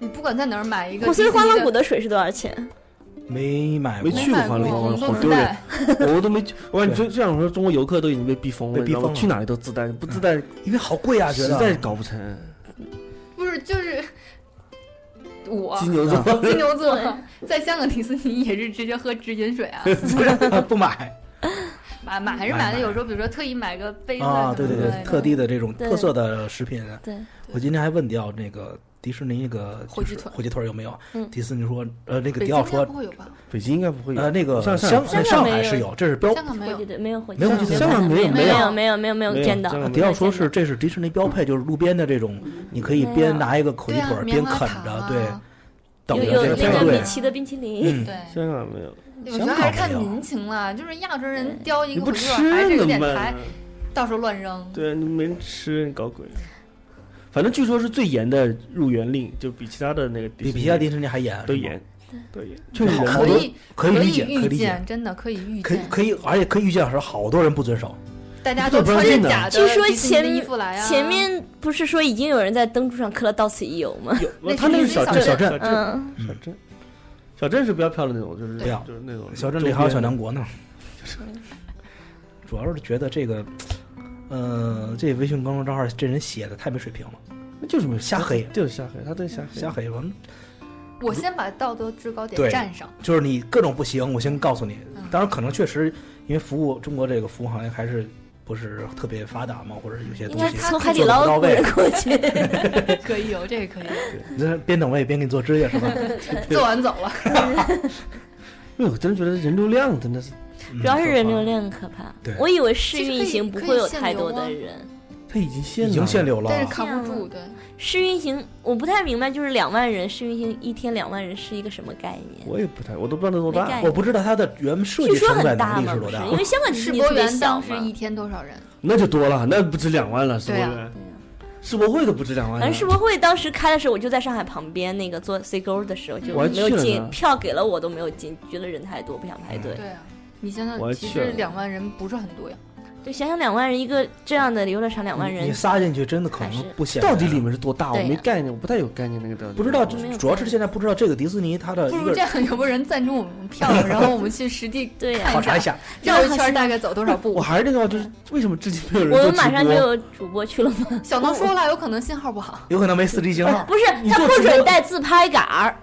C: 你不管在哪儿买一个
D: 我
C: 迪
D: 所以
C: 士尼
D: 欢乐谷
C: 的，
D: 的水是多少钱？
B: 没买过，
A: 没去
C: 没
A: 过
C: 买
A: 欢乐谷
C: 我们
A: 好
C: 都
A: 丢
C: 不
A: 人
C: 带
A: 我我都没去。我感觉这样说，中国游客都已经被逼疯了，
B: 被逼疯了
A: 你知道吗去哪里都自带，不自带
B: 因为好贵啊，觉
A: 实
B: 得
A: 在搞不成。
C: 不是就是 我
A: 金牛座，
C: 金牛座在香港迪士尼也是直接喝直饮水啊，
B: 不买
C: 买买还是
B: 买
C: 买的，
B: 买
C: 有时候比如说特意买个杯子
B: 啊！
C: 什
B: 对
C: 么
B: 对
C: 之类
B: 对，特地的这种
D: 对
B: 特色的食品，
D: 对，
B: 我今天还问掉那个迪士尼那个
C: 火鸡
B: 就是
C: 腿
B: 火鸡腿有没有？
D: 嗯
B: 迪士尼说，呃，那个迪
C: 北京
B: 奥
C: 应该
B: 说，
C: 不会有吧？
A: 北京应该不会有。
B: 呃，那个
A: 上上
D: 上
B: 香上
D: 没有
B: 海是有，这是标。
C: 香港没
D: 我
C: 有
D: 记，得没有回去，
B: 没有火鸡腿
A: 香港没有
D: 没
A: 没
D: 有
C: 有
D: 没有没有没有
A: 没有
D: 见到
A: 香，港
B: 啊迪奥说
D: 没
B: 是
D: 有
B: 这是迪士尼标配，就是路边的这种，你可以
D: 没有
B: 边拿一个口
C: 对
B: 鸡
C: 啊，
B: 腿
C: 棉
B: 边
C: 花
B: 啃
C: 糖
B: 着，
C: 啊
B: 对，等
D: 有
B: 着
D: 有
B: 这
D: 那
A: 香
B: 个排
A: 港没
D: 个
B: 队
D: 米
A: 有。
D: 奇的冰淇淋，
B: 嗯，
C: 对，
A: 香港没有，
C: 有时候还是看
B: 啊
C: 民情了，就是亚洲人叼一
A: 你
C: 个
A: 不
C: 火鸡
A: 吃
C: 腿还是
A: 怎
C: 有
A: 么
C: 点
A: 办
C: 抬
A: 啊？，
C: 到时候乱扔。
A: 对，你没人吃，你搞鬼。反正据说是最严的入园令，就比其他的那个迪
B: 比
A: 士尼
B: 比其他迪士尼还严，
A: 都
B: 是吗
A: 严，都严。
B: 就是好
C: 可
B: 多
C: 以
B: 可以理解，可以
C: 预
B: 理解，
C: 见，真的可以预
B: 可以
C: 见，
B: 可以，而且可以预见的是，好多人不遵守。
C: 大家都穿着假的
D: 据说
C: 迪士尼的
D: 前
C: 衣服来啊，
D: 前面不是说已经有人在灯柱上刻了“到此一游”吗？
A: 有，
C: 那
A: 他
C: 是
A: 那
C: 迪
A: 是
C: 士尼
A: 小
C: 小
A: 镇，
C: 镇
A: 小
B: 呃
A: 镇，
D: 嗯，
A: 小镇，小镇是不要票的那种，就是
B: 不要
A: 就是那种
B: 啊小镇里还有小
A: 周边
B: 南国呢。主要是觉得这个，呃，这微信公众号这人写的太没水平了，
A: 那就是没有
B: 瞎黑啊
A: 就是瞎黑，他真瞎黑，
B: 瞎黑完了
C: 我先把道德制高点
B: 对
C: 站上，
B: 就是你各种不行，我先告诉你
C: 嗯。
B: 当然，可能确实因为服务中国这个服务行业还是不是特别发达嘛，或者有些
D: 应
B: 东
D: 该
B: 西
D: 从海底
B: 做不
D: 捞
B: 到
D: 过
B: 位，
D: 过去。
C: 可以有这个可以有，
B: 那边等位边给你做指甲 是吧？
C: 做完走了。
A: 因哎为我真的觉得人流量真的是，
B: 嗯
D: 主要是人流量可怕
B: 对。
D: 我以为试
C: 其实
D: 运
C: 可以
D: 行不
C: 可以
D: 会有
C: 限
D: 太
C: 流
D: 多
C: 啊
D: 的人，
A: 他已经限
B: 已
A: 了，
B: 经限流了
C: 但是
B: 啊，
C: 扛不住，对，
D: 试运行我不太明白，就是两万人试运行一天两万人是一个什么概念？
A: 我也不太，我都不知道那多
D: 没
A: 大
D: 概。
B: 我不知道它的原设
D: 据
B: 计
D: 说
B: 承载
D: 很
B: 能
D: 大
B: 力
D: 嘛，
B: 是
D: 不
B: 多
D: 是
B: 大？
D: 因为香港
C: 世
D: 世
C: 博
D: 博
C: 园
D: 园
C: 当
D: 当
C: 时
D: 时
C: 一天多少人？
A: 那就多了，那不止两万了，世博
C: 对啊
A: 园，世博会都不止
B: 哎
A: 两万
D: 反
A: 了
D: 正。世博会当时开的时候，我就在上海旁边那个做 C 勾的时候就
A: 我还
D: 没有
A: 去了呢
D: 进，票给了我都没有进，觉得人太多，不
B: 哎
D: 想排队。
C: 对啊，你想
A: 我
C: 想，
A: 还
C: 其
A: 去
C: 实
A: 了
C: 两万人不是很多呀。
D: 就想想两万人一个这样的游乐场，两万
B: 你
D: 人
B: 你撒进去真的可
D: 还
B: 能
D: 是
B: 不显
A: 到底
B: 然啊
A: 里面是多大？我
D: 对呀
A: 没概念，我不太有概念那个到底。
B: 不知道，
D: 没有
B: 主要是现在不知道这个迪士尼它的
C: 不
B: 呃一
C: 如
B: 个
C: 这样，有没有人赞助我 们票，然后我们去实地
D: 对呀
C: 看
B: 考察
C: 一
B: 一，下，
C: 绕一圈大概走多少
A: 我
C: 步？
A: 还是那个，就是为什么至今没有人
D: 我
A: 做
D: 们
A: 直
D: 马上就
A: 播
D: 有主播去了吗？
C: 小东说了，有可能信号不好。
B: 有可能没 4G 信号。
D: 不是，
A: 你
D: 他
A: 做
D: 不
A: 直
D: 准
A: 播
D: 带自拍杆儿。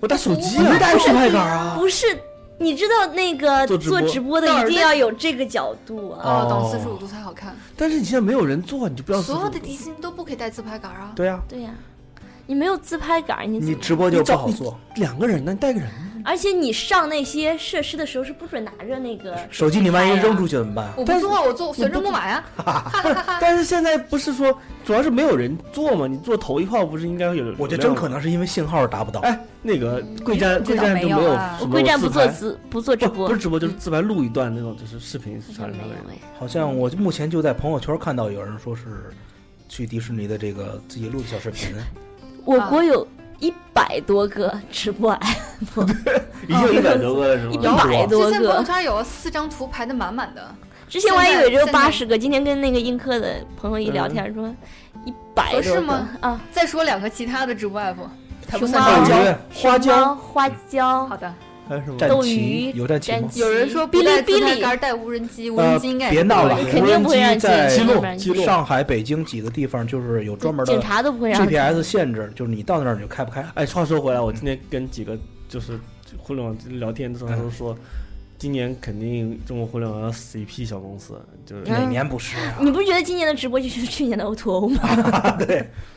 A: 我带手机
B: 你
A: 啊
B: 没，带手拍杆啊？
D: 不是，你知道那个
A: 做直播
D: 做直播的
C: 到
D: 一
C: 耳
D: 定
C: 朵
D: 要有这个角度啊。
C: 哦，等四十五度才好看。
A: 但是你现在没有人做，你就不要
C: 所
A: 说
C: 有的迪士尼都不可以带自拍杆啊。
B: 对呀，
D: 对呀、你没有自拍杆儿，你怎
B: 你
D: 么？
B: 直播就不好做，
A: 两个人呢，你带个人呢，
D: 而且你上那些设施的时候是不准拿着那个
B: 手机你万一
D: 自拍呀
B: 扔出去怎么办？
C: 我不啊做，我做旋转木马呀！
A: 但是现在不是说主要是没有人做嘛？你做头一炮不是应该有？有
B: 我觉得
A: 量
B: 真
A: 吗
B: 可。能是因为信号达不到。
A: 哎，那个贵站
C: 不
A: 贵
C: 知道
A: 站就
C: 没有
A: 有
C: 啊
A: 什么
D: 贵站不
A: 自
D: 做
A: 拍
D: 直不做直
A: 不
D: 播，
A: 不是直播就是
D: 嗯
A: 自拍录一段那种，就是视频啥
D: 好像
A: 啥
D: 没有
A: 的。
D: 哎。
B: 好像我目前就在朋友圈看到有人说是去迪士尼的这个自己录的小视频，
D: 嗯我
C: 啊
D: 国有一百多个直播 app，嗯
A: 已经有一百多个了是吗？
D: 一
C: 有
D: 百多
C: 之前朋友
D: 个。
C: 圈有四张图排的满满的，
D: 之前我还以为只有
C: 现在嗯
D: 八十个，今天跟那个映客的朋友一聊天说一百
C: 合
D: 多
C: 适
D: 个
C: 吗
D: 啊，
C: 再说两个其他的直播 app，它不
D: 熊
C: 算
D: 猫
C: 直播
B: 啊
D: 花椒、花椒
C: 好、的，
A: 还有什么？
B: 战
D: 斗
B: 旗
D: 鱼
B: 有战旗
D: 战
B: 吗？
D: 旗。
C: 有人说
D: 哔
C: 不
D: 哩
C: 带自
D: 哔
C: 拍
D: 哩，
C: 杆，带无人机，无
B: 呃
C: 人机应该也
B: 别
C: 不
B: 闹
C: 会
B: 了
D: 你
B: 无
D: 肯定
B: 人
D: 不会
B: 机
D: 让你进
B: 在
D: 去
B: 记
D: 要不然就是
B: 上海、北京几个地方就是有专门
D: 警
B: 的
D: 察都不会让你
B: GPS 限制，就是你到那儿你就开不开。
A: 哎，话说回来，我今天跟几个就是互联网聊天的时候都说，今年肯定中国互联网要死一批小公司，就是
D: 嗯
B: 哪年不是啊？
D: 你不觉得今年的直播就是去年的 O to O 吗？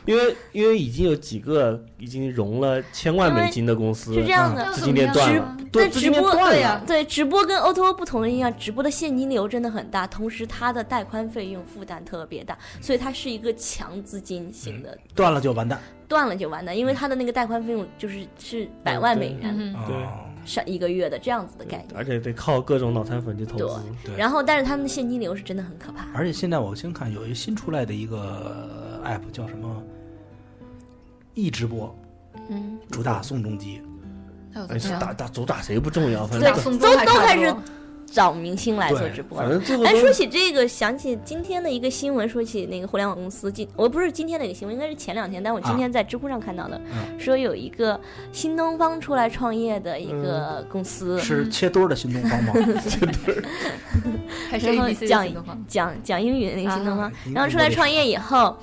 A: 因为因为已经有几个已经融了千万美金的公司，
D: 是这样的
C: 那，
A: 资
C: 怎
A: 金
C: 么
A: 链
C: 样
A: 断
C: 啊
A: 了，对，
D: 但
A: 资
D: 直
A: 金链
D: 播
A: 断
C: 对
A: 了。
C: 呀，
D: 对，直播跟 O to O 不同的一样，直播的现金流真的很大，同时它的带宽费用负担特别大，所以它是一个强资金型的，
B: 断了就完蛋。
D: 断了就完蛋，因为它的那个带宽费用就是是百万美元
C: 嗯，
A: 对
B: 啊
D: 上一个月的这样子的概念。
A: 而且得靠各种脑残粉去投资，
B: 对
D: 然后，但是他们的现金流是真的很可怕。
B: 而且现在我新看有一新出来的一个呃 app 叫什么易直播，
D: 嗯，
B: 主打宋仲基，
C: 还有
A: 哎，
C: 怎
A: 是
C: 么
A: 打
C: 样？
A: 打主打谁不重要，反
D: 对啊
A: 正
C: 大宋
D: 都都
C: 钟差
D: 开
C: 不
D: 始
C: 多
D: 找明星来做
B: 对
D: 直播
A: 反
D: 了。
A: 正最后
D: 哎，说
A: 都
D: 起这个，想起今天的一个新闻，说起那个互联网公司，今我不是今天的一个新闻，应该是前两天，但我今天在知乎上看到的，
B: 嗯
D: 说有一个新东方出来创业的一个公司，
B: 嗯是切墩儿的新东 方吗？
C: 还是
D: 然后
C: ABC
D: 讲
C: 的情况
D: 讲讲英语的那个新东方，
B: 啊英
D: 然后出来创业以后，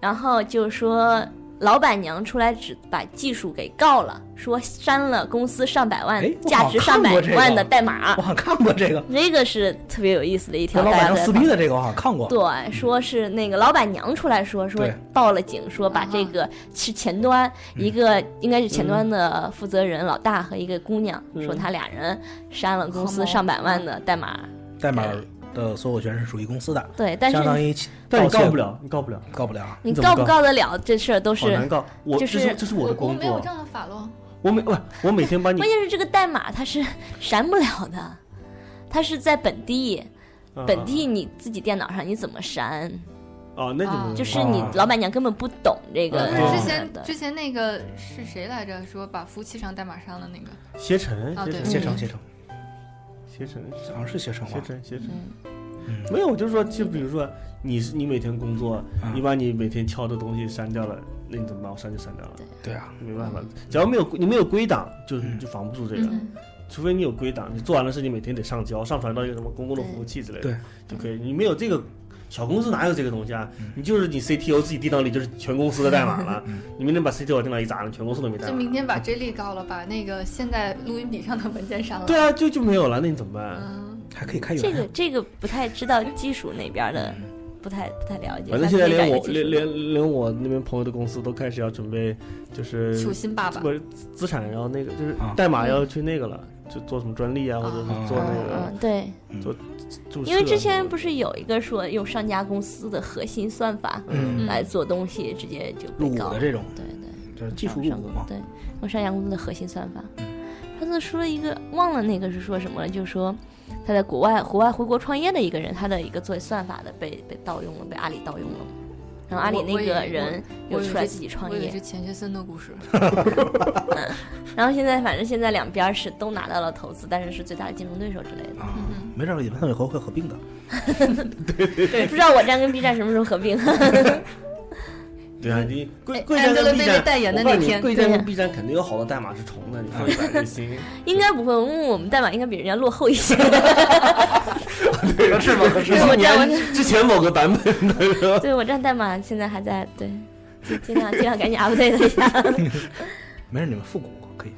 D: 然后就说老板娘出来只把技术给告了，说删了公司上百万
B: 哎我
D: 价
B: 好
D: 值
B: 像
D: 上百
B: 看过这
D: 万
B: 个
D: 的代码
B: 我，好像看过这个，
D: 这个是特别有意思的一条
B: 跟老
D: 大
B: 板
D: 家
B: 娘
D: 在
B: 撕逼的这个我好像看过。
D: 对，说是那个老板娘出来说说
B: 对嗯
D: 报了警，说把这个是前端、一个应该是前端的负责人、老大和一个姑娘，
B: 嗯
D: 说他俩人删了公司
C: 好嘛
D: 上百万的代码。
B: 代码的所有权是属于公司的，
D: 对，但
B: 相当
D: 是
B: 于
A: 但你
B: 盗窃
A: 告不，了，你告不了，
B: 告不了啊。
D: 你
A: 你怎么
D: 告不
A: 告
D: 告得了这事儿都
A: 好
D: 是，
A: 难告。我
D: 就
A: 这
D: 是
A: 是这是我的
C: 我
A: 工
C: 没有
A: 作
C: 这，样的法咯，
A: 我每不我每天把你
D: 关键是这个代码它是删不了的，它是在本
B: 啊
D: 地。
A: 啊
D: 本地你自己电脑上你怎么删？
A: 哦，那
C: 啊
A: 就
D: 就是你老板娘根本不懂这个
B: 嗯
C: 不
A: 哦
C: 是
D: 什么
C: 之前
D: 的。
C: 之前那个是谁来着？说把服务器上代码删了那个，
A: 携程
C: 啊，
A: 携
C: 对
A: 程
D: 嗯
B: 携程，
A: 携
B: 携程
A: 程啊
B: 好像是携程
A: 携
B: 吧？
A: 程携程。
C: 嗯，
B: 嗯
A: 没有，我就说，就比如说，你是你每天工作，
B: 嗯
A: 你把你每天敲的东西删掉了，那你怎么办？我删就删掉了，
B: 对啊，
A: 没办法。只要没有你没有归档，就
B: 嗯
A: 就防不住这个。
C: 嗯
A: 除非你有归档，你做完了事情每天得上交，上传到一个什么公共的服务器之类的，
B: 对，
A: 就可以。你没有这个，小公司哪有这个东西啊
B: 嗯？
A: 你就是你 CTO 自己电脑里就是全公司的代码了
B: 嗯，
A: 你明天把 CTO 电脑一砸了，全公司都没代码
C: 就
A: 了。
C: 明天把 J 莉告了，把那个现在录音笔上的文件删了。
A: 对啊，就就没有了，那你怎么办？
C: 嗯，
B: 还可以开源
D: 这
B: 啊。
D: 个这个不太知道技术那边的，不太不太了解。
A: 反正现在连
D: 咱们也
A: 我
D: 感觉技
A: 连
D: 术
A: 连连我那边朋友的公司都开始要准备，就是
C: 求新爸爸
A: 不是资产，然后那个就是
B: 啊
A: 代码要去那个了，就做什么专利啊，或者
B: 啊
A: 是做那
D: 嗯
A: 个
D: 嗯对，
A: 注册。啊
D: 因为之前不是有一个说用上家公司的核心算法
B: 嗯
D: 来做东西，直接就
B: 入
D: 被
B: 股
D: 告
B: 的。这种
D: 对对。
B: 就是技术入
D: 上
B: 股嘛，
D: 对，用上家公司的核心算法。他那说了一个忘了那个是说什么了，就是说他在国外国外回国创业的一个人，他的一个作为算法的被被盗用了，被阿里盗用了。然后阿里
C: 我我
D: 那
C: 以
D: 个
C: 为
D: 人又
C: 我以为
D: 出来
C: 是
D: 自己创
C: 我以为
D: 业
C: 是，钱学森 的故事，
D: 然后现在反正现在两边儿是都拿到了投资，但是是最大的竞争对手之类的。
B: 啊，没准儿你们他们以后会合并的。
D: 对，不知道我站跟 B 站什么时候合并。啊
A: 对啊，你贵
C: 哎
A: 贵站
C: 安德
A: 跟 B
C: 勒贝
A: 站
C: 贝代言的
A: 我告诉
C: 那
A: 你
C: 天
A: 贵站
D: 对
A: 跟
D: 呀
A: B 站肯定有好多代码是重的，你放一百就 行。
D: 应该不会，因为我们代码应该比人家落后一些。
A: 合 适吗？合适
D: 对我站我
A: 之前某个版本
D: 对我站代码现在还在对，尽尽量尽量赶紧 update 一下。
B: 没事，你们复古可以。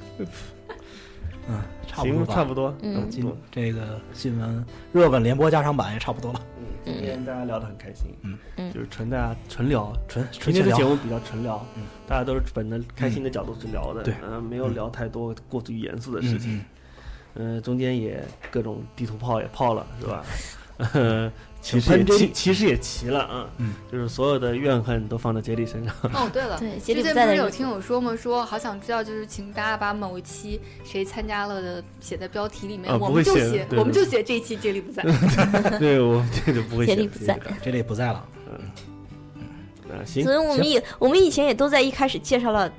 B: 嗯，差不多
A: 行，
B: 吧。
A: 差不多。
D: 嗯
B: 今这个新闻热吻联播加长版也差不多了。
A: 嗯今天大家聊得很开心，
B: 嗯
D: 嗯
A: 就是纯大家纯聊，
B: 纯
A: 今
B: 纯
A: 天
B: 闲
A: 的
B: 聊
A: 节目比较纯聊
B: 嗯，
A: 大家都是本着开心的角度去聊的，
B: 对
A: 嗯，没有聊太多过于严肃的事
B: 嗯
A: 情，
B: 嗯，
A: 嗯，中间也各种地图炮也泡了，是吧？ 呃，其实
B: 请
A: 也
B: 喷
A: 其
B: 这
A: 其实也齐了啊
B: 嗯，
A: 就是所有的怨恨都放在杰里身上，
C: 哦，对了，
D: 对，杰
C: 之
D: 里不
C: 前不
D: 在的
C: 是
D: 日
C: 有
D: 子
C: 听友说吗？说好想知道，就是请大家把某一期谁参加了的写在标题里面，
A: 啊
C: 我
A: 不
C: 们
A: 会
C: 就
A: 写的对
C: 我们就
A: 对
C: 写这一期杰里 不在。
A: 对我这就不会
D: 杰
A: 写
D: 里不在
A: 这个
B: 这里不在了，
A: 啊，行
D: 所，以我们以我们以前也都在一开始介绍了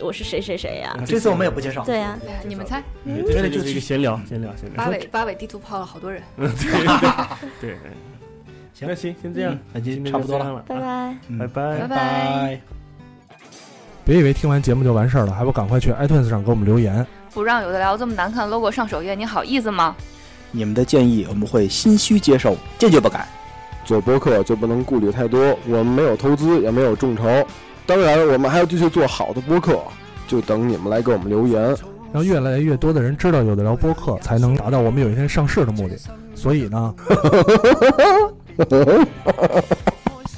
D: 我是谁谁谁
A: 嗯
D: 呀、
B: 这次我们也不介绍。
D: 对啊呀、
C: 哎呀你们猜，
A: 也这
B: 这
A: 嗯这
B: 里
A: 就
B: 就是
A: 一个
B: 去
A: 闲聊，闲聊，闲聊
C: 八。尾八尾地图炮了好多人。
A: 对， 哎
B: 行
A: 那行，先这样
B: 嗯，那今
A: 今
B: 天
A: 天
B: 差不多
A: 就这
B: 了，
A: 样了，啊
D: 拜拜。
A: 拜拜。
C: 拜拜。
F: 别以为听完节目就完事儿了，还不赶快去 iTunes 上给我们留言。
C: 不让有的聊这么难看 logo 上首页，你好意思吗？
G: 你们的建议我们会心虚接受，坚决不改。
H: 做播客就不能顾虑太多，我们没有投资，也没有众筹，当然我们还要继续做好的播客，就等你们来给我们留言。
F: 让越来越多的人知道有的聊播客，才能达到我们有一天上市的目的。所以 呢，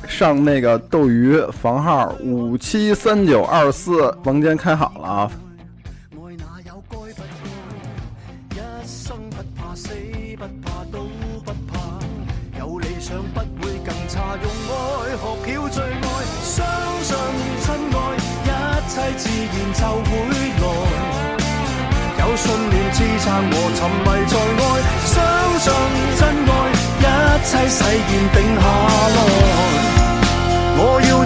H: 上那个斗鱼房号五七三九二四房间开好了啊，
I: 爱那有该不该？一生不怕死，不怕都不怕，有理想不會更差，用愛學曉最愛，相信親愛，一切自然就會來。有信念支撐和沉迷在愛，相信真愛，一切誓言定下來。我要